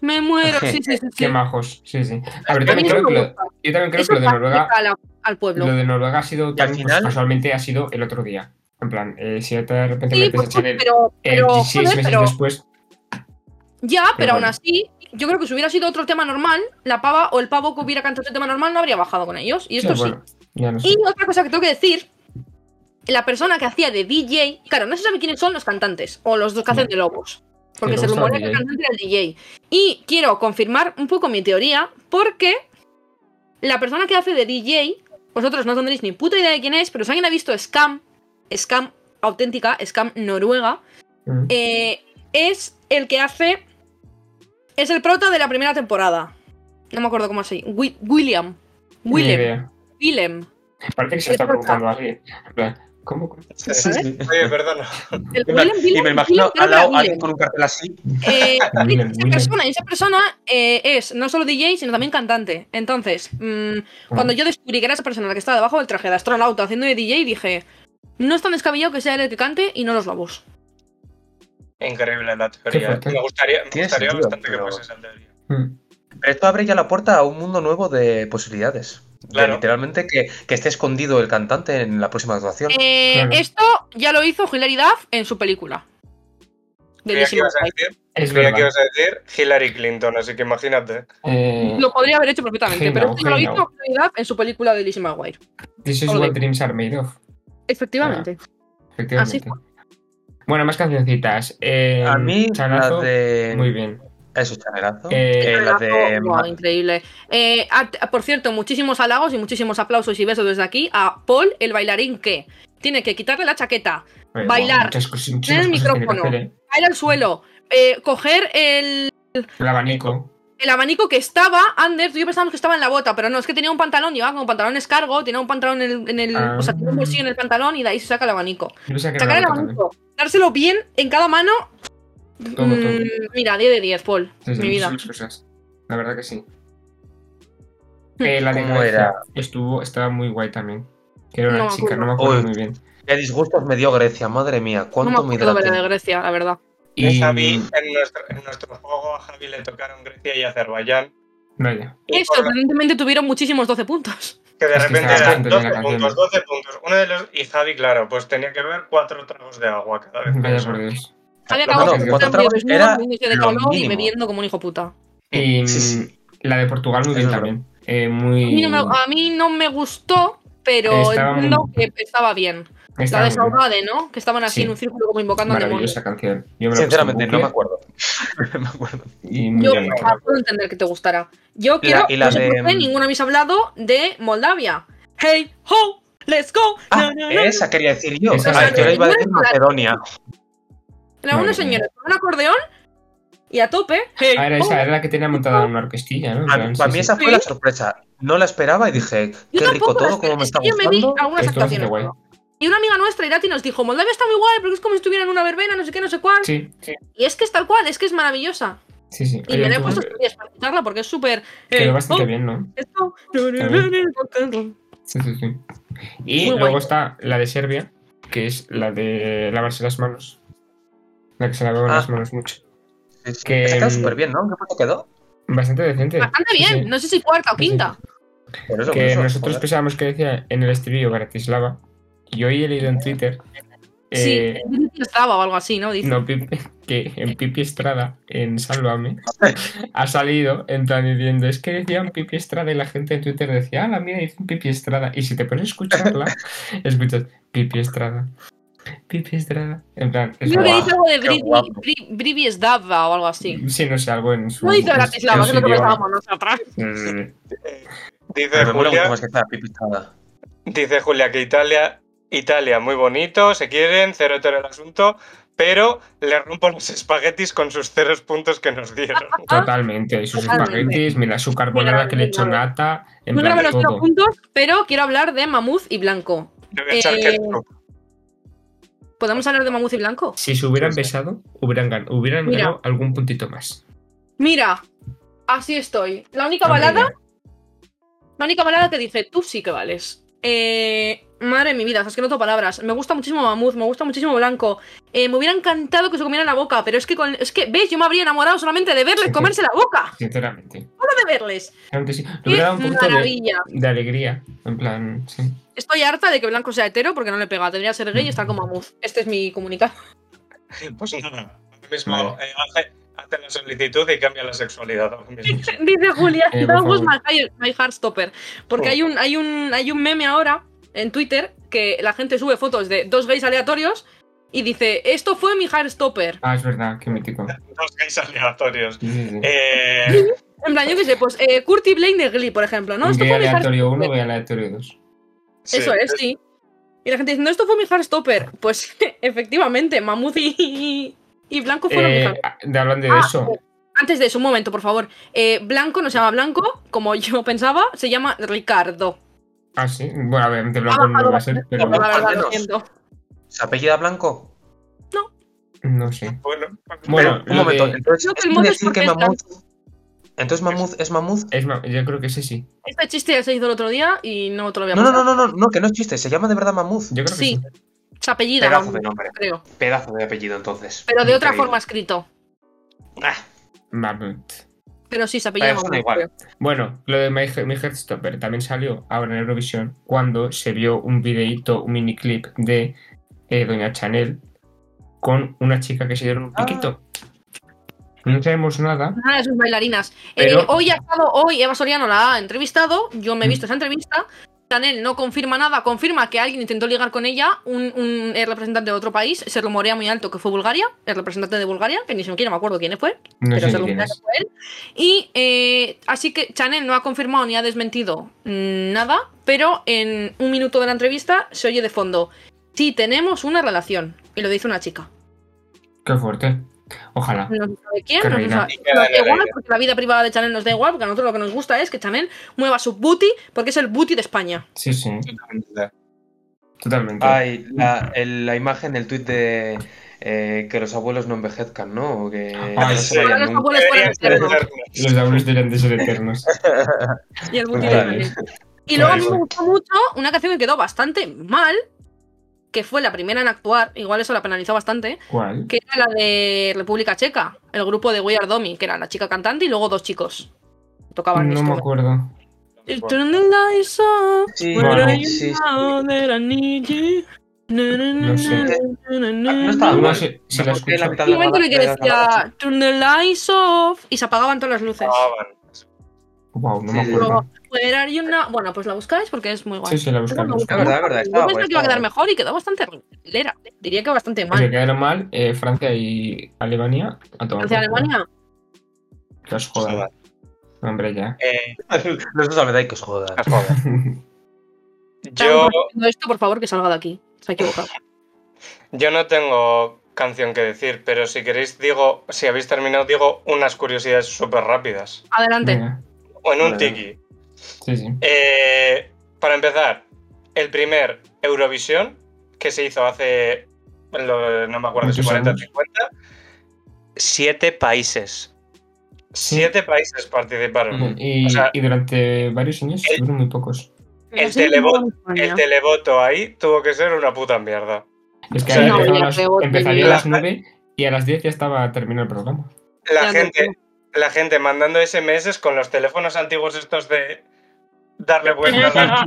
Speaker 1: Me muero. Sí, sí, sí. sí.
Speaker 3: Qué majos. Sí, sí. A ver,
Speaker 1: A mí
Speaker 3: también
Speaker 1: eso
Speaker 3: creo que
Speaker 1: me
Speaker 3: lo,
Speaker 1: gusta.
Speaker 3: yo también creo
Speaker 1: Eso
Speaker 3: que lo de Noruega,
Speaker 1: pacifica a la- al
Speaker 3: lo
Speaker 1: pueblo.
Speaker 3: de Noruega ha sido
Speaker 4: Y al
Speaker 3: también,
Speaker 4: final-
Speaker 3: pues, casualmente ha sido el otro día. En plan, eh, si ya te de repente
Speaker 1: Sí,
Speaker 3: metes
Speaker 1: pues,
Speaker 3: a Chanel
Speaker 1: pero,
Speaker 3: eh,
Speaker 1: pero,
Speaker 3: seis
Speaker 1: joder,
Speaker 3: meses
Speaker 1: pero-
Speaker 3: después,
Speaker 1: ya, pero
Speaker 3: pero
Speaker 1: aún
Speaker 3: bueno.
Speaker 1: así, yo creo que si hubiera sido otro tema normal, la pava o el pavo que hubiera cantado ese tema normal no habría bajado con ellos. Y esto sí.
Speaker 3: pues, bueno, ya no sé.
Speaker 1: Y otra cosa que tengo que decir, la persona que hacía de DJ, claro, no se sabe quiénes son los cantantes o los dos que hacen
Speaker 3: No.
Speaker 1: de lobos, porque
Speaker 3: Sí,
Speaker 1: se
Speaker 3: luego
Speaker 1: rumorea
Speaker 3: estaba
Speaker 1: que el
Speaker 3: DJ.
Speaker 1: cantante era el DJ. Y quiero confirmar un poco mi teoría, porque la persona que hace de DJ, vosotros no tendréis ni puta idea de quién es, pero si alguien ha visto Scam, Scam auténtica, Scam noruega,
Speaker 3: Mm.
Speaker 1: eh, es el que hace. Es el prota de la primera temporada. No me acuerdo cómo se llama. Wi- William.
Speaker 3: Ni
Speaker 1: Willem.
Speaker 3: idea.
Speaker 1: Willem.
Speaker 3: Parece que se
Speaker 1: ¿Qué
Speaker 3: está
Speaker 1: toca?
Speaker 3: preguntando a alguien. En plan, ¿cómo? cómo?
Speaker 4: Sí,
Speaker 1: ¿sabes?
Speaker 4: sí.
Speaker 2: Oye, perdona.
Speaker 1: El
Speaker 4: Y me-
Speaker 1: Willem,
Speaker 4: y me
Speaker 1: Willem, Willem,
Speaker 4: imagino
Speaker 1: creo
Speaker 4: al
Speaker 1: que era
Speaker 4: lado alguien
Speaker 1: Willem.
Speaker 4: con un cartel así.
Speaker 1: Eh,
Speaker 3: Willem,
Speaker 1: esa
Speaker 3: Willem.
Speaker 1: persona, esa persona eh, es no solo DJ, sino también cantante. Entonces, mm,
Speaker 3: Ah.
Speaker 1: cuando yo descubrí que era esa persona la que estaba debajo del traje de astronauta haciendo de DJ, dije: No es tan descabellado que sea él el que cante y no los lobos.
Speaker 2: Increíble la
Speaker 3: Qué
Speaker 2: teoría. eh.
Speaker 3: fuerte.
Speaker 2: Me gustaría, me
Speaker 4: Tiene
Speaker 2: gustaría
Speaker 4: sentido,
Speaker 2: bastante
Speaker 4: pero-
Speaker 2: que fuese esa teoría.
Speaker 3: Mm.
Speaker 4: Esto abre ya la puerta a un mundo nuevo de posibilidades. De
Speaker 2: Claro.
Speaker 4: literalmente que, que esté escondido el cantante en la próxima actuación.
Speaker 1: Eh,
Speaker 3: Claro.
Speaker 1: Esto ya lo hizo Hilary Duff en su película. De
Speaker 2: Creía que
Speaker 1: Lizzie
Speaker 2: ibas a
Speaker 1: McGuire.
Speaker 2: decir, creía
Speaker 3: Es
Speaker 2: que
Speaker 3: verdad.
Speaker 2: ibas a decir Hillary Clinton, así que imagínate.
Speaker 3: Eh,
Speaker 1: Lo podría haber hecho perfectamente,
Speaker 3: Hey
Speaker 1: pero
Speaker 3: now,
Speaker 1: esto ya lo
Speaker 3: hey
Speaker 1: hizo
Speaker 3: now. Ah.
Speaker 1: Hilary Duff en su película de Lizzie McGuire.
Speaker 3: This is
Speaker 1: Lo
Speaker 3: what
Speaker 1: digo.
Speaker 3: dreams are made of.
Speaker 1: Efectivamente. Así
Speaker 3: Efectivamente. Bueno, más cancioncitas. Eh,
Speaker 4: a mí,
Speaker 3: Chanazo,
Speaker 4: la de.
Speaker 3: Muy bien.
Speaker 4: Eso, chanelazo.
Speaker 3: Eh,
Speaker 4: Eh, la de.
Speaker 1: Guau, increíble. Eh, a- a- por cierto, muchísimos halagos y muchísimos aplausos y besos desde aquí a Paul, el bailarín que tiene que quitarle la chaqueta,
Speaker 3: Bueno,
Speaker 1: Bailar.
Speaker 3: Muchas cosas,
Speaker 1: Tener
Speaker 3: muchas
Speaker 1: el
Speaker 3: cosas tiene que
Speaker 1: micrófono.
Speaker 3: hacer, eh.
Speaker 1: caer al suelo, eh, coger el,
Speaker 3: El abanico.
Speaker 1: el abanico que estaba, Anders, yo pensábamos que estaba en la bota, pero no, es que tenía un pantalón, llevaba como pantalón escargo, tenía un pantalón en el, en el-
Speaker 3: Ah.
Speaker 1: o sea, tenía un bolsillo en el pantalón y de ahí se saca el abanico.
Speaker 3: Yo pensaba que era
Speaker 1: Sacar el
Speaker 3: el abanico
Speaker 1: abanico, dárselo bien en cada mano,
Speaker 3: también. ¿eh? Todo, todo.
Speaker 1: mm, mira, 10 de 10, Paul,
Speaker 3: Sí, sí,
Speaker 1: mi vida.
Speaker 3: muchísimas cosas. La verdad que sí.
Speaker 1: Mm.
Speaker 3: Eh, la de
Speaker 4: ¿Cómo
Speaker 3: Grecia
Speaker 4: era?
Speaker 3: estuvo, estaba muy guay también. Que era
Speaker 1: No
Speaker 3: una
Speaker 1: me
Speaker 3: chica,
Speaker 1: acuerdo.
Speaker 3: no me acuerdo
Speaker 4: Uy.
Speaker 3: muy bien.
Speaker 4: Qué disgustos me dio Grecia, madre mía.
Speaker 1: No me
Speaker 4: Cuánto me
Speaker 1: acuerdo de la de
Speaker 4: hidraté.
Speaker 1: Grecia, la verdad.
Speaker 3: Y...
Speaker 2: Javi, en nuestro, en nuestro juego a Javi le tocaron Grecia y Azerbaiyán.
Speaker 3: Vaya.
Speaker 2: Y
Speaker 1: Esto,
Speaker 2: por lo
Speaker 1: sorprendentemente tuvieron muchísimos 12 puntos.
Speaker 2: que de
Speaker 3: Es que
Speaker 2: repente
Speaker 3: estaba
Speaker 2: eran
Speaker 3: bastante bien la
Speaker 2: 12
Speaker 3: canción.
Speaker 2: puntos, 12 puntos. Uno de los, y Javi, claro, pues tenía que beber cuatro tragos de agua cada vez.
Speaker 3: Vaya por Dios.
Speaker 1: Había
Speaker 4: No,
Speaker 1: acabado pues
Speaker 3: no,
Speaker 1: con
Speaker 4: cuatro
Speaker 1: cambios,
Speaker 4: tragos
Speaker 1: desnudo,
Speaker 4: era
Speaker 1: poniéndose de
Speaker 4: lo
Speaker 1: color y
Speaker 4: mínimo.
Speaker 1: bebiendo como un hijo puta.
Speaker 3: Y
Speaker 4: Sí, sí.
Speaker 3: la de Portugal muy bien
Speaker 4: Eso es
Speaker 3: también. Eh,
Speaker 1: A mí
Speaker 3: muy...
Speaker 1: no me, ah, a mí no me gustó, pero
Speaker 3: Estaba muy-
Speaker 1: entiendo que estaba bien. la
Speaker 3: estaba muy
Speaker 1: de
Speaker 3: bien.
Speaker 1: Saudade, ¿no? Que estaban así
Speaker 3: Sí.
Speaker 1: en un círculo como invocando al demonio.
Speaker 3: Maravillosa canción. Yo me la puse en
Speaker 4: Sinceramente, no
Speaker 3: bucle
Speaker 4: me acuerdo. No me acuerdo.
Speaker 3: Y muy
Speaker 1: Yo
Speaker 3: bien.
Speaker 1: o sea, puedo entender que te gustara. Yo quiero.
Speaker 4: y la
Speaker 1: no sé
Speaker 4: de- mm,
Speaker 1: por qué ninguno habéis hablado de Moldavia. Hey, ho, let's go.
Speaker 4: Ah,
Speaker 1: No, no, no.
Speaker 4: esa quería decir yo.
Speaker 3: Esa
Speaker 4: Ay,
Speaker 3: es la
Speaker 4: yo
Speaker 3: que-
Speaker 4: le iba a decir Macedonia.
Speaker 1: Era una
Speaker 3: Madre
Speaker 1: señora con un acordeón y a tope. Hey,
Speaker 3: Ah,
Speaker 1: ho.
Speaker 3: era esa, era la que tenía montada en una orquestilla, ¿no? En
Speaker 4: A
Speaker 3: plan, sí,
Speaker 4: mí, Ah, para mí
Speaker 3: sí.
Speaker 4: esa fue
Speaker 1: Sí.
Speaker 4: la sorpresa. No la esperaba y dije,
Speaker 1: Yo
Speaker 4: qué rico
Speaker 1: tampoco
Speaker 4: todo,
Speaker 1: las-
Speaker 4: cómo me
Speaker 1: es
Speaker 4: está
Speaker 1: que Yo me vi
Speaker 4: gustando.
Speaker 1: algunas
Speaker 3: Esto bastante
Speaker 1: actuaciones.
Speaker 3: guay.
Speaker 1: ¿no? Y una amiga nuestra, Irati, nos dijo, Moldavia está muy guay porque es como si estuviera en una verbena, no sé qué, no sé cuál.
Speaker 3: Sí, sí,
Speaker 1: Y es que es tal cual, es que es maravillosa.
Speaker 3: sí. sí.
Speaker 1: Y
Speaker 3: Oye,
Speaker 1: me la he
Speaker 3: tú-
Speaker 1: puesto estos días para escucharla porque es súper... eh,
Speaker 3: Quedó bastante
Speaker 1: oh,
Speaker 3: bien, ¿no?
Speaker 1: esto.
Speaker 3: Sí, sí, sí. Y
Speaker 1: Muy
Speaker 3: luego
Speaker 1: guay.
Speaker 3: está la de Serbia, que es la de lavarse las manos. La que se lavaban
Speaker 4: Ah.
Speaker 3: las manos mucho.
Speaker 4: Sí, sí.
Speaker 3: Que,
Speaker 4: Está
Speaker 3: mm,
Speaker 4: súper bien, ¿no? ¿Qué pasa quedó?
Speaker 3: Bastante decente.
Speaker 1: Bastante
Speaker 3: Eh, Sí,
Speaker 1: bien,
Speaker 3: sí.
Speaker 1: no sé si cuarta o
Speaker 3: Sí, sí.
Speaker 1: quinta.
Speaker 4: Por eso, por
Speaker 3: que
Speaker 4: eso,
Speaker 3: nosotros
Speaker 4: joder.
Speaker 3: pensábamos que decía en el estribillo Bratislava. Y hoy he leído en Twitter
Speaker 1: Sí,
Speaker 3: eh,
Speaker 1: en Twitter estaba o algo así, ¿no? Dice.
Speaker 3: no, Pip- que en Pipi Estrada, en Sálvame, ha salido en plan diciendo es que decían Pipi Estrada y la gente en Twitter decía, ah, la mía dicen Pipi Estrada. Y si te pones a escucharla, escuchas Pipi Estrada. Pipi Estrada. En plan, es
Speaker 1: Creo que
Speaker 4: guau,
Speaker 1: dice algo de
Speaker 4: qué guapo.
Speaker 1: Brivi Brivi Sdava o algo así.
Speaker 3: Sí, no sé, algo en su.
Speaker 1: No dice
Speaker 3: en- en
Speaker 1: Bratislava, que
Speaker 3: su Mm,
Speaker 1: es lo que
Speaker 3: idioma.
Speaker 1: pensábamos nosotros.
Speaker 3: Sí, sí, sí.
Speaker 2: Dice
Speaker 4: Pero me mola mucho
Speaker 2: Eh, Julia,
Speaker 4: más que sea pipistrada.
Speaker 2: dice Julia que Italia, Italia, muy bonito, se quieren, cero cero el asunto, pero le rompo los espaguetis con sus ceros puntos que nos dieron.
Speaker 3: Totalmente. Y sus
Speaker 1: Ah, Totalmente.
Speaker 3: espaguetis, mira, su carbonada
Speaker 1: Mira,
Speaker 3: que le
Speaker 1: mira.
Speaker 3: echó nata. En
Speaker 1: No
Speaker 3: plan,
Speaker 1: grabé los
Speaker 3: todo.
Speaker 1: otros puntos, pero quiero hablar de Mamuz y Blanco.
Speaker 2: Le voy a echar
Speaker 1: Eh,
Speaker 2: ketchup.
Speaker 1: ¿Podemos hablar de Mamuz y Blanco?
Speaker 3: Si se hubieran
Speaker 2: Sí, sí.
Speaker 3: besado, hubieran ganado, hubieran
Speaker 1: Mira.
Speaker 3: ganado algún puntito más.
Speaker 1: Mira, así estoy. La única
Speaker 3: No me
Speaker 1: balada,
Speaker 3: digas.
Speaker 1: la única balada que dije, tú sí que vales. Eh, madre de mi vida, es que no tengo palabras. Me gusta muchísimo Mamuz, me gusta muchísimo Blanco. Eh, me hubiera encantado que se comieran la boca, pero es que, con, es que, ¿ves? Yo me habría enamorado solamente de verles
Speaker 3: Sí, sí.
Speaker 1: comerse la boca.
Speaker 3: Sinceramente.
Speaker 1: Solo de verles.
Speaker 3: Aunque sí, le
Speaker 1: ¡Qué
Speaker 3: hubiera dado un poquito de,
Speaker 1: maravilla!
Speaker 3: de alegría. En plan, sí.
Speaker 1: Estoy harta de que Blanco sea hetero porque no le pega. Debería ser gay y estar con Mamuz. Este es mi comunicado.
Speaker 2: Pues nada, ahora mismo
Speaker 3: Vale.
Speaker 2: eh, hace, hace la solicitud y cambia la sexualidad. ahora mismo.
Speaker 1: Dice Julia,
Speaker 3: Eh, por
Speaker 1: that was
Speaker 3: favor.
Speaker 1: my, high- my heartstopper. Porque
Speaker 2: Oh.
Speaker 1: hay un, hay un hay un meme ahora en Twitter que la gente sube fotos de dos gays aleatorios y dice, esto fue mi heartstopper.
Speaker 3: Ah, es verdad, qué mítico.
Speaker 2: Dos gays aleatorios.
Speaker 3: Sí, sí, sí.
Speaker 2: Eh,
Speaker 1: En plan, yo qué sé, pues eh, Kurt y Blaine de Glee, por ejemplo, ¿no?
Speaker 3: Un
Speaker 1: Esto
Speaker 3: día
Speaker 1: fue mi
Speaker 3: aleatorio 1,
Speaker 1: heartstopper.
Speaker 3: voy aleatorio 2.
Speaker 1: Eso
Speaker 2: sí.
Speaker 1: es, sí. Y la gente dice, no, esto fue mi heartstopper. Pues efectivamente, Mamut y, y Blanco fueron mi
Speaker 3: Eh,
Speaker 1: heartstopper.
Speaker 3: ah, de- hablando de
Speaker 1: Ah,
Speaker 3: eso,
Speaker 1: Antes de eso, un momento, por favor. Eh, Blanco no se llama Blanco, como yo pensaba, se llama Ricardo.
Speaker 3: ah, sí, bueno, obviamente blanco no
Speaker 1: bajado
Speaker 3: lo va a ser,
Speaker 1: Pero
Speaker 3: pero
Speaker 1: la verdad, lo
Speaker 4: menos.
Speaker 1: siento.
Speaker 4: ¿Se apellida Blanco?
Speaker 3: no sé.
Speaker 2: Bueno,
Speaker 3: Bueno,
Speaker 4: un
Speaker 3: lo
Speaker 4: momento.
Speaker 3: de-
Speaker 4: Entonces,
Speaker 1: Creo que el
Speaker 4: ¿quiere
Speaker 1: mono es
Speaker 4: decir que
Speaker 1: porque es
Speaker 4: Mamuz... Entonces, Mamuz es Mamuz.
Speaker 3: Es ma- yo creo que sí, sí.
Speaker 1: Este chiste ya se hizo el otro día y no te lo voy a
Speaker 4: No, no,
Speaker 1: contar.
Speaker 4: no, no, no, no, que no es chiste. Se llama de verdad Mamuz.
Speaker 3: Yo creo que
Speaker 1: Sí.
Speaker 3: sí.
Speaker 1: Se apellida,
Speaker 4: Pedazo de
Speaker 1: vamos,
Speaker 4: nombre.
Speaker 1: creo.
Speaker 4: Pedazo de apellido, entonces.
Speaker 1: Pero de otra
Speaker 4: Increíble.
Speaker 1: forma escrito.
Speaker 4: Ah,
Speaker 3: Mamut.
Speaker 1: Pero sí, se apellida.
Speaker 4: Vale,
Speaker 1: Mamut,
Speaker 4: suena igual.
Speaker 1: creo.
Speaker 3: Bueno, lo de My, He- My Heartstopper también salió ahora en Eurovisión cuando se vio un videíto, un miniclip de eh, Doña Chanel con una chica que se dieron un
Speaker 4: Ah.
Speaker 3: piquito. No sabemos nada.
Speaker 1: Nada de sus bailarinas.
Speaker 3: Pero-
Speaker 1: Eh, hoy ha estado, hoy Eva Soriano la ha entrevistado. Yo me he
Speaker 3: Mm.
Speaker 1: visto esa entrevista. Chanel no confirma nada, confirma que alguien intentó ligar con ella, un, un eh, representante de otro país. Se rumorea muy alto que fue Bulgaria, el representante de Bulgaria, que ni siquiera me acuerdo quién fue,
Speaker 3: No
Speaker 1: pero
Speaker 3: sé
Speaker 1: se
Speaker 3: ni quién
Speaker 1: rumorea que
Speaker 3: es.
Speaker 1: fue él. Y eh, así que Chanel no ha confirmado ni ha desmentido mm, nada, pero en un minuto de la entrevista se oye de fondo: Sí, tenemos una relación. Y lo dice una chica.
Speaker 3: Qué fuerte. Ojalá.
Speaker 1: No se sabe quién,
Speaker 3: Qué
Speaker 1: no se
Speaker 3: reina.
Speaker 1: sabe.
Speaker 2: Y queda
Speaker 1: Nos
Speaker 2: en
Speaker 1: da
Speaker 2: el
Speaker 1: igual,
Speaker 2: aire.
Speaker 1: porque la vida privada de Chanel nos da igual, porque a nosotros lo que nos gusta es que Chanel mueva su booty, porque es el booty de España.
Speaker 3: Sí, sí, totalmente.
Speaker 4: Ay, la, el- la imagen del tuit de eh, que los abuelos no envejezcan, ¿no? O que
Speaker 3: Ay,
Speaker 4: no
Speaker 2: sí.
Speaker 4: se vayan
Speaker 1: Ahora los
Speaker 4: nunca.
Speaker 1: abuelos fueran
Speaker 2: Deberían ser
Speaker 1: eternos,
Speaker 2: eternos.
Speaker 3: Los abuelos deberían de ser eternos.
Speaker 1: y el booty de
Speaker 4: Total.
Speaker 1: Chanel. Y luego a mí me
Speaker 3: Total.
Speaker 1: gustó mucho una canción que quedó bastante mal, que fue la primera en actuar, igual eso la penalizó bastante,
Speaker 3: ¿Cuál?
Speaker 1: que era la de República Checa, el grupo de We Are Domi, que era la chica cantante y luego dos chicos que tocaban
Speaker 3: No me
Speaker 1: instrumentos.
Speaker 3: acuerdo.
Speaker 1: You turn
Speaker 2: Ah,
Speaker 1: the lights off,
Speaker 4: Sí,
Speaker 1: when
Speaker 3: Bueno,
Speaker 1: I
Speaker 4: sí, sí.
Speaker 1: know that I need you. Na, na, na,
Speaker 3: No sé.
Speaker 1: na, na, na,
Speaker 4: No
Speaker 1: na.
Speaker 4: estaba
Speaker 3: Uno
Speaker 4: mal.
Speaker 3: se- se
Speaker 4: Me
Speaker 3: la
Speaker 4: corté
Speaker 3: escucha.
Speaker 4: mitad
Speaker 1: Y
Speaker 4: de
Speaker 1: un momento en el que
Speaker 4: la- de la-
Speaker 1: decía Turn the lights off y se apagaban todas las luces.
Speaker 2: Acababan.
Speaker 3: Wow, no me
Speaker 4: Sí,
Speaker 3: acuerdo.
Speaker 1: Where are you now? Bueno, pues la buscáis porque es muy guay.
Speaker 3: Sí, sí, la
Speaker 1: Pero
Speaker 3: buscamos.
Speaker 1: me
Speaker 3: la
Speaker 1: gusta
Speaker 4: Es
Speaker 3: buscamos.
Speaker 4: verdad, es verdad.
Speaker 1: Yo
Speaker 4: Estaba
Speaker 1: pensé
Speaker 4: guay,
Speaker 1: que iba a
Speaker 4: estaba
Speaker 1: quedar
Speaker 4: guay.
Speaker 1: mejor y quedó bastante lera. Diría que bastante
Speaker 3: O sea,
Speaker 1: mal.
Speaker 3: quedaron mal eh, Francia y Alemania. A tomar
Speaker 1: Francia
Speaker 3: por culo.
Speaker 1: Alemania.
Speaker 3: Que os jodan. Hombre, ya.
Speaker 2: Eh,
Speaker 4: Los dos habláis que os jodan.
Speaker 2: yo,
Speaker 1: No, esto, por favor, que salga de aquí. Se ha equivocado.
Speaker 2: yo no tengo canción que decir, pero si queréis, digo, si habéis terminado, digo unas curiosidades súper rápidas.
Speaker 1: Adelante.
Speaker 3: Venga.
Speaker 2: O en un
Speaker 4: Vale.
Speaker 2: tiki.
Speaker 3: Sí, sí.
Speaker 2: Eh, para empezar, el primer Eurovisión que se hizo hace, lo- no me acuerdo si
Speaker 3: Muchos
Speaker 2: 40 o
Speaker 3: años.
Speaker 2: 50, siete países.
Speaker 3: Sí.
Speaker 2: Siete países participaron.
Speaker 4: Ujú.
Speaker 3: Y,
Speaker 2: Mm. O sea-
Speaker 3: y durante varios años fueron muy pocos.
Speaker 2: El
Speaker 5: Sí,
Speaker 2: telebot-
Speaker 5: no, coño.
Speaker 2: El televoto ahí tuvo que ser una puta mierda.
Speaker 3: Es que
Speaker 2: Sí,
Speaker 3: ahí
Speaker 2: no,
Speaker 3: empezaban
Speaker 5: ya
Speaker 3: las-
Speaker 5: creo que-
Speaker 3: empezaría a las
Speaker 2: La-
Speaker 3: 9 y a las 10 ya estaba terminado el programa.
Speaker 1: Ya,
Speaker 2: La gente, la gente mandando SMS con los teléfonos antiguos estos de darle vuelta.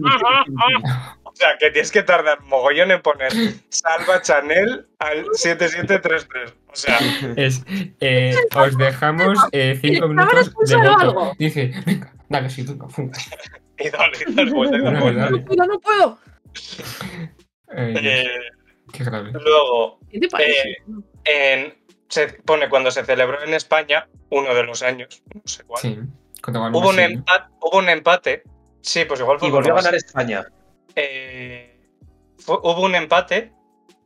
Speaker 2: o sea, que tienes que tardar mogollón en poner salva Chanel al 7733. O sea,
Speaker 3: Es, eh, os dejamos 5
Speaker 1: ¿Estaban
Speaker 3: minutos de
Speaker 1: expulsando algo?
Speaker 3: voto. Dice, venga, dale, sí, venga, venga.
Speaker 2: y dale, y dale vuelta, y dale
Speaker 3: Dale,
Speaker 2: vuelta.
Speaker 3: dale.
Speaker 1: Pero no puedo.
Speaker 3: Ay, Dios,
Speaker 2: Eh,
Speaker 3: qué grave.
Speaker 2: luego,
Speaker 1: ¿Qué te parece?
Speaker 2: Eh, en- se pone cuando se celebró en España, uno de los años, no sé cuál,
Speaker 3: Sí, cuando ganó
Speaker 2: hubo, un
Speaker 3: Brasil, ¿no?
Speaker 2: empate, hubo un empate. Sí, pues igual fue
Speaker 4: Y volvió a
Speaker 2: con
Speaker 4: ganar España.
Speaker 2: eh, fu- hubo un empate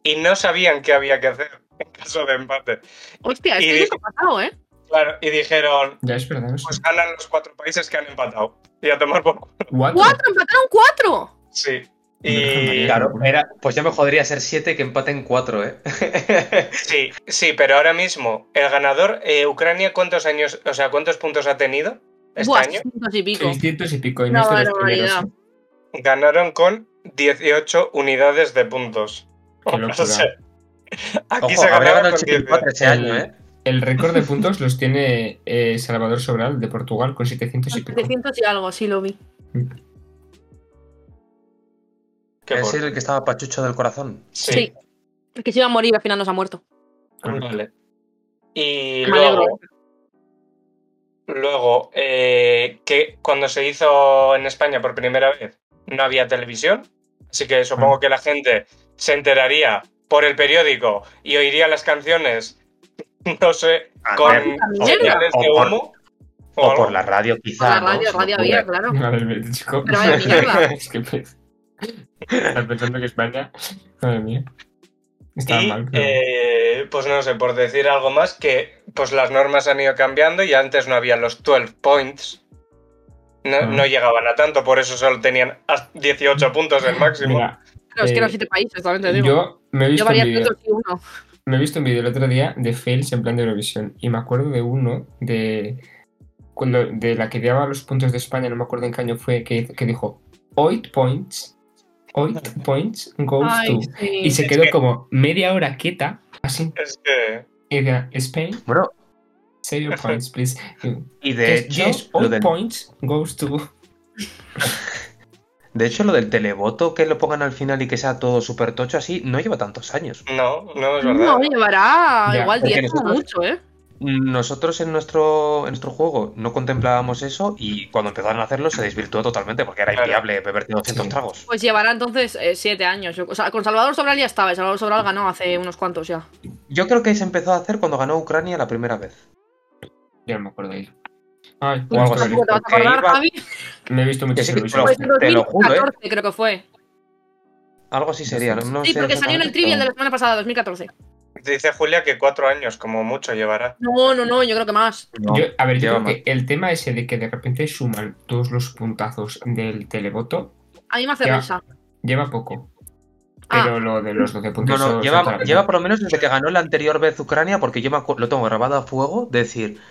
Speaker 2: y no sabían qué había que hacer en caso de empate.
Speaker 1: Hostia, es
Speaker 2: y
Speaker 1: que
Speaker 2: dice-
Speaker 1: eso ha pasado, ¿eh?
Speaker 2: Claro, y dijeron,
Speaker 3: Ya es verdad. no sé.
Speaker 2: pues ganan los cuatro países que han empatado. Y a tomar por culo.
Speaker 3: Cuatro.
Speaker 1: ¡Cuatro! ¡Empataron cuatro!
Speaker 2: Sí.
Speaker 3: Virgen
Speaker 2: Y,
Speaker 3: María.
Speaker 4: Claro, era, pues ya me jodería ser 7 que empaten 4, ¿eh?
Speaker 2: sí, sí, pero ahora mismo, el ganador, eh, Ucrania, ¿cuántos años, o sea, cuántos puntos ha tenido este
Speaker 1: Buah,
Speaker 2: año?
Speaker 1: 600 y pico.
Speaker 3: 600 y pico. Y
Speaker 1: Una
Speaker 3: no es de los
Speaker 1: barbaridad.
Speaker 3: primeros.
Speaker 2: Ganaron con 18 unidades de puntos.
Speaker 3: Qué locura.
Speaker 2: O sea, aquí
Speaker 4: Ojo,
Speaker 2: se
Speaker 4: habría
Speaker 2: ganaba
Speaker 4: ganado
Speaker 2: con
Speaker 4: el 7 4
Speaker 2: 18.
Speaker 4: ese año, ¿eh?
Speaker 3: El récord de puntos los tiene eh, Salvador Sobral de Portugal con 700 y pico.
Speaker 1: 700 y algo, sí lo vi.
Speaker 2: Qué
Speaker 4: Es
Speaker 2: bueno.
Speaker 4: el que estaba pachucho del corazón.
Speaker 2: Sí.
Speaker 1: Sí. El que se iba a morir y al final nos ha muerto.
Speaker 2: Vale. Y
Speaker 1: Me
Speaker 2: luego, luego eh, que cuando se hizo en España por primera vez no había televisión, así que
Speaker 4: Mm.
Speaker 2: supongo que la gente se enteraría por el periódico y oiría las canciones, no sé,
Speaker 4: Ah,
Speaker 2: con
Speaker 4: eh,
Speaker 1: o-
Speaker 2: señales
Speaker 4: o
Speaker 2: de
Speaker 4: por-
Speaker 2: humo. o
Speaker 4: O
Speaker 2: algo.
Speaker 4: por la radio,
Speaker 1: Por
Speaker 4: quizá.
Speaker 1: la radio,
Speaker 4: ¿no?
Speaker 1: radio
Speaker 4: Se me
Speaker 1: había,
Speaker 4: ocurre.
Speaker 1: claro.
Speaker 3: Ah, Madre mía, chico.
Speaker 1: Pero vaya mierda.
Speaker 3: es que pe- Estás pensando que España. Madre mía. Estaba
Speaker 2: Y,
Speaker 3: mal. pero-
Speaker 2: eh, pues no sé, por decir algo más, que pues las normas han ido cambiando y antes no había los 12 points. No,
Speaker 3: Ah.
Speaker 2: no llegaban a tanto, por eso solo tenían hasta 18 puntos el máximo.
Speaker 3: Mira,
Speaker 1: Pero es que
Speaker 3: Eh,
Speaker 1: eran siete países, también te digo.
Speaker 3: yo me he
Speaker 1: Yo
Speaker 3: visto un
Speaker 1: valía
Speaker 3: vídeo.
Speaker 1: 300 y uno.
Speaker 3: Me he visto un vídeo el otro día de fails en plan de Eurovisión y me acuerdo de uno de cuando de la que daba los puntos de España, no me acuerdo en qué año fue, que, que dijo 8 points, 8 points goes
Speaker 1: Ay,
Speaker 3: to. Y
Speaker 1: sí.
Speaker 3: se quedó como media hora quieta, así,
Speaker 2: Es que
Speaker 3: y decía, Spain,
Speaker 4: Bueno,
Speaker 3: save your points, please. Y,
Speaker 4: y de hecho,
Speaker 3: yes,
Speaker 4: lo
Speaker 3: all
Speaker 4: del,
Speaker 3: points goes to.
Speaker 4: de hecho, lo del televoto, que lo pongan al final y que sea todo súper tocho así, no lleva tantos años.
Speaker 2: no, no es verdad.
Speaker 1: No, llevará
Speaker 3: Ya,
Speaker 1: igual
Speaker 4: porque
Speaker 1: 10 como
Speaker 4: nosotros-
Speaker 1: mucho, ¿eh?
Speaker 4: Nosotros en nuestro, en nuestro juego no contemplábamos eso y cuando empezaron a hacerlo se desvirtuó totalmente porque era
Speaker 2: Claro.
Speaker 4: inviable beberte 200
Speaker 3: Sí.
Speaker 4: tragos.
Speaker 1: Pues llevará entonces 7 años. Yo- o sea, con Salvador Sobral ya estaba. y Salvador Sobral ganó hace unos cuantos ya.
Speaker 4: Yo creo que se empezó a hacer cuando ganó Ucrania la primera vez.
Speaker 3: Ya no me acuerdo de ello. Ay,
Speaker 4: O algo así.
Speaker 1: ¿Tampoco te vas a
Speaker 4: porque
Speaker 1: acordar,
Speaker 4: iba-
Speaker 1: Javi?
Speaker 3: me he visto mucho
Speaker 4: Que sí que
Speaker 3: Eurovisión.
Speaker 1: Pues en
Speaker 4: te lo juro, ¿eh?
Speaker 1: 2014 creo que fue.
Speaker 4: Algo así sería. no- no
Speaker 1: Sí,
Speaker 4: sé
Speaker 1: porque salió en el
Speaker 4: exactamente,
Speaker 1: trivial de
Speaker 4: pero-
Speaker 1: la semana pasada, 2014.
Speaker 2: Dice Julia que cuatro años como mucho llevará.
Speaker 1: No, no, no, yo creo que más.
Speaker 4: No.
Speaker 3: Yo- a ver, yo
Speaker 4: lleva
Speaker 3: creo que el tema ese de que de repente suman todos los puntazos del televoto
Speaker 1: A mí me hace
Speaker 3: Ya.
Speaker 1: risa.
Speaker 3: lleva poco.
Speaker 1: Ah.
Speaker 3: Pero lo de los 12
Speaker 4: No,
Speaker 3: puntos.
Speaker 4: no,
Speaker 3: son- son
Speaker 4: lleva,
Speaker 3: para-
Speaker 4: lleva por lo menos desde que ganó la anterior vez Ucrania, porque yo me acu- lo tengo grabado a fuego, decir,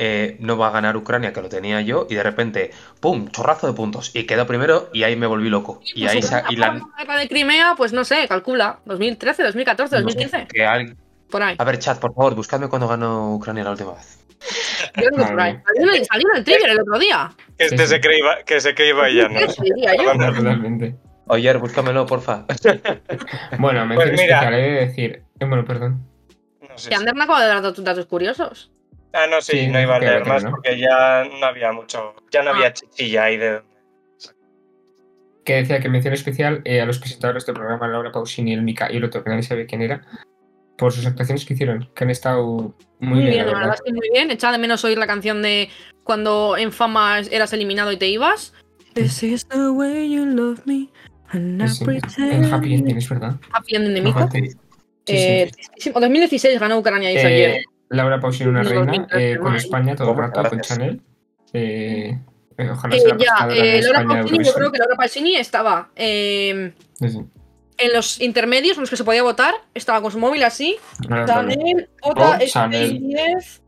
Speaker 4: eh, no va a ganar Ucrania, que lo tenía yo, y de repente, ¡pum!, chorrazo de puntos, y quedó primero, y ahí me volví loco. Y
Speaker 1: pues
Speaker 4: ahí
Speaker 1: supongo
Speaker 4: sa- y
Speaker 1: que
Speaker 4: la-
Speaker 1: acaba la guerra de Crimea, pues no sé, calcula. 2013, 2014, 2015.
Speaker 4: que al-
Speaker 1: Por ahí.
Speaker 4: A ver, chat, por favor, buscadme cuando ganó Ucrania la última vez.
Speaker 1: Yo creo que por ahí.
Speaker 3: Vale.
Speaker 1: Salió en el- salió en el trivial el otro día.
Speaker 2: Este
Speaker 3: Sí, sí.
Speaker 2: se cree iba- que se cree Ibayanos.
Speaker 1: Eso diría yo.
Speaker 3: No, Totalmente.
Speaker 4: Oyer, búscamelo, porfa.
Speaker 1: Pues
Speaker 3: Bueno, me
Speaker 2: Pues
Speaker 3: tienes
Speaker 2: mira.
Speaker 3: que de decir. eh, Bueno, perdón.
Speaker 2: No sé
Speaker 1: Que
Speaker 2: si-
Speaker 1: Ander me acaba de dar datos, datos curiosos.
Speaker 2: Ah, no, sí,
Speaker 3: Sí,
Speaker 2: no iba a
Speaker 3: que
Speaker 2: leer
Speaker 3: otro,
Speaker 2: más
Speaker 3: ¿no?
Speaker 2: porque ya no había mucho, ya no
Speaker 1: Ah.
Speaker 2: había chichilla ahí de...
Speaker 3: Que decía que mención especial eh, a los presentadores del programa Laura Pausini, el Mica y el otro, que nadie sabe quién era, por sus actuaciones que hicieron, que han estado muy bien, la
Speaker 1: la verdad
Speaker 3: verdad.
Speaker 1: es que muy bien. Echa de menos oír la canción de cuando en fama eras eliminado y te ibas. This is the way you love me. And I
Speaker 3: Sí, sí.
Speaker 1: pretend.
Speaker 3: El Happy Ending, es verdad.
Speaker 1: Happy Ending de Miko.
Speaker 3: Fíjate. Sí, sí.
Speaker 1: Eh, tristísimo. 2016 ganó Ucrania y hizo
Speaker 3: Eh,
Speaker 1: ayer.
Speaker 3: Laura Pausini, una
Speaker 1: Los
Speaker 3: reina,
Speaker 1: niños
Speaker 3: eh,
Speaker 1: de
Speaker 3: con
Speaker 1: Mar.
Speaker 3: España todo el
Speaker 4: Muchas
Speaker 3: rato, con
Speaker 4: gracias.
Speaker 3: Chanel. Eh, eh, ojalá
Speaker 1: Eh,
Speaker 3: sea la
Speaker 1: ya,
Speaker 3: presentadora de
Speaker 1: eh, Laura
Speaker 3: España de
Speaker 1: Pausini, yo creo
Speaker 3: Eurovisión.
Speaker 1: que Laura Pausini estaba. eh,
Speaker 3: Sí, sí.
Speaker 1: en los intermedios en los que se podía votar, estaba con su móvil así.
Speaker 3: Ah, vale.
Speaker 1: Chanel, J,
Speaker 3: Oh, Chanel.
Speaker 1: 10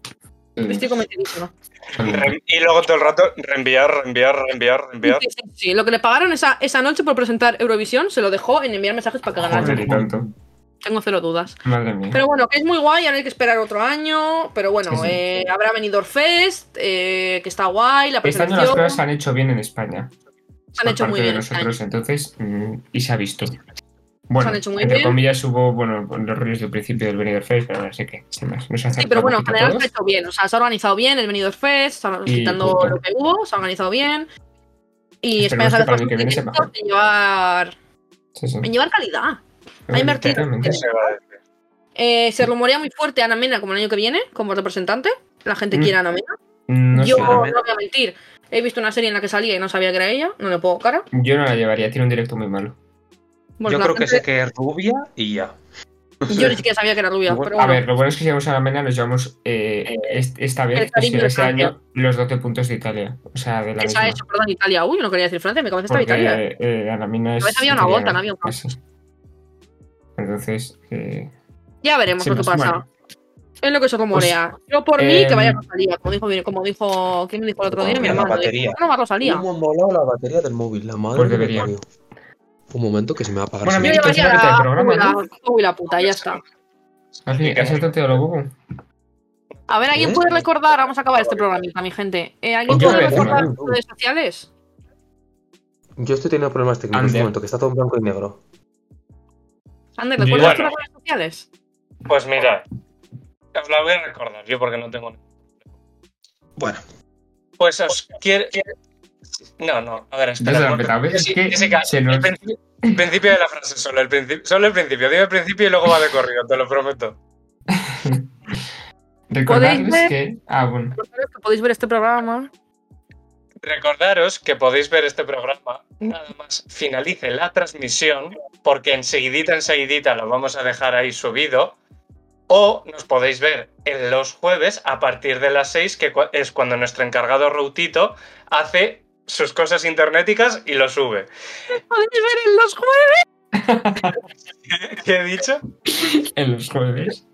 Speaker 3: Sí,
Speaker 1: Estoy convencidísima.
Speaker 2: Re- Y luego todo el rato reenviar, reenviar, reenviar,
Speaker 1: Sí,
Speaker 2: reenviar.
Speaker 1: sí, sí. Lo que le pagaron esa, esa noche por presentar Eurovisión se lo dejó en enviar mensajes para que ganara.
Speaker 3: Joder, y tanto.
Speaker 1: Tengo cero dudas.
Speaker 3: Madre mía.
Speaker 1: Pero bueno, que es muy guay, ahora hay que esperar otro año. Pero bueno,
Speaker 3: Sí, sí.
Speaker 1: eh, habrá Benidorm Fest, eh, que está guay, la
Speaker 3: este año las
Speaker 1: presentación.
Speaker 3: cosas se han hecho bien en España.
Speaker 1: Se han
Speaker 3: por
Speaker 1: hecho
Speaker 3: parte
Speaker 1: muy
Speaker 3: de
Speaker 1: bien este
Speaker 3: nosotros, entonces, mm, y se ha visto. Bueno,
Speaker 1: han hecho muy
Speaker 3: entre
Speaker 1: bien.
Speaker 3: comillas hubo, bueno, los rollos del principio del Benidorm Fest, pero no sé qué, sin más. Nos ha
Speaker 1: Sí, pero
Speaker 3: acercado
Speaker 1: bueno, en
Speaker 3: un poquito
Speaker 1: general
Speaker 3: todos.
Speaker 1: se ha hecho bien. O sea, se ha organizado bien el Benidorm Fest, se ha-
Speaker 3: Y
Speaker 1: quitando
Speaker 3: punto.
Speaker 1: lo que hubo, se ha organizado bien. Y
Speaker 3: Esperemos
Speaker 1: España se ha
Speaker 3: que para el
Speaker 1: dejado
Speaker 3: que viene se
Speaker 1: contento
Speaker 3: mejore.
Speaker 1: en llevar,
Speaker 3: Sí, sí.
Speaker 1: en llevar calidad. ha invertido.
Speaker 3: Literalmente.
Speaker 2: ¿Qué se va a decir?
Speaker 1: Eh, se rumorea muy fuerte Ana Mena como el año que viene, como representante. La gente
Speaker 3: Mm.
Speaker 1: quiere a Ana Mena.
Speaker 3: No
Speaker 1: Yo
Speaker 3: sé,
Speaker 1: no voy
Speaker 4: Mena.
Speaker 1: a mentir. He visto una serie en la que salía y no sabía que era ella. No le puedo cara.
Speaker 3: yo no la llevaría, tiene un directo muy malo.
Speaker 1: Bueno,
Speaker 4: Yo
Speaker 1: la
Speaker 4: creo que sé
Speaker 1: gente-
Speaker 4: que es rubia y ya.
Speaker 1: Yo ni siquiera sabía que era rubia.
Speaker 4: Bueno,
Speaker 1: Pero
Speaker 3: A
Speaker 1: bueno.
Speaker 3: ver, lo bueno es que si vamos a la mena, nos llevamos eh, est- esta
Speaker 1: el
Speaker 3: vez,
Speaker 1: cariño
Speaker 3: este,
Speaker 1: de
Speaker 3: este
Speaker 1: Francia.
Speaker 3: año, los 12 puntos de Italia. O sea, de la
Speaker 1: Esa es,
Speaker 3: misma.
Speaker 1: perdón, Italia. Uy, no quería decir Francia, mi cabeza estaba
Speaker 3: Porque
Speaker 1: Italia.
Speaker 3: eh, Ana Mina es.
Speaker 1: Pero había una
Speaker 3: italiana,
Speaker 1: vuelta, no había una
Speaker 3: eso. Entonces, eh,
Speaker 1: Ya veremos
Speaker 3: sin
Speaker 1: lo que
Speaker 3: más.
Speaker 1: pasa.
Speaker 3: Bueno,
Speaker 1: Es lo que se rumorea. Yo por mí
Speaker 3: em,
Speaker 1: que vaya Rosalía, como dijo, mi- como dijo, ¿quién me dijo el otro día? Mi
Speaker 4: Mira, la
Speaker 1: hermano. dijo,
Speaker 4: batería.
Speaker 1: no va Rosalía.
Speaker 4: ¿Cómo ha molado la batería del móvil? La madre
Speaker 3: Pues
Speaker 4: que me
Speaker 3: debería.
Speaker 4: parió. Un momento que se me va a apagar.
Speaker 3: Bueno,
Speaker 4: si
Speaker 1: Yo
Speaker 4: no-
Speaker 3: mira,
Speaker 1: llevaría
Speaker 3: es la mitad del
Speaker 1: la,
Speaker 3: programa,
Speaker 1: uy, la,
Speaker 3: ¿no?
Speaker 1: uy, la puta, ya está.
Speaker 3: al fin, ¿Has saltado lo bobo?
Speaker 1: A ver, ¿alguien
Speaker 4: ¿Eh?
Speaker 1: puede recordar? Vamos a acabar este programita, mi gente. Eh, ¿Alguien
Speaker 4: Yo
Speaker 1: puede
Speaker 4: voy a hacer
Speaker 1: recordar
Speaker 4: una.
Speaker 1: sus redes sociales?
Speaker 4: Yo estoy teniendo problemas técnicos.
Speaker 3: Ander.
Speaker 4: Un momento, que está todo en blanco y negro.
Speaker 1: Ander, ¿recuerdas tus
Speaker 2: Bueno.
Speaker 1: redes sociales?
Speaker 2: Pues mira, os la voy a recordar yo porque no tengo.
Speaker 4: Bueno,
Speaker 2: Pues os quiero. No, no, a ver,
Speaker 3: Ya se la
Speaker 2: espera.
Speaker 3: han petado, ¿ves? Es
Speaker 2: Jessica,
Speaker 3: que
Speaker 2: Jessica,
Speaker 3: se
Speaker 2: el
Speaker 3: nos.
Speaker 2: principio, el principio de la frase, solo el principio. Solo el principio, dime el principio y luego va de corrido, te lo prometo.
Speaker 1: ¿Podéis ver?
Speaker 3: Recordarles que. Ah, bueno.
Speaker 1: Recordaros que podéis ver este programa.
Speaker 2: Recordaros que podéis ver este programa, nada más finalice la transmisión, porque enseguidita, enseguidita lo vamos a dejar ahí subido, o nos podéis ver en los jueves a partir de las 6, que cua- es cuando nuestro encargado Routito hace sus cosas internéticas y lo sube.
Speaker 1: Podéis ver en los jueves.
Speaker 2: ¿Qué he dicho?
Speaker 3: En los jueves.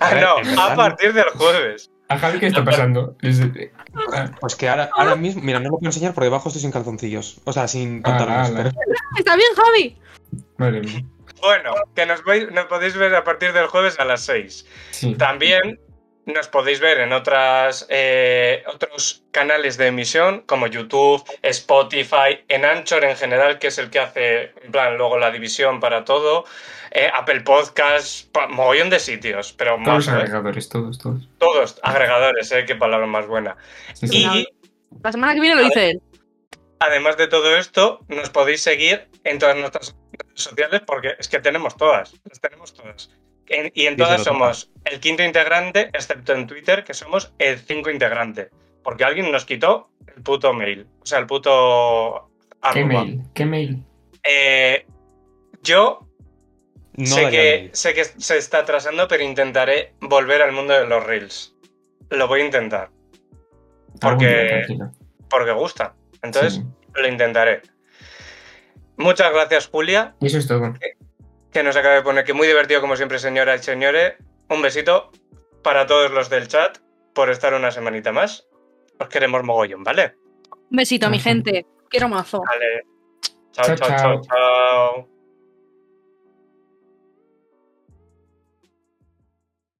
Speaker 2: Ah, no, a
Speaker 4: ¿verdad?
Speaker 2: partir del jueves.
Speaker 3: A Javi, ¿qué está pasando? Les- Ah,
Speaker 4: pues que ahora, ahora mismo. Mira, no lo puedo enseñar porque debajo estoy sin calzoncillos. O sea, sin
Speaker 3: Ah,
Speaker 4: pantalones.
Speaker 3: ala.
Speaker 4: pero-
Speaker 1: Está bien, Javi.
Speaker 3: Madre mía.
Speaker 2: Bueno, que nos, vais- nos podéis ver a partir del jueves a las 6.
Speaker 3: Sí.
Speaker 2: También nos podéis ver en otras, eh, otros canales de emisión como YouTube, Spotify, en Anchor en general, que es el que hace en plan, luego la división para todo, eh, Apple Podcasts, pa- mogollón de sitios, pero
Speaker 3: Todos los
Speaker 2: más, eh,
Speaker 3: agregadores, todos, todos.
Speaker 2: todos agregadores, eh, qué palabra más buena.
Speaker 3: Sí, sí.
Speaker 2: Y
Speaker 1: La semana que viene lo dice él.
Speaker 2: además de todo esto, nos podéis seguir en todas nuestras redes sociales porque es que tenemos todas, las tenemos todas. En- y en
Speaker 4: Díselo
Speaker 2: todas
Speaker 4: tú.
Speaker 2: somos el quinto integrante, excepto en Twitter, que somos el cinco integrante. Porque alguien nos quitó el puto mail. O sea, el puto
Speaker 3: ¿Qué
Speaker 2: arroba.
Speaker 3: mail? ¿Qué mail?
Speaker 2: Eh, yo
Speaker 4: No
Speaker 2: sé,
Speaker 4: daría
Speaker 2: que,
Speaker 4: mail.
Speaker 2: sé que se está atrasando, pero intentaré volver al mundo de los reels. Lo voy a intentar, Porque-
Speaker 3: Algún día, tranquilo.
Speaker 2: porque gusta. Entonces,
Speaker 3: Sí.
Speaker 2: lo intentaré. Muchas gracias, Julia.
Speaker 3: Y eso es todo.
Speaker 2: que nos acaba de poner que muy divertido como siempre, señoras y señores. Un besito para todos los del chat por estar una semanita más. Os queremos mogollón, ¿vale?
Speaker 1: Un besito, mi
Speaker 3: Ajá.
Speaker 1: gente. Quiero mazo.
Speaker 2: Vale. Chao,
Speaker 3: Chao,
Speaker 2: chao,
Speaker 3: chao.
Speaker 2: chao, chao.